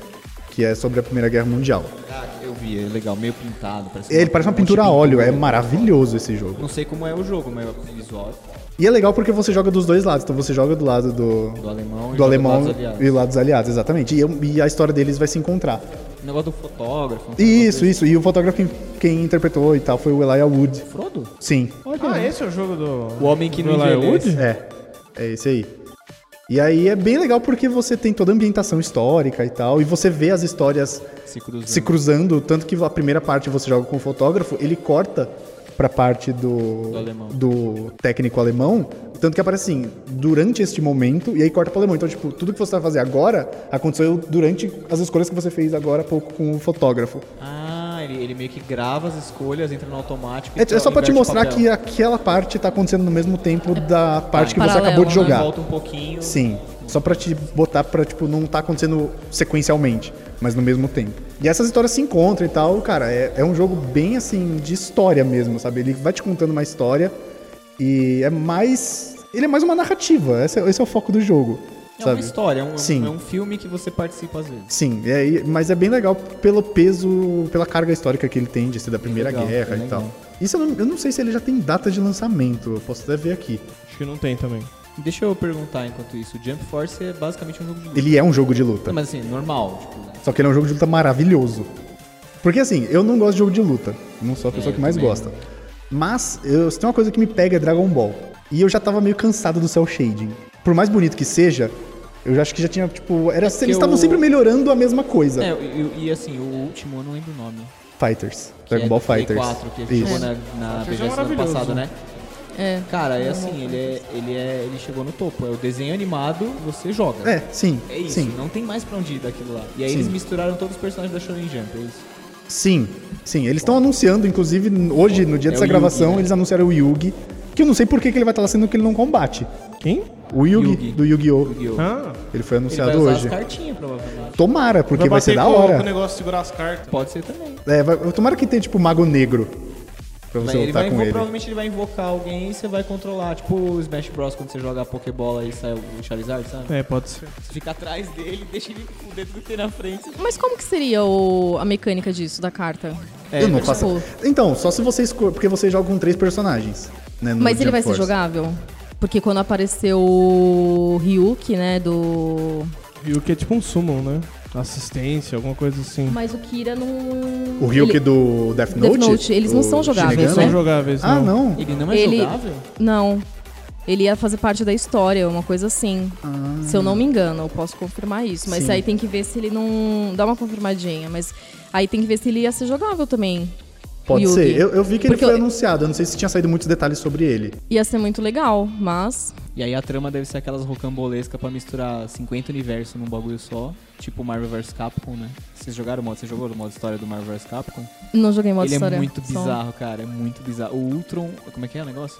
Speaker 2: que é sobre a Primeira Guerra Mundial.
Speaker 3: Ah, eu vi, é legal, meio pintado. Parece
Speaker 2: Ele parece uma
Speaker 3: um monte de
Speaker 2: pintura a óleo, é maravilhoso esse jogo.
Speaker 3: Não sei como é o jogo, mas o visual
Speaker 2: E é legal porque você joga dos dois lados, então você joga do lado do,
Speaker 3: do alemão e
Speaker 2: do alemão
Speaker 3: dos aliados.
Speaker 2: e do lado dos aliados, exatamente. E, eu- e a história deles vai se encontrar.
Speaker 3: O negócio do fotógrafo. um
Speaker 2: Isso, isso. E o fotógrafo quem, quem interpretou e tal foi o Elijah Wood.
Speaker 3: fotógrafo- Frodo?
Speaker 2: Sim,
Speaker 1: Ah, esse é o jogo do.
Speaker 3: O homem que não
Speaker 1: do Elijah
Speaker 3: envelhece.
Speaker 1: Wood?
Speaker 2: É, é esse aí. E aí é bem legal porque você tem toda a ambientação histórica e tal, e você vê as histórias
Speaker 3: Se cruzando.
Speaker 2: se cruzando, tanto que a primeira parte você joga com o fotógrafo, ele corta pra parte do,
Speaker 3: Do alemão.
Speaker 2: do técnico alemão, tanto que aparece assim, durante este momento, e aí corta pro alemão. Então, tipo, tudo que você vai fazer agora aconteceu durante as escolhas que você fez agora há pouco com o fotógrafo.
Speaker 3: Ah, ele, ele meio que grava as escolhas, entra no automático. e
Speaker 2: É, é só pra te
Speaker 3: Então, inverte o
Speaker 2: mostrar
Speaker 3: papel.
Speaker 2: que aquela parte tá acontecendo no mesmo tempo da parte que você
Speaker 4: paralelo,
Speaker 2: acabou de
Speaker 4: né?
Speaker 2: jogar.
Speaker 3: Volta um pouquinho.
Speaker 2: Sim, só pra te botar pra, tipo, não tá acontecendo sequencialmente, mas no mesmo tempo. E essas histórias se encontram e tal, cara, é, é um jogo bem, assim, de história mesmo, sabe? Ele vai te contando uma história e é mais... Ele é mais uma narrativa, esse é, esse é o foco do jogo,
Speaker 3: É
Speaker 2: sabe?
Speaker 3: uma história, é um,
Speaker 2: Sim.
Speaker 3: é um filme que você participa às vezes.
Speaker 2: Sim, e aí- mas é bem legal pelo peso, pela carga histórica que ele tem de ser da Primeira
Speaker 3: É legal,
Speaker 2: Guerra
Speaker 3: bem
Speaker 2: e tal.
Speaker 3: legal.
Speaker 2: Isso eu não, eu não sei se ele já tem data de lançamento, eu posso até ver aqui.
Speaker 1: Acho que não tem também.
Speaker 3: E deixa eu perguntar enquanto isso. O Jump Force é basicamente um jogo de luta.
Speaker 2: Ele é um jogo de luta.
Speaker 3: Não, Mas assim, normal. Tipo,
Speaker 2: Só que ele é um jogo de luta maravilhoso. Porque assim, eu não gosto de jogo de luta. Não sou a pessoa
Speaker 3: eu
Speaker 2: que mais
Speaker 3: É, também.
Speaker 2: gosta. Mas eu, se tem uma coisa que me pega é Dragon Ball. E eu já tava meio cansado do cel shading. Por mais bonito que seja, eu já acho que já tinha, tipo, era,
Speaker 3: porque
Speaker 2: eles estavam
Speaker 3: o-
Speaker 2: sempre melhorando a mesma coisa.
Speaker 3: É, e, e- e assim, o último eu não lembro o nome.
Speaker 2: Fighters.
Speaker 3: que
Speaker 2: Dragon
Speaker 3: é
Speaker 2: Ball
Speaker 3: do Play
Speaker 2: Fighters.
Speaker 3: 4, que
Speaker 2: Isso.
Speaker 3: chegou na, na
Speaker 1: Fighters é
Speaker 3: BGS ano
Speaker 1: maravilhoso.
Speaker 3: passado, né?
Speaker 4: É.
Speaker 3: Cara, é assim, ele é, ele é. Ele chegou no topo. É o desenho animado, você joga.
Speaker 2: É, sim.
Speaker 3: É isso,
Speaker 2: Sim.
Speaker 3: não tem mais pra onde ir daquilo lá. E aí
Speaker 2: Sim.
Speaker 3: eles misturaram todos os personagens da Shonen Jump, é isso.
Speaker 2: Sim. Sim. Eles estão anunciando, inclusive, n- hoje, no dia
Speaker 3: É
Speaker 2: dessa
Speaker 3: o Yugi,
Speaker 2: gravação,
Speaker 3: né?
Speaker 2: eles anunciaram o Yugi. Que eu não sei por que, que ele vai estar lá sendo que ele não combate.
Speaker 1: Quem?
Speaker 2: O Yugi,
Speaker 3: Yugi.
Speaker 2: do Yu-Gi-Oh!
Speaker 3: Yu-Gi-Oh!
Speaker 1: Ah,
Speaker 2: Ele foi
Speaker 3: Ele vai
Speaker 2: anunciado
Speaker 3: usar
Speaker 2: é hoje.
Speaker 3: as cartinhas, provavelmente.
Speaker 2: Tomara, porque vai,
Speaker 1: bater
Speaker 2: ser da
Speaker 1: com-
Speaker 2: hora.
Speaker 1: com o né? negócio de segurar as cartas.
Speaker 3: Pode ser também.
Speaker 2: É, vai- tomara que tenha, tipo, Mago Negro. Pra você
Speaker 3: Vai- ele
Speaker 2: lutar
Speaker 3: vai
Speaker 2: tá com
Speaker 3: invo-
Speaker 2: ele.
Speaker 4: um-
Speaker 3: Provavelmente ele vai invocar alguém e você vai controlar. Tipo o Smash Bros. quando você joga a Pokébola e sai o Charizard, sabe?
Speaker 1: É, pode ser.
Speaker 3: Você fica atrás dele, *laughs* deixa ele com o dedo do que tem na frente.
Speaker 4: Mas como que seria o- a mecânica disso, da carta?
Speaker 2: eu não
Speaker 4: tipo-
Speaker 2: faço. Então, só se você escolhe. Porque você joga com três personagens. Né, no
Speaker 4: Mas ele
Speaker 2: Jump
Speaker 4: vai ser
Speaker 2: Force.
Speaker 4: jogável? Porque quando apareceu o Ryuk, né, do...
Speaker 1: E o que é tipo um summon, né? Assistência, alguma coisa assim.
Speaker 4: Mas o Kira não...
Speaker 2: O Ryuk
Speaker 4: Ele-
Speaker 2: do Death Note?
Speaker 4: Death Note, eles não
Speaker 2: O
Speaker 4: são jogáveis,
Speaker 1: Eles
Speaker 2: Shinigami?
Speaker 1: são
Speaker 4: né?
Speaker 1: jogáveis,
Speaker 2: Ah, não.
Speaker 3: Ele não é
Speaker 4: Ele-
Speaker 3: jogável?
Speaker 4: Não. Ele ia fazer parte da história, uma coisa assim. Se eu não me engano, eu posso confirmar isso. Mas
Speaker 2: Sim.
Speaker 4: aí tem que ver se ele não. Dá uma confirmadinha, mas aí tem que ver se ele ia ser jogável também.
Speaker 2: Pode
Speaker 4: Yugi.
Speaker 2: ser. Eu, eu vi que ele
Speaker 4: Porque
Speaker 2: foi
Speaker 4: eu-
Speaker 2: anunciado. Eu não sei se tinha saído muitos detalhes sobre ele.
Speaker 4: Ia ser muito legal, mas.
Speaker 3: E aí a trama deve ser aquelas rocambolescas pra misturar 50 universos num bagulho só. Tipo Marvel vs Capcom, né? Vocês jogaram o modo, você jogou o modo história do Marvel vs Capcom?
Speaker 4: Não joguei modo
Speaker 3: ele
Speaker 4: história.
Speaker 3: é muito
Speaker 4: só.
Speaker 3: bizarro, cara. É muito bizarro. O Ultron. Como é que é o negócio?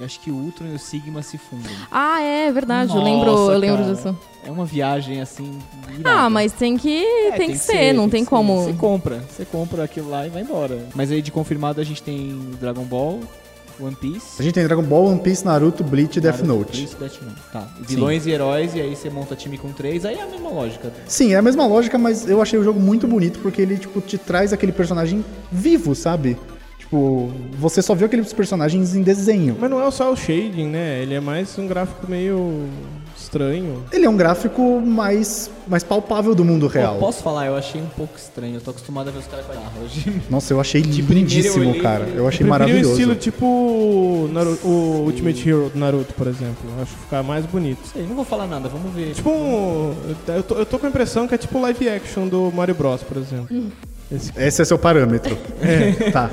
Speaker 3: Eu acho que o Ultron e o Sigma se fundem.
Speaker 4: Ah, é verdade. eu
Speaker 3: Nossa,
Speaker 4: lembro, eu lembro
Speaker 3: cara.
Speaker 4: disso.
Speaker 3: É uma viagem assim. irada.
Speaker 4: Ah, mas tem que.
Speaker 3: É,
Speaker 4: tem, que ser, não tem
Speaker 3: que
Speaker 4: como.
Speaker 3: ser. Você compra, você compra aquilo lá e vai embora. Mas aí de confirmado a gente tem Dragon Ball, One Piece.
Speaker 2: A gente tem Dragon Ball, One Piece, Naruto, Bleach e Death
Speaker 3: Naruto,
Speaker 2: Note.
Speaker 3: Bleach, Death Note. Tá. Vilões e heróis, e aí você monta time com três, aí é a mesma lógica.
Speaker 2: Sim, é a mesma lógica, mas eu achei o jogo muito bonito porque ele, tipo, te traz aquele personagem vivo, sabe? Tipo, você só viu aqueles personagens em desenho.
Speaker 1: Mas não é só o shading, né? Ele é mais um gráfico meio estranho.
Speaker 2: Ele é um gráfico mais, mais palpável do mundo real.
Speaker 3: Pô, posso falar, eu achei um pouco estranho. Eu tô acostumado a ver os caras com a guitarra hoje. *laughs*
Speaker 2: Nossa, eu achei
Speaker 3: primeiro
Speaker 2: lindíssimo,
Speaker 3: eu olhei-
Speaker 2: cara. Eu achei
Speaker 1: Eu preferia um
Speaker 2: maravilhoso.
Speaker 1: estilo tipo o Naru- o Ultimate Hero do Naruto, por exemplo. Eu Acho que ficar mais bonito.
Speaker 3: Sei, não vou falar nada, vamos ver.
Speaker 1: Tipo um. Eu tô, eu tô com a impressão que é tipo live action do Mario Bros, por
Speaker 4: Uhum.
Speaker 1: exemplo.
Speaker 2: Esse é seu parâmetro. é. Tá.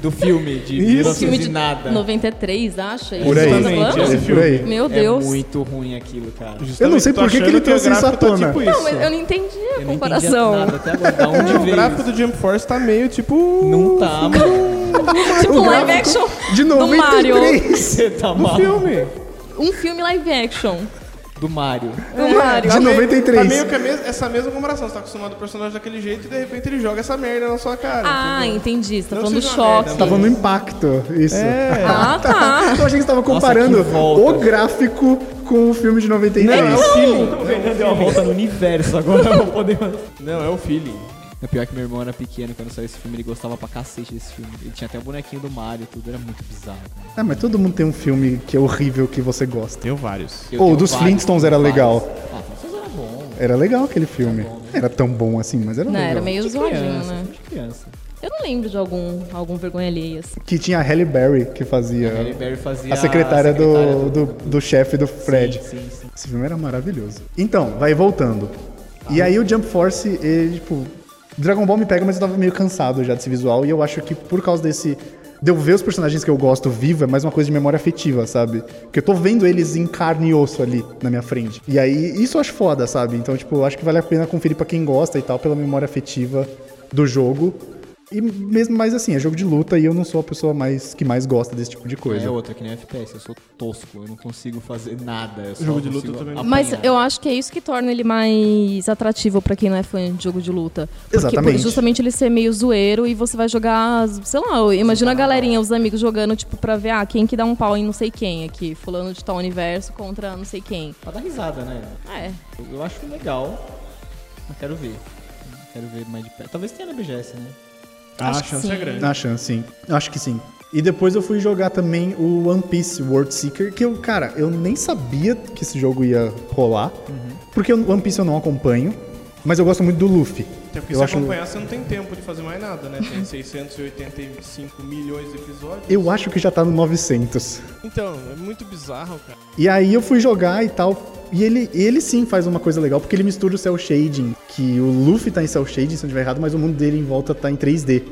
Speaker 3: do filme de
Speaker 1: Isso.
Speaker 4: Um filme de
Speaker 3: 1900 e nada.
Speaker 4: 93, acha?
Speaker 2: Por aí.
Speaker 4: Quantos
Speaker 1: Exatamente,
Speaker 4: anos?
Speaker 1: esse
Speaker 2: É, por aí.
Speaker 4: Meu
Speaker 3: É
Speaker 4: Deus.
Speaker 3: muito ruim aquilo, cara.
Speaker 1: Justamente,
Speaker 2: Eu não sei
Speaker 1: tô
Speaker 2: por que que
Speaker 1: achando
Speaker 2: ele trouxe
Speaker 1: o
Speaker 2: isso à
Speaker 1: gráfico tá
Speaker 2: tona.
Speaker 1: tipo
Speaker 4: Não,
Speaker 1: isso.
Speaker 4: mas eu não entendi a
Speaker 3: Eu não entendi
Speaker 4: comparação.
Speaker 3: nada até agora. Da onde
Speaker 1: O
Speaker 3: veio
Speaker 1: gráfico
Speaker 3: isso?
Speaker 1: do Jump Force tá meio tipo.
Speaker 3: Não tá, mano.
Speaker 4: *laughs* tipo
Speaker 2: O
Speaker 4: live
Speaker 2: gráfico
Speaker 4: action.
Speaker 2: De
Speaker 4: do Mario.
Speaker 2: 93.
Speaker 3: *laughs* Você tá
Speaker 1: Do
Speaker 3: mal.
Speaker 1: filme.
Speaker 4: Um filme live action.
Speaker 3: Do Mario.
Speaker 4: Do Mario.
Speaker 2: É, De
Speaker 1: Tá meio-
Speaker 2: 93.
Speaker 1: Tá meio que a mes- essa mesma comparação. Você tá acostumado ao personagem daquele jeito e de repente ele joga essa merda na sua cara.
Speaker 4: Ah,
Speaker 1: entendeu?
Speaker 4: entendi. Você tá
Speaker 1: Não
Speaker 4: falando
Speaker 1: seja uma merda,
Speaker 4: choque.
Speaker 1: mas-
Speaker 2: Tava no impacto, isso.
Speaker 3: né?
Speaker 1: É.
Speaker 4: Ah, tá.
Speaker 3: *laughs*
Speaker 2: Eu achei que você tava comparando
Speaker 3: que volta.
Speaker 2: o gráfico com o filme de 93.
Speaker 1: Não, é o feeling.
Speaker 3: O Fernando deu a volta no universo agora. Eu vou poder mais.
Speaker 1: Não, é o feeling.
Speaker 3: É pior que meu irmão era pequeno quando saiu esse filme. Ele gostava pra cacete desse filme. Ele tinha até o bonequinho do Mario e tudo. Era muito bizarro. Cara.
Speaker 2: Ah, mas todo mundo tem um filme que é horrível que você gosta.
Speaker 1: Tenho vários.
Speaker 3: Eu
Speaker 2: Ou
Speaker 3: tenho
Speaker 2: dos
Speaker 3: vários,
Speaker 2: Flintstones
Speaker 3: tenho
Speaker 2: era
Speaker 3: vários.
Speaker 2: legal.
Speaker 3: Ah, Flintstones era bom.
Speaker 2: Era legal aquele filme. Era tão bom assim, mas era
Speaker 4: Não,
Speaker 2: legal.
Speaker 4: era meio
Speaker 3: De
Speaker 4: zoadinho,
Speaker 3: criança.
Speaker 4: né?
Speaker 3: De criança.
Speaker 4: Eu não lembro de algum, algum vergonha alheia, assim.
Speaker 2: Que tinha a Halle Berry que fazia.
Speaker 3: A Halle Berry fazia
Speaker 2: a secretária,
Speaker 3: a secretária
Speaker 2: do, do, do chefe do Fred.
Speaker 3: Sim, sim.
Speaker 2: Esse filme era maravilhoso. Então, vai voltando. E aí o Jump Force, ele, tipo. Dragon Ball me pega, mas eu tava meio cansado já desse visual. E eu acho que por causa desse. De eu ver os personagens que eu gosto vivo é mais uma coisa de memória afetiva, sabe? Porque eu tô vendo eles em carne e osso ali na minha frente. E aí, isso eu acho foda, sabe? Então, tipo, eu acho que vale a pena conferir pra quem gosta e tal, pela memória afetiva do jogo. E mesmo mais assim, é jogo de luta e eu não sou a pessoa mais que mais gosta desse tipo de coisa.
Speaker 3: É outra, que nem o FPS. Eu sou tosco. Eu não consigo fazer nada. Eu só
Speaker 1: Jogo de luta
Speaker 3: consigo
Speaker 1: eu também não-
Speaker 4: Mas
Speaker 3: apanhar.
Speaker 4: eu acho que é isso que torna ele mais atrativo pra quem não é fã de jogo de luta. Porque,
Speaker 2: Exatamente.
Speaker 4: por- Justamente ele ser meio zoeiro e você vai jogar, sei lá, eu- imagina a galerinha, os amigos jogando, tipo, pra ver, ah, quem que dá um pau em não sei quem aqui. Fulano de tal universo contra não sei quem.
Speaker 3: Pra dar risada, né?
Speaker 4: Ah, é.
Speaker 3: Eu, eu acho legal. Mas quero ver. Quero ver mais de perto. Talvez tenha na BGS, né?
Speaker 1: Ah,
Speaker 4: Acho
Speaker 1: a
Speaker 4: que
Speaker 1: chance é
Speaker 4: sim.
Speaker 1: grande.
Speaker 2: Na chance, sim. Eu Acho que sim. E depois eu fui jogar também o One Piece World Seeker, que eu, cara, eu nem sabia
Speaker 1: Uhum.
Speaker 2: que esse jogo ia rolar, porque o One Piece eu não acompanho, mas eu gosto muito do Luffy.
Speaker 1: Até porque
Speaker 2: Eu
Speaker 1: se
Speaker 2: acho-
Speaker 1: acompanhar, você não tem tempo de fazer mais nada, né? *laughs* Tem 685 milhões de episódios.
Speaker 2: Eu acho que já tá no 900.
Speaker 1: Então, é muito bizarro, cara.
Speaker 2: E aí eu fui jogar e tal. E ele, ele sim faz uma coisa legal, porque ele mistura o cel shading, que o Luffy tá em cel shading, se eu não tiver errado, mas o mundo dele em volta tá em 3D.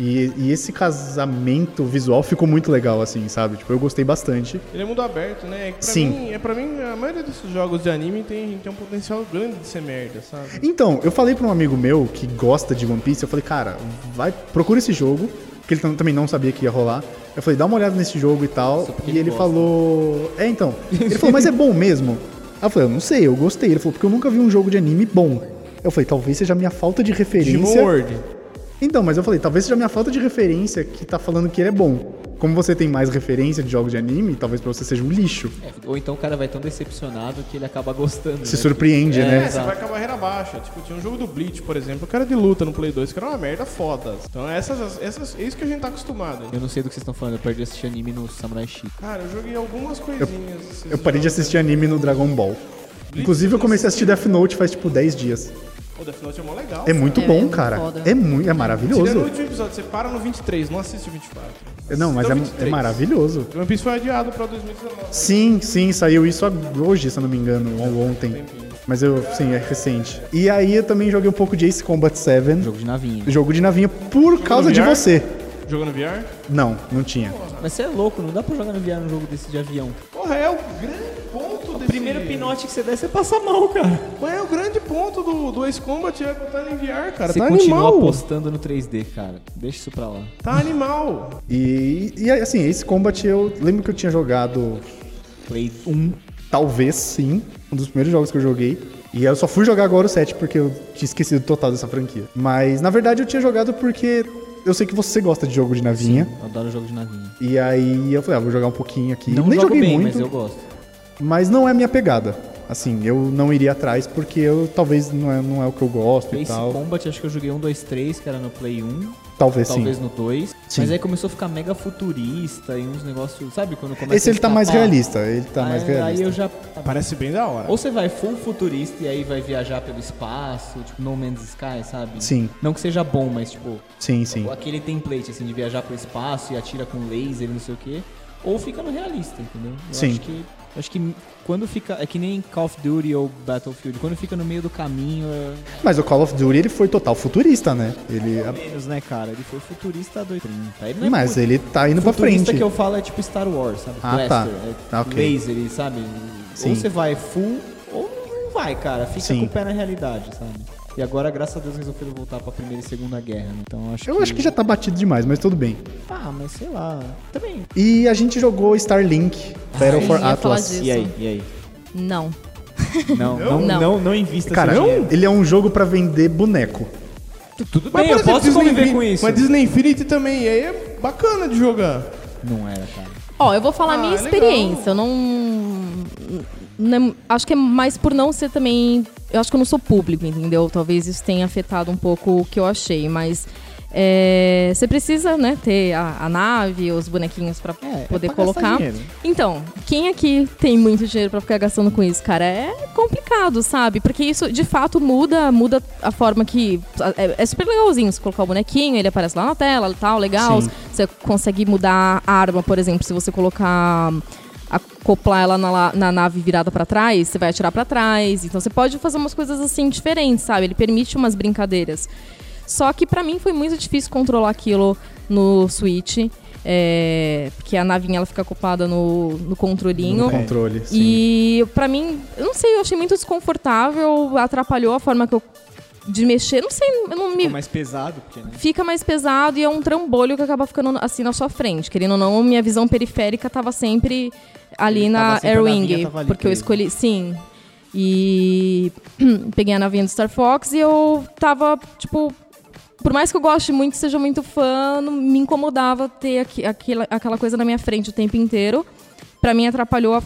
Speaker 2: E, e esse casamento visual ficou muito legal, assim, sabe? Tipo, eu gostei bastante.
Speaker 1: Ele é mundo aberto, né? É que Pra
Speaker 2: Sim.
Speaker 1: Mim, é pra mim, a maioria desses jogos de anime tem, tem um potencial grande de ser merda, sabe?
Speaker 2: Então, eu falei pra um amigo meu que gosta de One Piece, eu falei, cara, vai, procura esse jogo, que ele tam- também não sabia que ia rolar. Eu falei, dá uma olhada nesse jogo e tal. E
Speaker 3: porque ele
Speaker 2: ele
Speaker 3: gosta.
Speaker 2: falou. É, então. Ele falou, mas é bom mesmo? Aí eu falei, eu não sei, eu gostei. Ele falou, porque eu nunca vi um jogo de anime bom. Eu falei, talvez seja a minha falta de
Speaker 1: Demon
Speaker 2: referência.
Speaker 1: World.
Speaker 2: Então, mas eu falei, talvez seja a minha falta de referência que tá falando que ele é bom. Como você tem mais referência de jogos de anime, talvez pra você seja um lixo.
Speaker 3: É, Ou então o cara vai tão decepcionado que ele acaba gostando.
Speaker 2: Se surpreende, né?
Speaker 1: É, você vai com a barreira baixa. Tipo, tinha um jogo do Bleach, por exemplo, que era de luta no Play 2, que era uma merda foda. Então, essas, essas, é isso que a gente tá acostumado. hein?
Speaker 3: Eu não sei do que vocês estão falando, eu parei de assistir anime no Samurai Chico.
Speaker 1: Cara, eu joguei algumas coisinhas. esses
Speaker 2: Eu parei de
Speaker 1: jogos.
Speaker 2: assistir anime no Dragon Ball. Inclusive, eu comecei a assistir Death Note faz tipo 10 dias.
Speaker 1: O Death Note é mó legal.
Speaker 2: É muito
Speaker 4: É, é
Speaker 2: bom,
Speaker 4: muito
Speaker 2: cara.
Speaker 4: foda.
Speaker 2: É muito, é
Speaker 1: Tirando o
Speaker 2: maravilhoso.
Speaker 1: último episódio, você para no 23, não assiste o 24.
Speaker 2: Não,
Speaker 1: Assista
Speaker 2: mas é,
Speaker 1: o
Speaker 2: é
Speaker 1: 23.
Speaker 2: maravilhoso.
Speaker 1: One Piece foi adiado pra 2019.
Speaker 2: Sim, sim, saiu isso ag- hoje, se eu não me engano, ou ontem. Mas eu, sim, é recente. E aí eu também joguei um pouco de Ace Combat 7,
Speaker 3: Jogo de navinha.
Speaker 2: jogo de navinha, por causa de
Speaker 1: VR?
Speaker 2: você.
Speaker 1: Jogando VR?
Speaker 2: Não, não tinha.
Speaker 3: Mas você é louco, não dá pra jogar no VR num jogo desse de avião.
Speaker 1: Porra, é o grande ponto desse...
Speaker 3: Primeiro pinote que você der, você passa mal, cara.
Speaker 1: Mas é o grande ponto do, do Ace Combat, é botar em VR, cara.
Speaker 3: Você
Speaker 1: tá
Speaker 3: continua
Speaker 1: animal.
Speaker 3: apostando no 3D, cara. Deixa isso pra lá.
Speaker 1: Tá animal.
Speaker 2: E, e aí, assim, Ace Combat eu lembro que eu tinha jogado um,
Speaker 3: Play 1.
Speaker 2: Talvez sim, um dos primeiros jogos que eu joguei. E eu só fui jogar agora o 7 porque eu tinha esquecido total dessa franquia. Mas na verdade eu tinha jogado porque eu sei que você gosta de jogo de navinha.
Speaker 3: Eu adoro jogo de navinha.
Speaker 2: E aí eu falei, ah, vou jogar um pouquinho aqui.
Speaker 3: Não
Speaker 2: Nem
Speaker 3: jogo
Speaker 2: joguei
Speaker 3: bem,
Speaker 2: muito,
Speaker 3: mas eu gosto.
Speaker 2: mas não é a minha pegada. Assim, eu não iria atrás porque eu talvez não é, não é o que eu gosto e
Speaker 3: Ace
Speaker 2: tal.
Speaker 3: Combat, acho que eu joguei 1, 2, 3, que era no Play 1.
Speaker 2: Talvez sim.
Speaker 3: Talvez no 2.
Speaker 2: Sim.
Speaker 3: Mas aí começou a ficar mega futurista e uns negócios. Sabe quando começa
Speaker 2: Esse
Speaker 3: a
Speaker 2: ele tá
Speaker 3: escapar?
Speaker 2: mais realista, ele tá mais
Speaker 3: aí, aí
Speaker 2: realista.
Speaker 3: eu já.
Speaker 1: Parece bem da hora.
Speaker 3: Ou você vai full futurista e aí vai viajar pelo espaço, tipo No Man's Sky, sabe?
Speaker 2: Sim.
Speaker 3: Não que seja bom, mas tipo,
Speaker 2: Sim, sim.
Speaker 3: aquele template assim de viajar pelo espaço e atira com laser e não sei o quê. Ou fica no realista, entendeu? Eu
Speaker 2: Sim.
Speaker 3: Acho que, eu acho que quando fica. É que nem Call of Duty ou Battlefield, quando fica no meio do caminho. É...
Speaker 2: Mas o Call of Duty ele foi total futurista, né? Ele,
Speaker 3: Menos, né, cara? Ele foi futurista doido. Ele não é
Speaker 2: mas
Speaker 3: muito-
Speaker 2: ele tá indo pra frente.
Speaker 3: futurista que eu falo é tipo Star Wars, sabe?
Speaker 2: Ah, tá.
Speaker 3: é
Speaker 2: Tá, ok.
Speaker 3: laser, e, sabe?
Speaker 2: Sim.
Speaker 3: Ou você vai full ou não vai, cara. Fica
Speaker 2: Sim.
Speaker 3: com o pé na realidade, sabe? E agora, graças a Deus, resolveram voltar pra Primeira e Segunda Guerra. né? Então acho
Speaker 2: Eu acho que já tá batido demais, mas tudo bem.
Speaker 3: Ah, mas sei lá. Também.
Speaker 2: E a gente jogou Starlink, Battle
Speaker 4: eu
Speaker 2: for
Speaker 4: ia falar
Speaker 2: Atlas.
Speaker 4: disso.
Speaker 3: E aí, e aí?
Speaker 4: Não.
Speaker 3: Não, não, não,
Speaker 4: Não.
Speaker 3: não, invista
Speaker 2: Cara,
Speaker 3: seu dinheiro.
Speaker 2: ele é um jogo pra vender boneco.
Speaker 3: Tudo
Speaker 1: Mas,
Speaker 3: bem, eu
Speaker 1: por exemplo,
Speaker 3: posso
Speaker 1: Disney
Speaker 3: conviver
Speaker 1: Infin-
Speaker 3: com isso.
Speaker 1: Mas Disney Infinity também, e aí é bacana de jogar.
Speaker 3: Não era, cara.
Speaker 4: Ó, eu vou falar a
Speaker 1: Ah,
Speaker 4: minha
Speaker 1: legal.
Speaker 4: experiência. Eu não, não- Acho que é mais por não ser também. Eu acho que eu não sou público, entendeu? Talvez isso tenha afetado um pouco o que eu achei, mas. é, você precisa, né, ter a, a nave, os bonequinhos pra
Speaker 3: É, é
Speaker 4: poder
Speaker 3: pra gastar
Speaker 4: colocar.
Speaker 3: dinheiro.
Speaker 4: Então, quem aqui tem muito dinheiro pra ficar gastando com isso, cara? É complicado, sabe? Porque isso de fato muda, muda a forma que. É, é super legalzinho você colocar o bonequinho, ele aparece lá na tela e tal, legal.
Speaker 2: Sim.
Speaker 4: Você consegue mudar a arma, por exemplo, se você colocar. acoplar ela na, la- na nave virada pra trás, você vai atirar pra trás. Então você pode fazer umas coisas assim diferentes, sabe? Ele permite umas brincadeiras. Só que pra mim foi muito difícil controlar aquilo no Switch. é, porque a navinha ela fica acoplada no, no controlinho.
Speaker 2: No controle, sim.
Speaker 4: E pra mim, eu não sei, eu achei muito desconfortável, atrapalhou a forma que eu de mexer, não sei, eu não me
Speaker 3: Ficou É mais pesado, porque, né?
Speaker 4: fica mais pesado e é um trambolho que acaba ficando assim na sua frente. Querendo ou não, minha visão periférica tava sempre ali
Speaker 3: Ele
Speaker 4: na
Speaker 3: tava sempre na
Speaker 4: Airwing,
Speaker 3: navinha, tava ali
Speaker 4: porque eu
Speaker 3: preso.
Speaker 4: escolhi, sim. E *clears throat* peguei a navinha do Star Fox e eu tava tipo por mais que eu goste muito, seja muito fã, não- me incomodava ter aqui- aquela, aquela coisa na minha frente o tempo inteiro. Pra mim atrapalhou a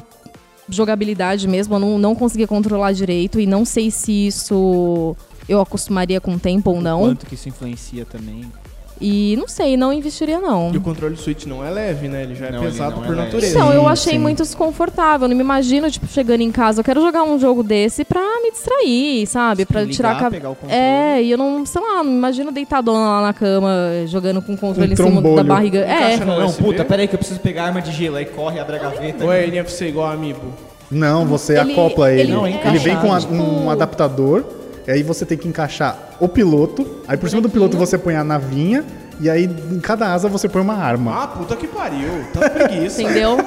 Speaker 4: jogabilidade mesmo, eu não, não conseguia controlar direito e não sei se isso eu acostumaria com o tempo ou não.
Speaker 3: Quanto que isso influencia também.
Speaker 4: E não sei, não investiria não.
Speaker 1: E o controle do Switch não é leve, né? Ele já é
Speaker 3: Não, ele
Speaker 1: pesado
Speaker 3: não é
Speaker 1: por
Speaker 3: leve.
Speaker 1: natureza.
Speaker 4: Então, eu
Speaker 3: Sim,
Speaker 4: achei
Speaker 3: sim.
Speaker 4: muito desconfortável. Não me imagino, tipo, chegando em casa, eu quero jogar um jogo desse pra me distrair, sabe? Pra
Speaker 3: Ligar,
Speaker 4: tirar a
Speaker 3: pegar o
Speaker 4: cabeça.
Speaker 3: controle.
Speaker 4: É, e eu não, sei lá, não me imagino deitadona lá na cama, jogando com o controle
Speaker 2: Um
Speaker 4: em cima da
Speaker 2: trombolho.
Speaker 4: barriga. É.
Speaker 1: Encaixa no
Speaker 3: Não,
Speaker 1: USB?
Speaker 3: puta, peraí que eu preciso pegar a arma de gelo. Aí corre, abre a gaveta.
Speaker 1: Ou é NFC igual a Amiibo?
Speaker 2: Não, você
Speaker 4: Ele-
Speaker 2: acopla ele. Ele,
Speaker 4: ele- Não, é
Speaker 2: vem com a-
Speaker 4: encaixado,
Speaker 2: um
Speaker 4: tipo-
Speaker 2: adaptador, e aí você tem que encaixar o piloto, aí por cima do piloto você põe a navinha, e aí em cada asa você põe uma arma.
Speaker 1: Ah, puta que pariu. Tá preguiça.
Speaker 4: Entendeu?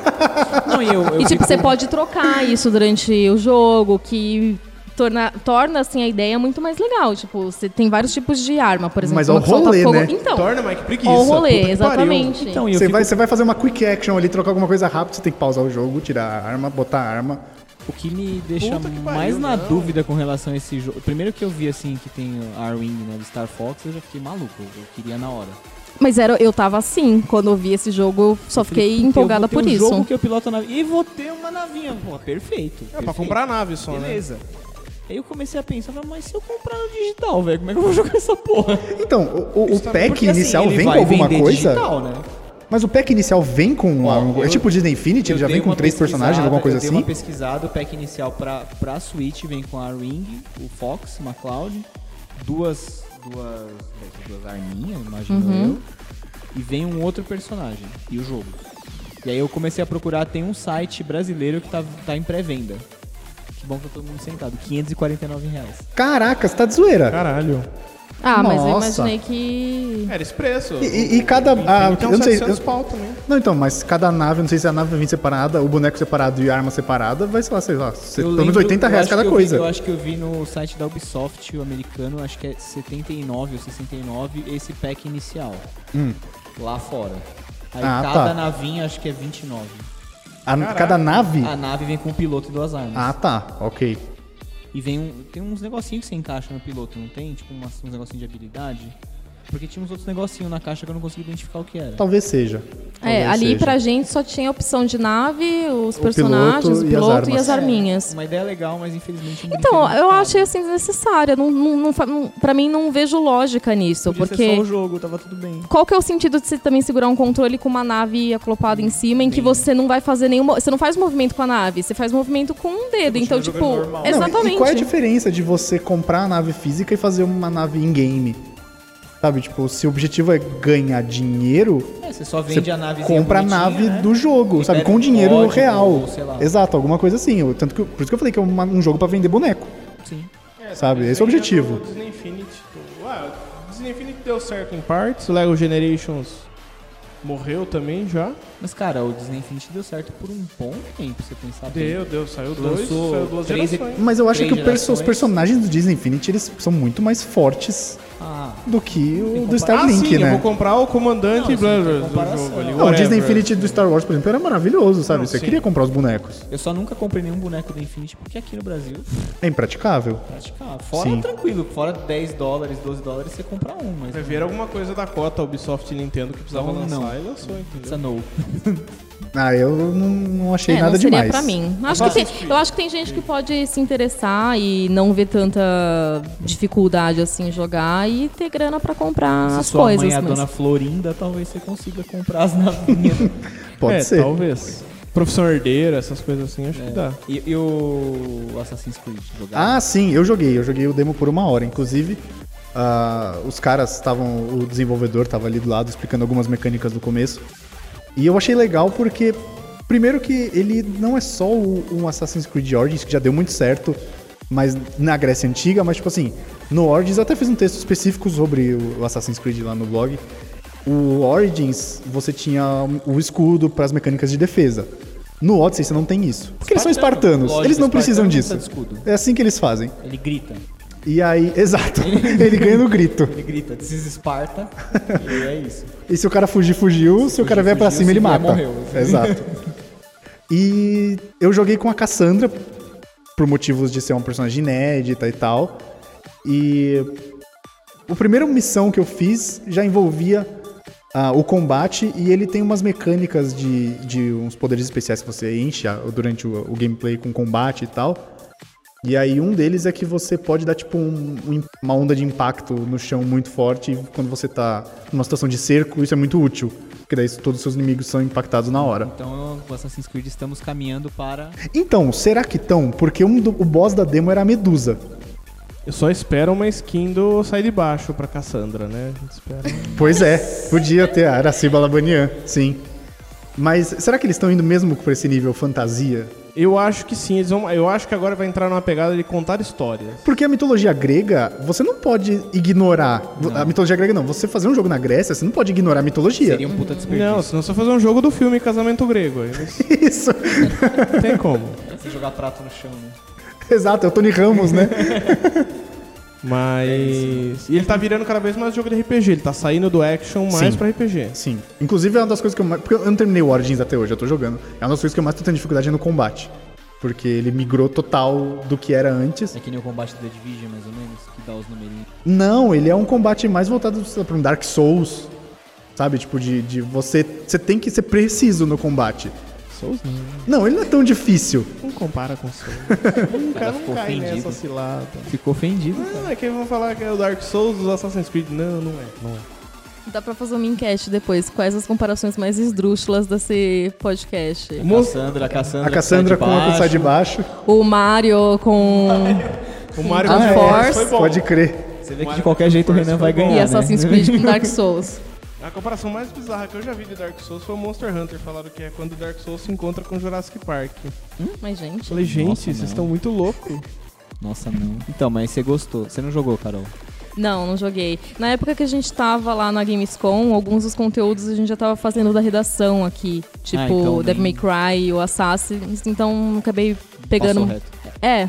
Speaker 3: Não, e eu, eu
Speaker 4: E tipo,
Speaker 3: fico-
Speaker 4: você pode trocar isso durante o jogo, que torna, torna assim, a ideia muito mais legal. Tipo, você tem vários tipos de arma, por exemplo.
Speaker 2: Mas é o
Speaker 4: uma que solta
Speaker 2: rolê,
Speaker 4: fogo.
Speaker 2: né?
Speaker 4: Então,
Speaker 1: Torna, mas que preguiça.
Speaker 4: ó o
Speaker 1: Puta que
Speaker 4: rolê,
Speaker 1: pariu.
Speaker 4: exatamente.
Speaker 3: Então, e eu
Speaker 2: Você
Speaker 3: fico-
Speaker 2: vai, você vai fazer uma quick action ali, trocar alguma coisa rápida, você tem que pausar o jogo, tirar a arma, botar a arma.
Speaker 3: O que me deixa
Speaker 1: Puta que pariu,
Speaker 3: mais na
Speaker 1: não.
Speaker 3: dúvida com relação a esse jogo. Primeiro que eu vi assim que tem o Arwing né, do Star Fox, eu já fiquei maluco. Eu queria na hora.
Speaker 4: Mas era, eu tava assim, quando eu vi esse jogo, eu só
Speaker 3: Falei,
Speaker 4: fiquei
Speaker 3: puta, eu
Speaker 4: empolgada
Speaker 3: vou ter
Speaker 4: por
Speaker 3: um
Speaker 4: isso.
Speaker 3: Jogo que eu piloto a nave. E vou ter uma navinha. Pô, perfeito.
Speaker 1: É pra
Speaker 3: perfeito.
Speaker 1: comprar a nave só, né?
Speaker 3: Beleza. Aí eu comecei a pensar, falei, mas se eu comprar no digital, velho, como é que eu vou jogar essa porra?
Speaker 2: Então, o- o, o
Speaker 1: Isso tá-
Speaker 2: *laughs* pack
Speaker 3: Porque, assim,
Speaker 2: inicial
Speaker 3: ele
Speaker 2: vem com
Speaker 3: vai
Speaker 2: alguma
Speaker 3: vender
Speaker 2: coisa?
Speaker 3: Digital, né?
Speaker 2: Mas o pack inicial vem com
Speaker 3: Ó,
Speaker 2: algo. É
Speaker 3: eu-
Speaker 2: tipo o Disney Infinity, ele
Speaker 3: Eu
Speaker 2: já
Speaker 3: dei
Speaker 2: vem com
Speaker 3: uma
Speaker 2: três personagens,
Speaker 3: pesquisada,
Speaker 2: alguma coisa
Speaker 3: Eu dei uma
Speaker 2: assim?
Speaker 3: pesquisada, o pack inicial pra, pra Switch vem com a Ring, o Fox, uma Cloud, duas, duas, duas arminhas, imagino eu, e vem um outro personagem e o jogo. E aí eu comecei a procurar, tem um site brasileiro que tá, tá em pré-venda. Que bom que tá todo mundo sentado, R$ 549 reais.
Speaker 2: Caraca, você tá de zoeira.
Speaker 1: Caralho.
Speaker 4: Ah, mas eu
Speaker 2: Nossa.
Speaker 4: imaginei que.
Speaker 1: Era esse preço.
Speaker 2: E, e- e cada. ah,
Speaker 1: então,
Speaker 2: eu não sei.
Speaker 1: 700
Speaker 2: eu-
Speaker 1: pau também.
Speaker 2: Não, então, mas cada nave, não sei se é a nave vem separada, o boneco separado e a arma separada, vai, sei lá, sei lá, se-
Speaker 3: Eu
Speaker 2: pelo menos
Speaker 3: lembro-
Speaker 2: 80
Speaker 3: eu
Speaker 2: reais
Speaker 3: acho que
Speaker 2: cada
Speaker 3: eu vi-
Speaker 2: coisa.
Speaker 3: eu acho que eu vi no site da Ubisoft, o americano, acho que é 79 ou 69, esse pack inicial. Lá fora. Aí
Speaker 2: Hum. Ah,
Speaker 3: cada
Speaker 2: tá.
Speaker 3: navinha, acho que é 29.
Speaker 2: A- cada nave?
Speaker 3: A nave vem com o piloto e duas armas.
Speaker 2: Hum. Ah, tá, ok.
Speaker 3: E vem um, tem uns negocinhos que você encaixa no piloto, não tem? Tipo umas- uns negocinhos de habilidade. Porque tinha uns outros negocinhos na caixa que eu não consegui identificar o que era.
Speaker 2: Talvez seja.
Speaker 4: É,
Speaker 2: Talvez
Speaker 4: ali
Speaker 2: seja.
Speaker 4: pra gente só tinha a opção de nave, os personagens,
Speaker 2: piloto
Speaker 4: o
Speaker 2: e as
Speaker 4: piloto e
Speaker 2: armas.
Speaker 4: as arminhas.
Speaker 3: É, Uma ideia legal, mas infelizmente... um
Speaker 4: Então,
Speaker 3: brinquedo
Speaker 4: eu
Speaker 3: não
Speaker 4: achei
Speaker 3: cabe.
Speaker 4: assim desnecessária. Não, não, não fa- não- pra mim, não vejo lógica nisso.
Speaker 3: Podia
Speaker 4: porque.
Speaker 3: ser só o jogo, tava tudo bem.
Speaker 4: Qual que é o sentido de você também segurar um controle com uma nave aclopada
Speaker 3: Hum,
Speaker 4: em cima, em que você não vai fazer nenhum. mo- Você não faz movimento com a nave, você faz movimento com o dedo. Então, tipo.
Speaker 2: Não, e-
Speaker 4: Exatamente.
Speaker 2: E qual é a diferença de você comprar a nave física e fazer uma nave in-game? Sabe, tipo, se o objetivo é ganhar dinheiro,
Speaker 3: É, você só vende
Speaker 2: Você
Speaker 3: a nave
Speaker 2: compra a nave do jogo, sabe?
Speaker 3: Libera
Speaker 2: Com
Speaker 3: né? um
Speaker 2: dinheiro
Speaker 3: código,
Speaker 2: real.
Speaker 3: ou sei lá.
Speaker 2: Exato, alguma coisa assim. Eu- tanto que, eu- por isso que eu falei que é uma- um jogo pra vender boneco,
Speaker 3: Sim.
Speaker 2: sabe? Esse é o objetivo.
Speaker 1: Do Disney Infinity. do- Ah, o Disney Infinity deu certo em partes. O Lego Generations morreu também já.
Speaker 3: Mas, cara, o Disney Infinity deu certo por um bom tempo, você pensar bem.
Speaker 1: Deu, deu. Saiu dois.
Speaker 3: Lançou
Speaker 1: Saiu duas
Speaker 3: três e-
Speaker 1: gerações.
Speaker 2: Mas eu acho
Speaker 3: Três
Speaker 2: que o perso- os
Speaker 3: gerações.
Speaker 2: personagens do Disney Infinity eles são muito mais fortes
Speaker 3: Ah,
Speaker 2: do que o do
Speaker 1: Ah,
Speaker 2: Starlink,
Speaker 1: sim, eu
Speaker 2: né?
Speaker 1: vou comprar o Comandante
Speaker 3: Não, sim, tem
Speaker 1: Blunders do
Speaker 3: comparação.
Speaker 1: jogo ali.
Speaker 2: Não, o Disney
Speaker 1: whatever.
Speaker 2: Infinity do Star Wars, por exemplo, era maravilhoso, sabe?
Speaker 1: Não,
Speaker 2: Você
Speaker 1: sim.
Speaker 2: queria comprar os bonecos.
Speaker 3: eu só nunca comprei nenhum boneco do Infinity, porque aqui no Brasil,
Speaker 2: É impraticável.
Speaker 3: praticar. Fora
Speaker 2: Sim.
Speaker 3: tranquilo, fora 10 dólares, 12 dólares, você compra um, mas.
Speaker 1: Vai ver alguma coisa da cota Ubisoft e Nintendo que precisava
Speaker 3: Não,
Speaker 1: lançar
Speaker 3: não.
Speaker 1: e lançou, entendeu?
Speaker 3: Essa no.
Speaker 2: Ah, eu não, não achei
Speaker 4: É,
Speaker 2: nada
Speaker 4: não seria
Speaker 2: demais.
Speaker 4: pra mim. Acho que tem- eu acho que tem gente que pode se interessar e não ver tanta dificuldade assim em jogar e ter grana pra comprar
Speaker 3: Se
Speaker 4: as
Speaker 3: sua
Speaker 4: coisas.
Speaker 3: mãe é a
Speaker 4: mas-
Speaker 3: dona Florinda, talvez você consiga comprar as
Speaker 1: *laughs*
Speaker 3: navinhas.
Speaker 2: Pode
Speaker 1: é,
Speaker 2: ser.
Speaker 1: talvez. Profissão herdeira, essas coisas assim, acho que dá.
Speaker 3: e, e o Assassin's Creed jogar?
Speaker 2: Ah, sim, eu joguei. Eu joguei o demo por uma hora, inclusive. ah, os caras estavam. O desenvolvedor estava ali do lado explicando algumas mecânicas do começo. E eu achei legal porque, primeiro, que ele não é só o- um Assassin's Creed Origins, que já deu muito certo, mas na Grécia Antiga, mas tipo assim, no Origins eu até fiz um texto específico sobre o Assassin's Creed lá no blog. O Origins, você tinha um, o escudo para as mecânicas de defesa. No Odyssey você não tem isso. Porque eles são
Speaker 3: Espartano,
Speaker 2: espartanos, eles não
Speaker 3: lógico,
Speaker 2: precisam
Speaker 3: espartano
Speaker 2: disso.
Speaker 3: não precisa de escudo.
Speaker 2: É assim que eles fazem.
Speaker 3: Ele grita.
Speaker 2: E aí, *laughs*
Speaker 3: *laughs*
Speaker 2: exato, ele ganha no grito.
Speaker 3: Ele grita, this is
Speaker 1: *laughs*
Speaker 3: Sparta. e é isso.
Speaker 2: E se o cara fugir, fugiu. Se, o cara
Speaker 3: fugir,
Speaker 2: vier pra cima,
Speaker 3: fugiu, se
Speaker 2: ele
Speaker 3: vier,
Speaker 2: mata.
Speaker 3: morreu. assim.
Speaker 2: Exato. E eu joguei com a Cassandra, por motivos de ser uma personagem inédita e tal. E a primeira missão que eu fiz já envolvia ah, o combate e ele tem umas mecânicas de, de uns poderes especiais que você enche ah, durante o, o gameplay com combate e tal. E aí um deles é que você pode dar tipo um- um- uma onda de impacto no chão muito forte e quando você tá numa situação de cerco, isso é muito útil. Porque daí todos os seus inimigos são impactados na hora.
Speaker 3: Então, o Assassin's Creed estamos caminhando para.
Speaker 2: Então, será que estão? Porque um do- o boss da demo era a Medusa.
Speaker 1: Eu só espero uma skin do Sai de Baixo pra Cassandra, né? Espero.
Speaker 2: Pois é, podia ter a Araciba Labanian, sim. Mas será que eles estão indo mesmo por esse nível fantasia?
Speaker 1: Eu acho que sim, eles vão. Eu acho que agora vai entrar numa pegada de contar histórias.
Speaker 2: Porque a mitologia grega, você não pode ignorar. A mitologia grega não, você fazer um jogo na Grécia, você não pode ignorar a mitologia.
Speaker 3: Seria um puta desperdício.
Speaker 1: Não, senão você vai fazer um jogo do filme Casamento Grego. aí Não
Speaker 2: *laughs* Isso.
Speaker 1: *laughs* tem como.
Speaker 3: Você jogar prato no chão, né?
Speaker 2: Exato, é o Tony Ramos,
Speaker 3: *laughs*
Speaker 2: né?
Speaker 1: É Mas. E ele tá virando cada vez mais jogo de RPG. Ele tá saindo do action mais
Speaker 2: Sim.
Speaker 1: pra RPG.
Speaker 2: Sim. Inclusive é uma das coisas que eu mais. Porque eu não terminei o Origins até hoje, eu tô jogando. É uma das coisas que eu mais tô tendo dificuldade é no combate. Porque ele migrou total do que era antes.
Speaker 3: É que nem o combate do The Division, mais ou menos, que dá os numerinhos.
Speaker 2: Não, ele é um combate mais voltado sei lá, pra um Dark Souls. Sabe? Tipo, de, de você. Você tem que ser preciso no combate.
Speaker 1: Souls não.
Speaker 2: Não, ele não é tão difícil.
Speaker 1: Não compara com Souls. nunca, não
Speaker 3: ficou
Speaker 1: cai
Speaker 3: ofendido.
Speaker 1: nessa cilada.
Speaker 3: Ficou ofendido.
Speaker 1: Não, é que vão falar que é o Dark Souls dos Assassin's Creed. Não, não é. Não é.
Speaker 4: Dá pra fazer uma enquete depois. Quais as comparações mais esdrúxulas desse podcast?
Speaker 1: Mo-
Speaker 3: Cassandra, a Cassandra.
Speaker 2: A Cassandra
Speaker 3: que
Speaker 2: com a
Speaker 3: é sai de
Speaker 2: que sai de
Speaker 3: baixo.
Speaker 2: baixo.
Speaker 4: O Mario com.
Speaker 3: Ah, é.
Speaker 1: O Mario
Speaker 4: Ah,
Speaker 1: Bros.
Speaker 4: é.
Speaker 1: Force
Speaker 4: Force.
Speaker 1: foi bom.
Speaker 2: Pode crer.
Speaker 3: Você vê que de qualquer jeito o Renan vai ganhar.
Speaker 4: e
Speaker 3: né?
Speaker 4: Assassin's Creed com Dark Souls.
Speaker 1: A comparação mais bizarra que eu já vi de Dark Souls foi o Monster Hunter. Falaram que é quando o Dark Souls se encontra com Jurassic Park. É, Eu
Speaker 4: Mas, gente.
Speaker 1: falei, gente,
Speaker 3: Nossa,
Speaker 1: vocês
Speaker 3: não.
Speaker 1: estão muito loucos.
Speaker 3: Nossa, não. Então, mas você gostou. Você não jogou, Carol.
Speaker 4: Não, não joguei. Na época que a gente tava lá na Gamescom, alguns dos conteúdos a gente já tava fazendo da redação aqui. Tipo,
Speaker 3: Ah, então
Speaker 4: Devil May
Speaker 3: nem-
Speaker 4: Cry, o Assassin's. Então, acabei
Speaker 3: Passou
Speaker 4: pegando.
Speaker 3: reto.
Speaker 4: É,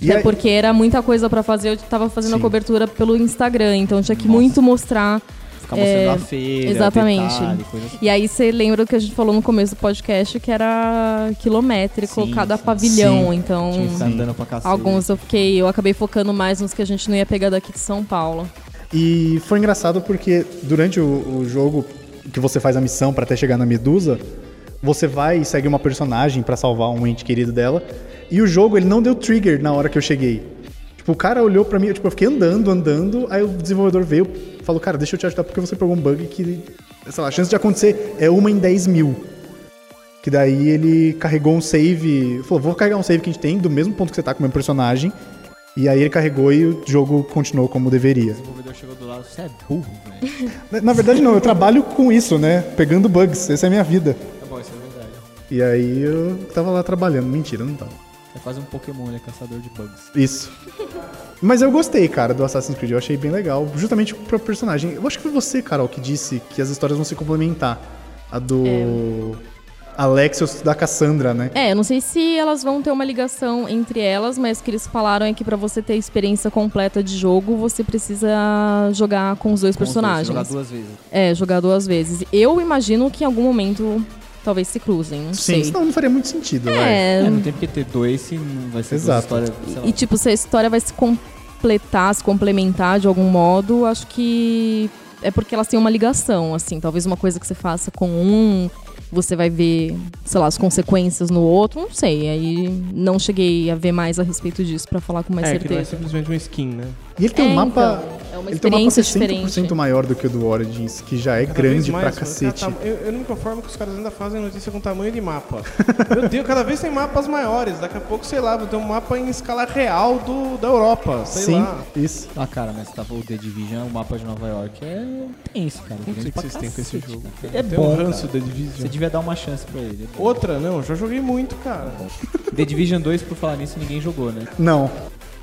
Speaker 2: E
Speaker 4: é
Speaker 2: aí-
Speaker 4: porque era muita coisa pra fazer, eu tava fazendo
Speaker 2: Sim.
Speaker 4: a cobertura pelo Instagram, então tinha que
Speaker 3: Nossa.
Speaker 4: muito mostrar.
Speaker 3: Ficar mostrando
Speaker 4: É,
Speaker 3: a feira,
Speaker 4: exatamente.
Speaker 3: detalhe, coisa assim.
Speaker 4: E aí você lembra do que a gente falou no começo do podcast, que era quilométrico
Speaker 3: Sim,
Speaker 4: cada
Speaker 3: sim.
Speaker 4: pavilhão,
Speaker 2: Sim.
Speaker 4: então
Speaker 3: Tinha que ficar andando pra cacete.
Speaker 4: alguns eu fiquei, eu acabei focando mais nos que a gente não ia pegar daqui de São Paulo.
Speaker 2: E foi engraçado porque durante o, o jogo que você faz a missão pra até chegar na Medusa, você vai e segue uma personagem pra salvar um ente querido dela. E o jogo ele não deu trigger na hora que eu cheguei. Tipo, o cara olhou pra mim, eu, tipo, eu fiquei andando, andando, aí o desenvolvedor veio, falou, cara, deixa eu te ajudar porque você pegou um bug que, sei lá, a chance de acontecer é uma em 10 mil. Que daí ele carregou um save. Falou, vou carregar um save que a gente tem, do mesmo ponto que você tá com o meu personagem. E aí ele carregou e o jogo continuou como deveria.
Speaker 3: O desenvolvedor chegou do lado, você é burro, velho.
Speaker 2: Na- Na verdade, não, eu trabalho com isso, né? Pegando bugs, essa é a minha vida.
Speaker 3: tá bom, isso é verdade.
Speaker 2: E aí eu tava lá trabalhando. Mentira, não tava.
Speaker 3: É quase um Pokémon, ele é caçador de bugs.
Speaker 2: Isso. Mas eu gostei, cara, do Assassin's Creed. Eu achei bem legal. Justamente pro personagem. Eu acho que foi você, Carol, que disse que as histórias vão se complementar. A do. Alexios da Cassandra, né?
Speaker 4: É, eu não sei se elas vão ter uma ligação entre elas, mas o que eles falaram é que pra você ter a experiência completa de jogo, você precisa jogar com os dois
Speaker 3: Com os dois,
Speaker 4: personagens.
Speaker 3: Jogar duas vezes.
Speaker 4: É, jogar duas vezes. Eu imagino que em algum momento talvez se cruzem, não
Speaker 2: Sim,
Speaker 4: sei.
Speaker 2: senão não faria muito sentido, né?
Speaker 4: É,
Speaker 3: É, não tem porque ter dois se não vai ser
Speaker 2: Exato.
Speaker 3: duas histórias, sei lá.
Speaker 4: e tipo, se a história vai se completar, se complementar de algum modo, acho que é porque elas têm uma ligação, assim. Talvez uma coisa que você faça com um, você vai ver, sei lá, as consequências no outro, não sei. Aí não cheguei a ver mais a respeito disso pra falar com mais
Speaker 1: é, que não é
Speaker 4: certeza.
Speaker 1: simplesmente uma skin, né?
Speaker 2: E ele tem um
Speaker 4: É,
Speaker 2: mapa.
Speaker 4: então, é uma
Speaker 2: ele tem um mapa
Speaker 4: experiência diferente.
Speaker 2: maior do que o do Origins, que já é
Speaker 1: Cada vez
Speaker 2: grande
Speaker 1: mais,
Speaker 2: pra
Speaker 1: os caras
Speaker 2: cacete.
Speaker 1: tá- eu, eu não me conformo que os caras ainda fazem notícia com tamanho de mapa. *laughs* Meu Deus, cada vez tem mapas maiores. Daqui a pouco, sei lá, vou ter um mapa em escala real do, da Europa. Sei
Speaker 2: Sim,
Speaker 1: lá.
Speaker 2: isso.
Speaker 3: Ah, cara, mas tava o The Division, o mapa de Nova York é tenso, cara.
Speaker 1: Não sei o que vocês têm com esse jogo.
Speaker 3: É
Speaker 1: Tem um
Speaker 3: bom,
Speaker 1: ranço The
Speaker 3: cara.
Speaker 1: Division.
Speaker 3: Você devia dar uma chance pra ele. é bom.
Speaker 1: Outra, não, já joguei muito, cara.
Speaker 3: The Division 2, por falar nisso, ninguém jogou, né?
Speaker 2: Não,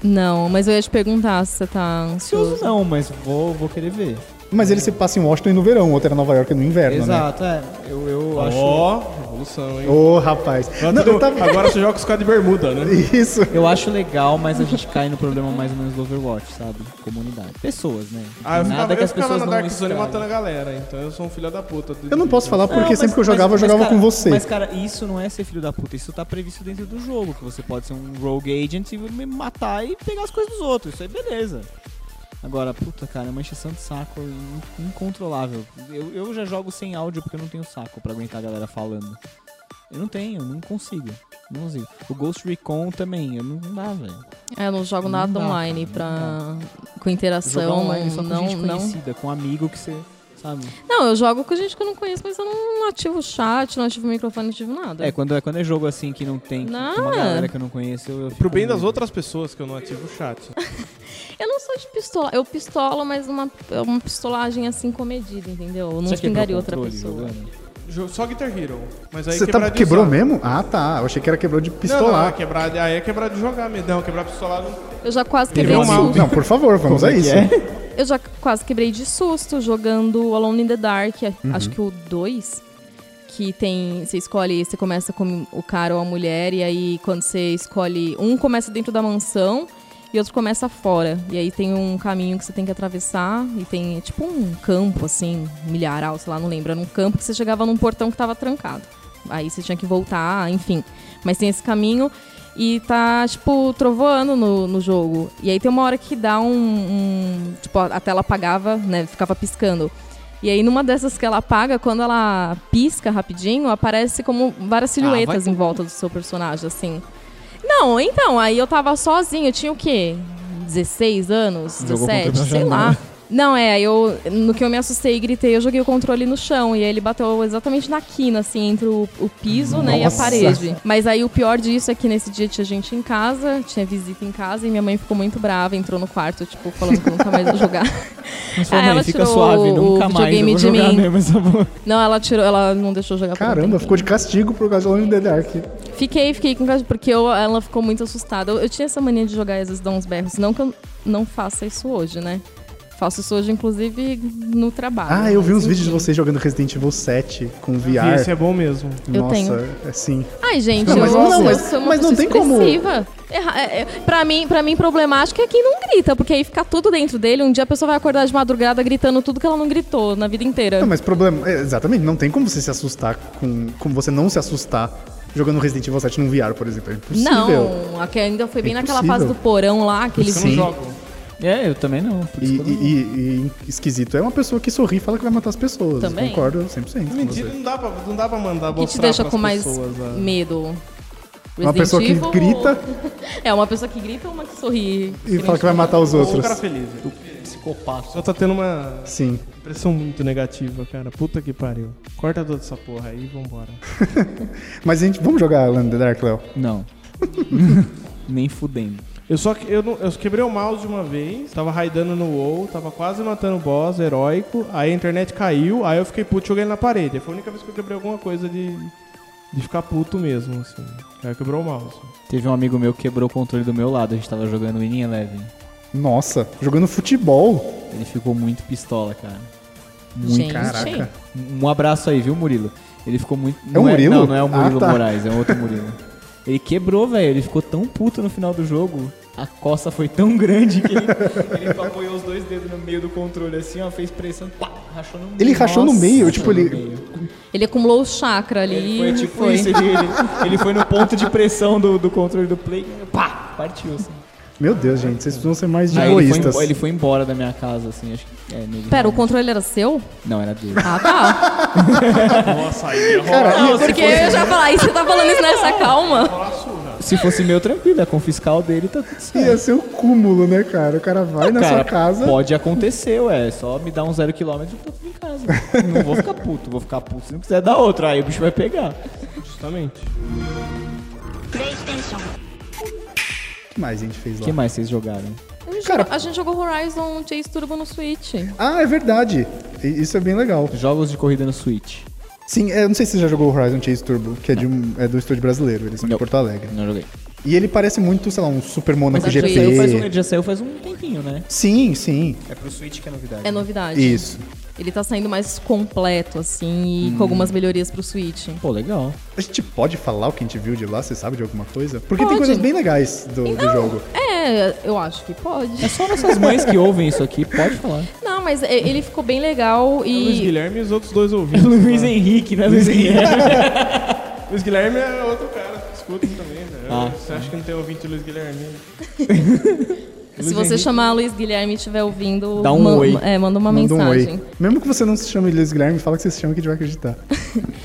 Speaker 4: Não, mas eu ia te perguntar se você tá
Speaker 3: Ansioso
Speaker 4: ansioso.
Speaker 3: não, mas vou, vou querer ver.
Speaker 2: Mas ele se passa em Washington no verão, outro era Nova York no inverno,
Speaker 3: Exato, é. Eu, eu acho...
Speaker 1: Ó, evolução, hein?
Speaker 2: né? Ô, rapaz.
Speaker 1: Agora
Speaker 2: Não,
Speaker 1: tudo-
Speaker 2: eu tava...
Speaker 1: Agora você joga com os caras de bermuda, né?
Speaker 2: *laughs* Isso.
Speaker 3: Eu acho legal, mas a gente cai no problema mais ou menos do Overwatch, sabe? Comunidade. Pessoas, né?
Speaker 1: Ah, eu
Speaker 3: Nada
Speaker 1: ficava,
Speaker 3: que
Speaker 1: eu
Speaker 3: as
Speaker 1: ficava
Speaker 3: pessoas
Speaker 1: na
Speaker 3: não
Speaker 1: Dark Zone
Speaker 3: estragam.
Speaker 1: matando a galera, então eu sou um filho da puta.
Speaker 2: Eu não posso falar porque
Speaker 3: Não, mas-
Speaker 2: sempre que eu jogava,
Speaker 3: mas-
Speaker 2: eu jogava
Speaker 3: mas, cara,
Speaker 2: com você.
Speaker 3: Mas, cara, isso não é ser filho da puta. Isso tá previsto dentro do jogo. Que você pode ser um rogue agent e me matar e pegar as coisas dos outros. Isso aí, beleza. Agora, puta, cara, é uma encheção de saco in- incontrolável. Eu, eu já jogo sem áudio porque eu não tenho saco pra aguentar a galera falando. Eu não tenho, eu não consigo. Bonzinho. O Ghost Recon também, eu não, não dá, velho.
Speaker 4: É, eu não jogo
Speaker 3: Não
Speaker 4: nada
Speaker 3: dá,
Speaker 4: online
Speaker 3: cara,
Speaker 4: pra... com
Speaker 3: Jogar
Speaker 4: interação.
Speaker 3: online só com
Speaker 4: não,
Speaker 3: gente
Speaker 4: não.
Speaker 3: conhecida, com amigo que você, sabe?
Speaker 4: Não, eu jogo com gente que eu não conheço, mas eu não ativo o chat, não ativo o microfone, não ativo nada.
Speaker 3: É, quando é, quando é jogo assim que não tem, que,
Speaker 4: Não,
Speaker 3: que uma
Speaker 4: é.
Speaker 3: galera que eu não conheço, eu, eu fico
Speaker 1: Pro bem
Speaker 3: meio-
Speaker 1: das outras pessoas que eu não ativo o chat.
Speaker 4: Eu não sou de pistola. Eu pistolo, mas uma, é uma pistolagem assim comedida, entendeu? Eu não
Speaker 3: Você quebrou
Speaker 4: espingaria
Speaker 3: o é
Speaker 4: outra
Speaker 3: controle
Speaker 4: pessoa.
Speaker 3: jogando?
Speaker 1: Jo- Só Guitar Hero. Mas aí
Speaker 2: Você
Speaker 1: quebrar
Speaker 2: tá,
Speaker 1: de
Speaker 2: quebrou
Speaker 1: usar.
Speaker 2: mesmo? Ah, tá. Eu achei que era quebrou de
Speaker 1: Não, não, é
Speaker 2: pistolar.
Speaker 1: quebrar, aí é quebrar de jogar mesmo. Não, quebrar pistolado.
Speaker 4: Eu já quase
Speaker 1: Quebrou um
Speaker 4: quebrei de
Speaker 2: Não,
Speaker 1: mouse.
Speaker 4: susto.
Speaker 2: não, por favor, vamos a
Speaker 3: Como é que
Speaker 2: isso.
Speaker 3: é?
Speaker 4: Eu já quase quebrei de susto jogando Alone in the Dark, a- acho que o 2. Que tem. Você escolhe, você começa com o cara ou a mulher, e aí quando você escolhe. Um começa dentro da mansão e outro começa fora. E aí tem um caminho que você tem que atravessar, e tem é tipo um campo, assim, milharal, sei lá, não lembro. Era um campo que você chegava num portão que tava trancado. Aí você tinha que voltar, enfim. Mas tem esse caminho e tá, tipo, trovoando no, no jogo. E aí tem uma hora que dá um. um- tipo, a a tela apagava, né? Ficava piscando. E aí, numa dessas que ela apaga, quando ela pisca rapidinho, aparece como várias silhuetas em volta do seu personagem, assim. Não, então, aí eu tava sozinha, eu tinha o quê? 16 anos?
Speaker 3: Jogou o controle
Speaker 4: 17?
Speaker 3: na
Speaker 4: Sei
Speaker 3: janela.
Speaker 4: lá. Não, é, eu, no que eu me assustei e gritei, eu joguei o controle no chão. E aí ele bateu exatamente na quina, assim, entre o, o piso né, e a
Speaker 2: Nossa.
Speaker 4: parede. Mas aí o pior disso é que nesse dia tinha gente em casa, tinha visita em casa, e minha mãe ficou muito brava, entrou no quarto, tipo, falando que eu nunca mais ia jogar. *laughs*
Speaker 3: Mas falou,
Speaker 4: Ah,
Speaker 3: mãe,
Speaker 4: ela
Speaker 3: fica
Speaker 4: tirou
Speaker 3: suave,
Speaker 4: o
Speaker 3: nunca mais. Eu
Speaker 4: videogame
Speaker 3: vou
Speaker 4: de
Speaker 3: jogar
Speaker 4: mim.
Speaker 3: mesmo essa porra.
Speaker 4: Não, ela tirou, ela não deixou eu jogar por um
Speaker 2: Caramba,
Speaker 4: tempinho.
Speaker 2: ficou de castigo por causa de Alone in the Dark.
Speaker 4: Fiquei, fiquei com caixa, porque eu- ela ficou muito assustada. Eu, eu tinha essa mania de jogar e às vezes dar uns berros. Não que eu não faça isso hoje, né? Faço isso hoje, inclusive, no trabalho.
Speaker 2: Ah, eu vi
Speaker 4: Mas,
Speaker 2: uns vídeos de
Speaker 4: enfim.
Speaker 2: vocês jogando Resident Evil 7 com
Speaker 1: E esse
Speaker 2: VR.
Speaker 1: é bom mesmo.
Speaker 4: Eu
Speaker 2: Nossa,
Speaker 4: tenho.
Speaker 2: é sim.
Speaker 4: Ai, gente,
Speaker 2: Não,
Speaker 4: eu,
Speaker 2: mas não,
Speaker 4: eu
Speaker 2: mas-
Speaker 4: sou uma
Speaker 2: mas não
Speaker 4: pessoa
Speaker 2: tem como-
Speaker 4: expressiva. Erra- é- é- pra, mim, pra mim, problemático é quem não grita, porque aí fica tudo dentro dele. Um dia a pessoa vai acordar de madrugada gritando tudo que ela não gritou na vida inteira.
Speaker 2: Não, mas problema. é, Exatamente, não tem como você se assustar com. Como você não se assustar jogando Resident Evil 7 num VR, por exemplo. É impossível.
Speaker 4: Não, aqui ainda foi
Speaker 2: É
Speaker 4: bem naquela
Speaker 2: impossível.
Speaker 4: fase do porão lá, aquele
Speaker 1: Você não
Speaker 2: Sim.
Speaker 1: joga.
Speaker 3: *laughs* É, eu também não. por isso
Speaker 2: E,
Speaker 3: que eu não-
Speaker 2: e- e- e esquisito é uma pessoa que sorri e fala que vai matar as pessoas.
Speaker 4: Também.
Speaker 2: Concordo 100% com
Speaker 1: Mentira,
Speaker 2: você.
Speaker 1: não dá pra, não dá pra mandar
Speaker 4: que
Speaker 1: mostrar
Speaker 4: te deixa
Speaker 1: pras
Speaker 4: com mais
Speaker 1: pessoas, ah.
Speaker 4: medo.
Speaker 2: É Uma
Speaker 4: Resident
Speaker 2: pessoa que
Speaker 4: Evil
Speaker 2: grita
Speaker 4: ou- É, uma pessoa que grita ou uma que sorri.
Speaker 2: e fala que vai matar os
Speaker 1: Ou o
Speaker 2: outros.
Speaker 1: cara feliz. né?
Speaker 3: Psicopata.
Speaker 1: Só tá tendo uma
Speaker 2: Sim.
Speaker 1: impressão muito negativa, cara. Puta que pariu. Corta toda essa porra aí e vambora.
Speaker 2: Mas a gente. Vamos jogar Alan in the Dark, Léo?
Speaker 3: Não. *laughs* Nem fudendo.
Speaker 1: Eu só que- eu, não- eu quebrei o mouse de uma vez, tava raidando no WoW, tava quase matando o boss, heróico, aí a internet caiu, aí eu fiquei puto e joguei na parede. Foi a única vez que eu quebrei alguma coisa de, de ficar puto mesmo, assim. Aí quebrou o mouse.
Speaker 3: Teve um amigo meu que quebrou o controle do meu lado, a gente tava jogando Winning Eleven.
Speaker 2: Nossa, jogando futebol.
Speaker 3: Ele ficou muito pistola, cara.
Speaker 4: Gente,
Speaker 2: Caraca.
Speaker 3: Um um abraço aí, viu, Murilo? Ele ficou muito. não
Speaker 2: o Murilo?
Speaker 3: Não, não é o Murilo
Speaker 2: Ah, tá.
Speaker 3: Moraes, é um outro Murilo. Ele quebrou, velho. Ele ficou tão puto no final do jogo. A costa foi tão grande que ele, ele apoiou os dois dedos no meio do controle, assim, ó, fez pressão, pá, rachou no meio.
Speaker 2: Ele rachou no
Speaker 3: Nossa,
Speaker 2: meio,
Speaker 3: rachou
Speaker 2: tipo,
Speaker 3: no
Speaker 2: ele-
Speaker 3: meio.
Speaker 4: Ele acumulou o chakra ali.
Speaker 3: Ele foi tipo
Speaker 4: foi.
Speaker 3: isso, ele, ele- ele foi no ponto de pressão do, do controle do play, pá, partiu, assim.
Speaker 2: Meu Deus, gente, vocês precisam ser mais
Speaker 3: Aí Ah, ele, foi,
Speaker 2: egoístas.
Speaker 3: embo- ele foi embora da minha casa, assim, acho que. É, nele.
Speaker 4: Pera, o controle era seu?
Speaker 3: Não, era dele.
Speaker 4: Ah, tá.
Speaker 2: Cara,
Speaker 4: Não, porque eu já ia falar, e você tá falando isso nessa calma?
Speaker 3: Se fosse meu, tranquilo, é confiscar o dele, tá tudo certo.
Speaker 2: ia ser o cúmulo, né, cara? O cara vai na sua
Speaker 3: Cara,
Speaker 2: casa.
Speaker 3: Pode acontecer, ué. Só me dá um zero quilômetro e eu tô em casa. não vou ficar puto, vou ficar puto. Se não quiser dar outro, aí o bicho vai pegar.
Speaker 1: Justamente.
Speaker 2: O que mais a gente fez
Speaker 3: O
Speaker 2: lá?
Speaker 3: que mais vocês jogaram?
Speaker 4: A gente,
Speaker 2: Cara-
Speaker 4: jogou, a gente jogou Horizon Chase Turbo no Switch.
Speaker 2: Ah, é verdade. E- Isso é bem legal.
Speaker 3: Jogos de corrida no Switch.
Speaker 2: Sim, é, eu não sei se você já jogou Horizon Chase Turbo, que é, de um- é do estúdio brasileiro, eles são de
Speaker 3: Não.
Speaker 2: Porto Alegre.
Speaker 3: Não joguei.
Speaker 2: E ele parece muito, sei lá, um Super Monaco
Speaker 4: Mas é
Speaker 2: GP.
Speaker 4: que
Speaker 3: Saiu faz um, ele já saiu faz um tempinho, né?
Speaker 2: Sim, sim.
Speaker 3: É pro Switch que é novidade.
Speaker 4: É novidade.
Speaker 2: Isso.
Speaker 4: Ele tá saindo mais completo, assim, e com algumas melhorias pro Switch.
Speaker 3: Pô, legal.
Speaker 2: A gente pode falar o que a gente viu de lá? Você sabe de alguma coisa? Porque tem
Speaker 4: Pode. Então,
Speaker 2: coisas bem legais do, do jogo.
Speaker 4: É, eu acho que pode.
Speaker 3: É só nossas mães que ouvem isso aqui, pode falar.
Speaker 4: Não, mas é- ele ficou bem legal
Speaker 1: É Luiz
Speaker 4: e.
Speaker 1: Guilherme e os outros dois
Speaker 3: É
Speaker 1: ouvintes.
Speaker 3: Luiz Henrique, né? Luiz Henrique.
Speaker 1: Luiz Guilherme é outro cara, escuta também, velho.
Speaker 3: Ah.
Speaker 1: Você acha que não tem ouvinte do Luiz Guilherme?
Speaker 4: Se você chamar Luiz Guilherme e estiver ouvindo,
Speaker 3: Dá um
Speaker 4: man-
Speaker 3: oi.
Speaker 4: é, manda uma
Speaker 2: Manda um
Speaker 4: mensagem.
Speaker 2: oi. Mesmo que você não se chame Luiz Guilherme, fala que você se chama que a gente vai acreditar.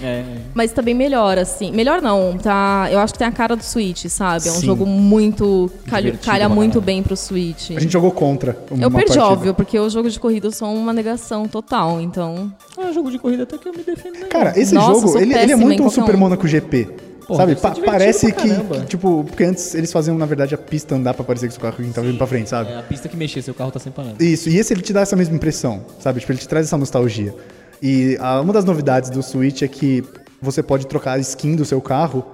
Speaker 3: é,
Speaker 4: Mas tá bem melhor, assim. Melhor não, tá? Eu acho que tem a cara do Switch, sabe? É um
Speaker 2: Sim.
Speaker 4: jogo muito. Calha,
Speaker 3: Divertido,
Speaker 4: calha
Speaker 3: pra
Speaker 4: muito
Speaker 3: caralho.
Speaker 4: bem pro Switch.
Speaker 2: A gente jogou contra. uma
Speaker 4: Eu perdi,
Speaker 2: partida.
Speaker 4: óbvio, porque o jogo de corrida eu sou uma negação total, então.
Speaker 3: Ah, jogo de corrida até que eu me defendo bem.
Speaker 2: Cara, esse
Speaker 4: Nossa, eu
Speaker 2: jogo,
Speaker 4: sou
Speaker 2: ele, ele é
Speaker 4: péssima
Speaker 2: muito
Speaker 4: em
Speaker 2: um
Speaker 4: qualquer
Speaker 2: Super
Speaker 4: um.
Speaker 2: Monaco GP.
Speaker 3: Pô,
Speaker 2: sabe?
Speaker 3: deve ser
Speaker 2: Pa-
Speaker 3: é divertido
Speaker 2: parece
Speaker 3: pra
Speaker 2: que,
Speaker 3: caramba.
Speaker 2: que, tipo, porque antes eles faziam, na verdade, a pista andar pra parecer que o carro tava vindo pra frente, sabe?
Speaker 3: É a pista que mexer, seu carro tá sem parada.
Speaker 2: Isso, e esse ele te dá essa mesma impressão, sabe? Tipo, ele te traz essa nostalgia. E ah, uma das novidades do Switch é que você pode trocar a skin do seu carro.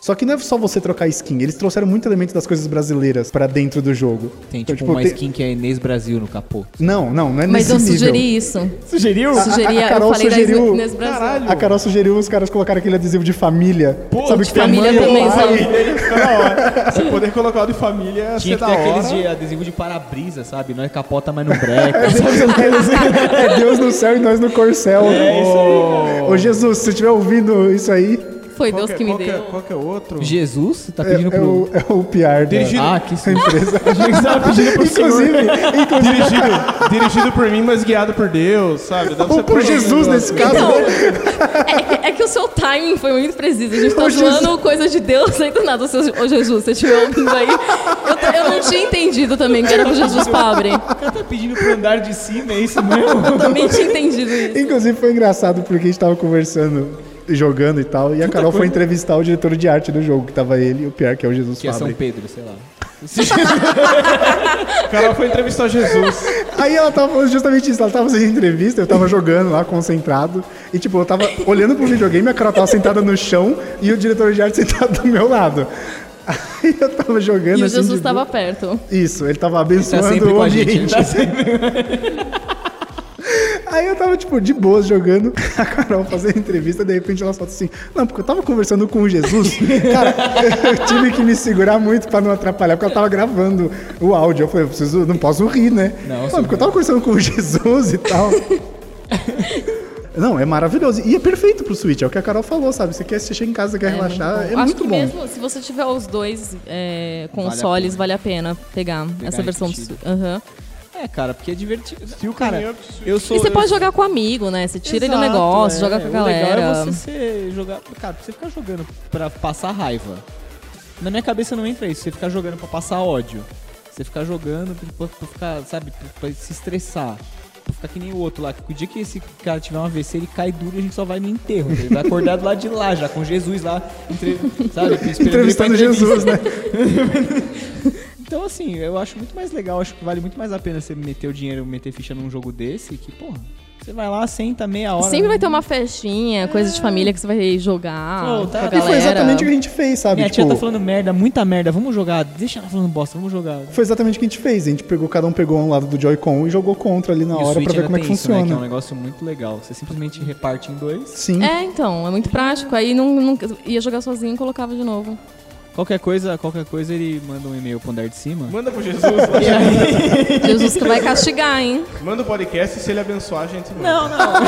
Speaker 2: Só que não é só você trocar a skin, eles trouxeram muito elemento das coisas brasileiras pra dentro do jogo.
Speaker 3: Tem
Speaker 2: Então,
Speaker 3: tipo, uma
Speaker 2: tem-
Speaker 3: skin que é Inês Brasil no capô.
Speaker 2: Não, não, não é
Speaker 4: Mas
Speaker 2: nesse
Speaker 4: eu
Speaker 2: nível.
Speaker 4: sugeri isso.
Speaker 1: Sugeriu?
Speaker 4: Eu sugeri,
Speaker 2: a Carol
Speaker 4: eu falei
Speaker 2: sugeriu-
Speaker 4: da Inês Brasil.
Speaker 1: Caralho.
Speaker 2: A Carol sugeriu os caras colocarem aquele adesivo de família. sabe
Speaker 4: de
Speaker 2: que tem a
Speaker 4: família
Speaker 2: mãe, o
Speaker 4: também,
Speaker 2: pai.
Speaker 4: sabe?
Speaker 1: Se poder colocar o de família, ia
Speaker 3: Tinha
Speaker 1: ser
Speaker 3: que
Speaker 1: da
Speaker 3: ter
Speaker 1: hora.
Speaker 3: aqueles de adesivo de para-brisa, sabe? Não é capota, mas não breca.
Speaker 2: é Deus no céu e nós no corcel.
Speaker 3: É
Speaker 2: Ô Jesus, se você estiver ouvindo isso aí,
Speaker 4: Foi
Speaker 1: Qual
Speaker 4: Deus que me
Speaker 1: qual *laughs*
Speaker 4: deu.
Speaker 1: Qual que é outro?
Speaker 3: Jesus, tá
Speaker 2: é,
Speaker 3: pedindo
Speaker 2: é
Speaker 3: pro...
Speaker 2: o, é o PR
Speaker 1: Dirigido-
Speaker 2: da
Speaker 3: Ah, que isso. *laughs*
Speaker 2: empresa.
Speaker 1: Dirigido pro senhor.
Speaker 2: inclusive, é inclusive
Speaker 1: Dirigido, dirigido por mim, mas guiado por Deus, sabe? Dá pra
Speaker 2: ou
Speaker 1: você
Speaker 2: por
Speaker 1: pôr um
Speaker 2: Jesus
Speaker 1: negócio.
Speaker 2: nesse caso.
Speaker 4: Então,
Speaker 2: né?
Speaker 4: é, que- é que o seu timing foi muito preciso. A gente tá
Speaker 2: Ô, Jesus.
Speaker 4: zoando coisa de Deus *laughs* aí do nada. Ô, seu- Ô Jesus, você estiver ouvindo aí. Eu, t- eu não tinha entendido também que era pro Jesus pobre.
Speaker 3: O cara tá pedindo pro andar de cima, é isso mesmo?
Speaker 4: Eu também tinha entendido isso.
Speaker 2: Inclusive foi engraçado porque a gente tava conversando, jogando e tal, e a Carol foi entrevistar o diretor de arte do jogo, que tava ele e o PR, que é o Jesus
Speaker 3: Que é São
Speaker 4: um
Speaker 2: Fabre.
Speaker 3: Pedro, sei lá.
Speaker 1: O cara foi entrevistar Jesus.
Speaker 2: Aí ela tava falando justamente isso, ela tava fazendo entrevista, eu tava jogando lá, concentrado, e tipo, eu tava olhando pro videogame, a Carol tava sentada no chão e o diretor de arte *laughs* sentado do meu lado. Aí *laughs* eu tava jogando
Speaker 4: E o
Speaker 2: assim,
Speaker 4: Jesus
Speaker 2: de-
Speaker 4: tava perto.
Speaker 2: Isso, ele tava
Speaker 3: Tá
Speaker 2: abençoando
Speaker 3: sempre
Speaker 2: o
Speaker 3: com a gente.
Speaker 2: ambiente.
Speaker 3: Ele tá sempre...
Speaker 2: *laughs* Aí eu tava, tipo, de boas jogando, *laughs* a Carol fazendo entrevista, de repente ela solta assim, não, porque eu tava conversando com o Jesus, cara, eu tive que me segurar muito pra não atrapalhar, porque ela tava gravando o áudio, eu falei, eu preciso, não posso rir, né?
Speaker 3: Não,
Speaker 2: Não,
Speaker 3: sim.
Speaker 2: porque eu tava conversando com o Jesus e tal. Não, é maravilhoso. E é perfeito pro Switch, é o que a Carol falou, sabe? Você quer assistir em casa, quer relaxar, é
Speaker 4: Acho
Speaker 2: muito
Speaker 4: que
Speaker 2: bom.
Speaker 4: mesmo se você tiver os dois é, consoles, vale a pena, pegar, essa
Speaker 3: e
Speaker 4: versão.
Speaker 3: assistir.
Speaker 4: do- Aham.
Speaker 3: É, cara, porque é divertido. cara, eu sou...
Speaker 4: E você
Speaker 3: eu-
Speaker 4: pode jogar com amigo, né? Você tira ele do
Speaker 3: Exato,
Speaker 4: negócio,
Speaker 3: é.
Speaker 4: joga com a
Speaker 3: O legal é
Speaker 4: galera.
Speaker 3: você ser- jogar... Cara, pra você ficar jogando pra passar raiva. Na minha cabeça não entra isso. Você ficar jogando pra passar ódio. Você ficar jogando pra, pra ficar, sabe, pra, pra se estressar. Pra ficar que nem o outro lá. Que o dia que esse cara tiver um AVC, ele cai duro e a gente só vai no enterro. Ele vai acordar do lado de lá já, com Jesus lá. Entre,
Speaker 2: *laughs*
Speaker 3: sabe, esperando ele pra
Speaker 2: Entrevistando
Speaker 3: entrevista.
Speaker 2: Jesus, né?
Speaker 3: Então, assim, eu acho muito mais legal, acho que vale muito mais a pena você meter o dinheiro, meter ficha num jogo desse, que, porra, você vai lá, senta meia hora.
Speaker 4: Sempre vai ter uma festinha, coisa de família que você vai jogar
Speaker 3: né? Pô,
Speaker 4: com
Speaker 3: tá-
Speaker 4: a
Speaker 3: e foi
Speaker 2: E
Speaker 4: galera.
Speaker 2: foi exatamente o que a gente fez, sabe?
Speaker 3: Minha tia
Speaker 2: Tipo,
Speaker 3: tá falando merda, muita merda, vamos jogar, deixa ela falando bosta, vamos jogar.
Speaker 2: Foi exatamente o que a gente fez. A gente pegou, cada um pegou um lado do Joy-Con e jogou contra ali na
Speaker 3: E o
Speaker 2: hora
Speaker 3: Switch
Speaker 2: pra ver
Speaker 3: ainda
Speaker 2: como é que
Speaker 3: tem isso, né,
Speaker 2: funciona.
Speaker 3: que é um negócio muito legal, você simplesmente reparte em dois.
Speaker 2: Sim.
Speaker 4: É, então, é muito prático. Aí não, não- ia jogar sozinho e colocava de novo.
Speaker 3: Qualquer coisa, qualquer coisa ele manda um e-mail pro andar de cima.
Speaker 1: Manda pro
Speaker 2: *laughs*
Speaker 1: Jesus, lá.
Speaker 4: Jesus que vai castigar, hein?
Speaker 1: manda o podcast e se ele abençoar, a gente manda.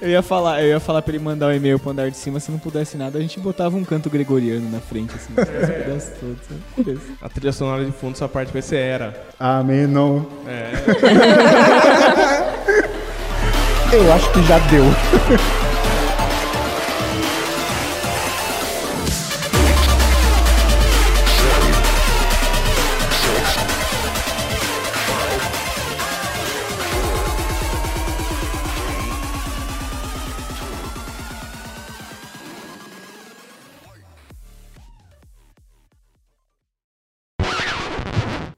Speaker 3: Eu ia falar, eu ia falar pra ele mandar um e-mail pro andar de cima, se não pudesse nada, a gente botava um canto gregoriano na frente, assim, se pudesse tudo, sabe?
Speaker 1: A trilha sonora de fundo, essa parte vai ser era.
Speaker 2: Amém, não. É. Eu acho que já deu.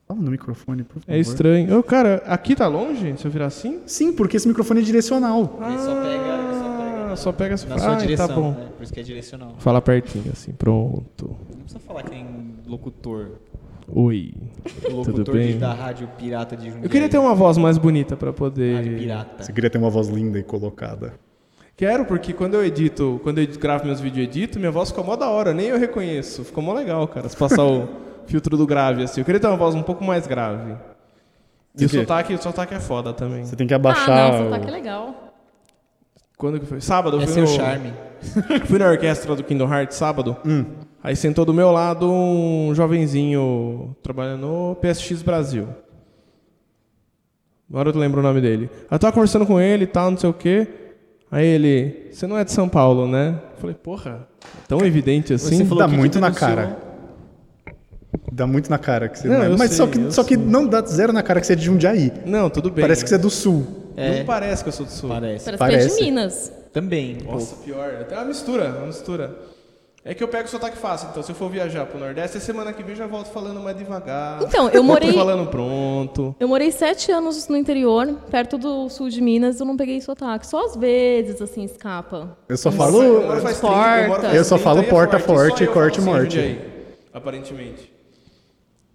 Speaker 2: Fala no microfone, por favor.
Speaker 1: É estranho. Ô, cara, aqui tá longe? Se eu virar assim?
Speaker 2: Sim, porque esse microfone é direcional.
Speaker 3: *laughs* Ele só pega, ele só pega
Speaker 1: Ah, só pega essa
Speaker 3: na sua
Speaker 1: Ai,
Speaker 3: direção,
Speaker 1: tá bom.
Speaker 3: né? Por isso que é direcional.
Speaker 1: Fala pertinho, assim, pronto.
Speaker 3: Não precisa falar que tem *laughs* locutor.
Speaker 1: Oi. Tudo
Speaker 3: Locutor de,
Speaker 1: bem?
Speaker 3: da rádio pirata de Jundiaí.
Speaker 1: Eu queria ter uma voz mais bonita pra
Speaker 3: Rádio
Speaker 1: poder.
Speaker 3: pirata.
Speaker 2: Você queria ter uma voz linda e colocada.
Speaker 1: Quero, porque quando eu edito, quando eu edito- gravo meus vídeos e edito, minha voz ficou mó da hora, nem eu reconheço. Ficou mó legal, cara, se passar
Speaker 3: *laughs*
Speaker 1: o filtro do grave, assim. Eu queria ter uma voz um pouco mais grave. E o
Speaker 2: quê?
Speaker 1: sotaque, o sotaque é foda também.
Speaker 2: Você tem que
Speaker 4: ah,
Speaker 2: abaixar.
Speaker 4: não,
Speaker 2: o-
Speaker 4: sotaque é legal.
Speaker 1: Quando que foi? Sábado, eu
Speaker 3: É
Speaker 1: fui
Speaker 3: seu
Speaker 1: no-
Speaker 3: charme.
Speaker 1: Fui na orquestra do Kingdom Hearts sábado.
Speaker 2: Hum.
Speaker 1: Aí sentou do meu lado um jovenzinho trabalhando no PSX Brasil. Agora eu lembro o nome dele. Aí eu tava conversando com ele e tal, não sei o quê. Aí ele, você não é de São Paulo, né? Eu falei, porra, é tão evidente assim.
Speaker 2: Sim, dá
Speaker 3: que
Speaker 2: muito na
Speaker 3: denunciou.
Speaker 2: cara. é né? Dá muito na cara que você
Speaker 1: Não,
Speaker 2: não é.
Speaker 1: eu
Speaker 2: Mas só,
Speaker 1: sei,
Speaker 2: que,
Speaker 1: eu
Speaker 2: só que não dá zero na cara que você é de Jundiaí.
Speaker 1: Não, tudo bem.
Speaker 2: Parece que você é do sul.
Speaker 1: Não
Speaker 3: É,
Speaker 1: parece que eu sou do sul.
Speaker 3: parece.
Speaker 4: Parece, que é de
Speaker 2: Parece.
Speaker 4: Minas.
Speaker 3: Também. um
Speaker 1: Nossa, pior. É uma mistura, é uma mistura. É que eu pego o sotaque fácil, então se eu for viajar pro Nordeste, a semana que vem eu já volto falando mais devagar.
Speaker 4: Então,
Speaker 1: *laughs*
Speaker 4: eu morei-
Speaker 1: Volto falando pronto.
Speaker 4: Eu morei sete anos no interior, perto do sul de Minas, eu não peguei sotaque. Só às vezes, assim, escapa.
Speaker 2: Eu só
Speaker 1: Eu
Speaker 2: falo.
Speaker 1: moro faz
Speaker 4: Porta.
Speaker 1: 30, eu moro faz
Speaker 2: Eu só
Speaker 1: 30,
Speaker 2: falo
Speaker 1: e é
Speaker 2: porta forte,
Speaker 1: Só eu
Speaker 2: corte,
Speaker 1: falo assim,
Speaker 2: morte.
Speaker 1: Jundiaí, aparentemente.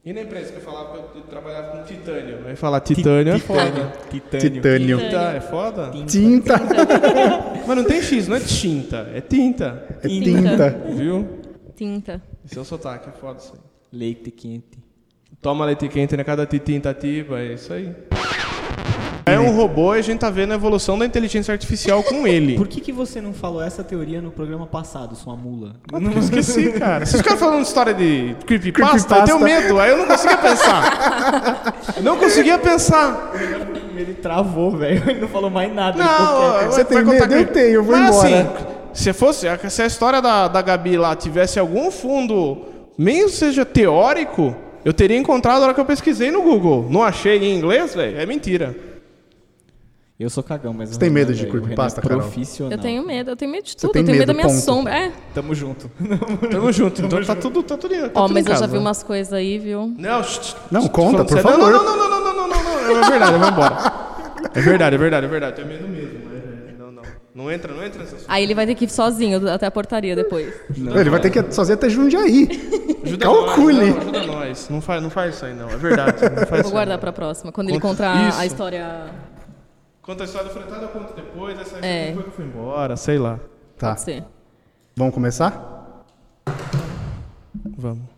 Speaker 1: E na empresa que eu falava que eu trabalhava com titânio. Aí falar titânio é foda.
Speaker 3: Titânio.
Speaker 2: Titânio.
Speaker 1: Tinta é foda?
Speaker 2: Tinta.
Speaker 1: Mas não tem X, não é tinta, é tinta.
Speaker 2: É
Speaker 4: Tinta.
Speaker 2: tinta.
Speaker 1: Viu?
Speaker 4: Tinta.
Speaker 1: Esse é o sotaque, é foda isso aí.
Speaker 3: Leite quente.
Speaker 1: Toma leite quente na cada titinta tiba, é isso aí. É um robô e a gente tá vendo a evolução da inteligência artificial com ele.
Speaker 3: Por que, que você não falou essa teoria no programa passado, sua mula?
Speaker 1: Não *laughs* esqueci, cara. Vocês ficaram falando história de creepypasta,
Speaker 2: Creepypasta.
Speaker 1: eu tenho medo, aí eu não conseguia pensar.
Speaker 2: *laughs*
Speaker 1: Eu não conseguia pensar.
Speaker 3: Ele travou, velho. *laughs* Ele não falou mais nada.
Speaker 1: Não,
Speaker 2: Você
Speaker 1: vai
Speaker 2: tem
Speaker 1: contar
Speaker 2: medo? Eu
Speaker 1: creep-
Speaker 2: tenho, eu vou
Speaker 1: Mas,
Speaker 2: embora.
Speaker 1: Assim, se fosse, se a história da, da Gabi lá tivesse algum fundo, mesmo seja teórico, eu teria encontrado na hora que eu pesquisei no Google. Não achei em inglês, velho? É mentira.
Speaker 3: Eu sou cagão, mas. Você
Speaker 2: tem medo de creepypasta, Carol?
Speaker 3: profissional.
Speaker 4: Eu tenho medo, eu tenho medo de tudo.
Speaker 2: tem
Speaker 4: eu tenho
Speaker 2: medo,
Speaker 4: medo, da minha
Speaker 2: ponto. Tá
Speaker 4: sombra. É.
Speaker 3: Tamo junto.
Speaker 1: Tamo junto. Então tá tudo, tá tudo, tá
Speaker 4: Ó,
Speaker 1: tudo
Speaker 4: mas
Speaker 1: em
Speaker 4: eu já
Speaker 1: casa.
Speaker 4: vi umas coisas aí, viu?
Speaker 1: Não, shh, shh,
Speaker 2: Não,
Speaker 1: shh,
Speaker 2: conta,
Speaker 1: falando
Speaker 2: por
Speaker 1: sério.
Speaker 2: favor.
Speaker 1: Não, não, não, não, não, não, não, não, não. É verdade, vamos embora. É verdade, é verdade, é verdade. Tenho medo mesmo. é, é, Não, não. Não entra, não entra nessa sua.
Speaker 4: Aí ele vai ter que ir sozinho até a portaria depois.
Speaker 2: Ele vai ter que ir sozinho até Jundiaí.
Speaker 1: Ajuda
Speaker 2: Calcule.
Speaker 1: Nós, não, ajuda nós. Não faz, não faz isso aí, não. É verdade. Não faz
Speaker 4: Vou
Speaker 1: isso
Speaker 4: guardar
Speaker 1: aí,
Speaker 4: pra próxima. Quando ele
Speaker 1: Conta-
Speaker 4: contar
Speaker 1: Isso.
Speaker 4: a história.
Speaker 1: não. Conta a história do fretado, eu conto depois. Essa
Speaker 4: É.
Speaker 1: é. depois que eu fui embora, sei lá.
Speaker 2: Tá.
Speaker 4: Pode ser.
Speaker 2: Vamos começar?
Speaker 1: Vamos.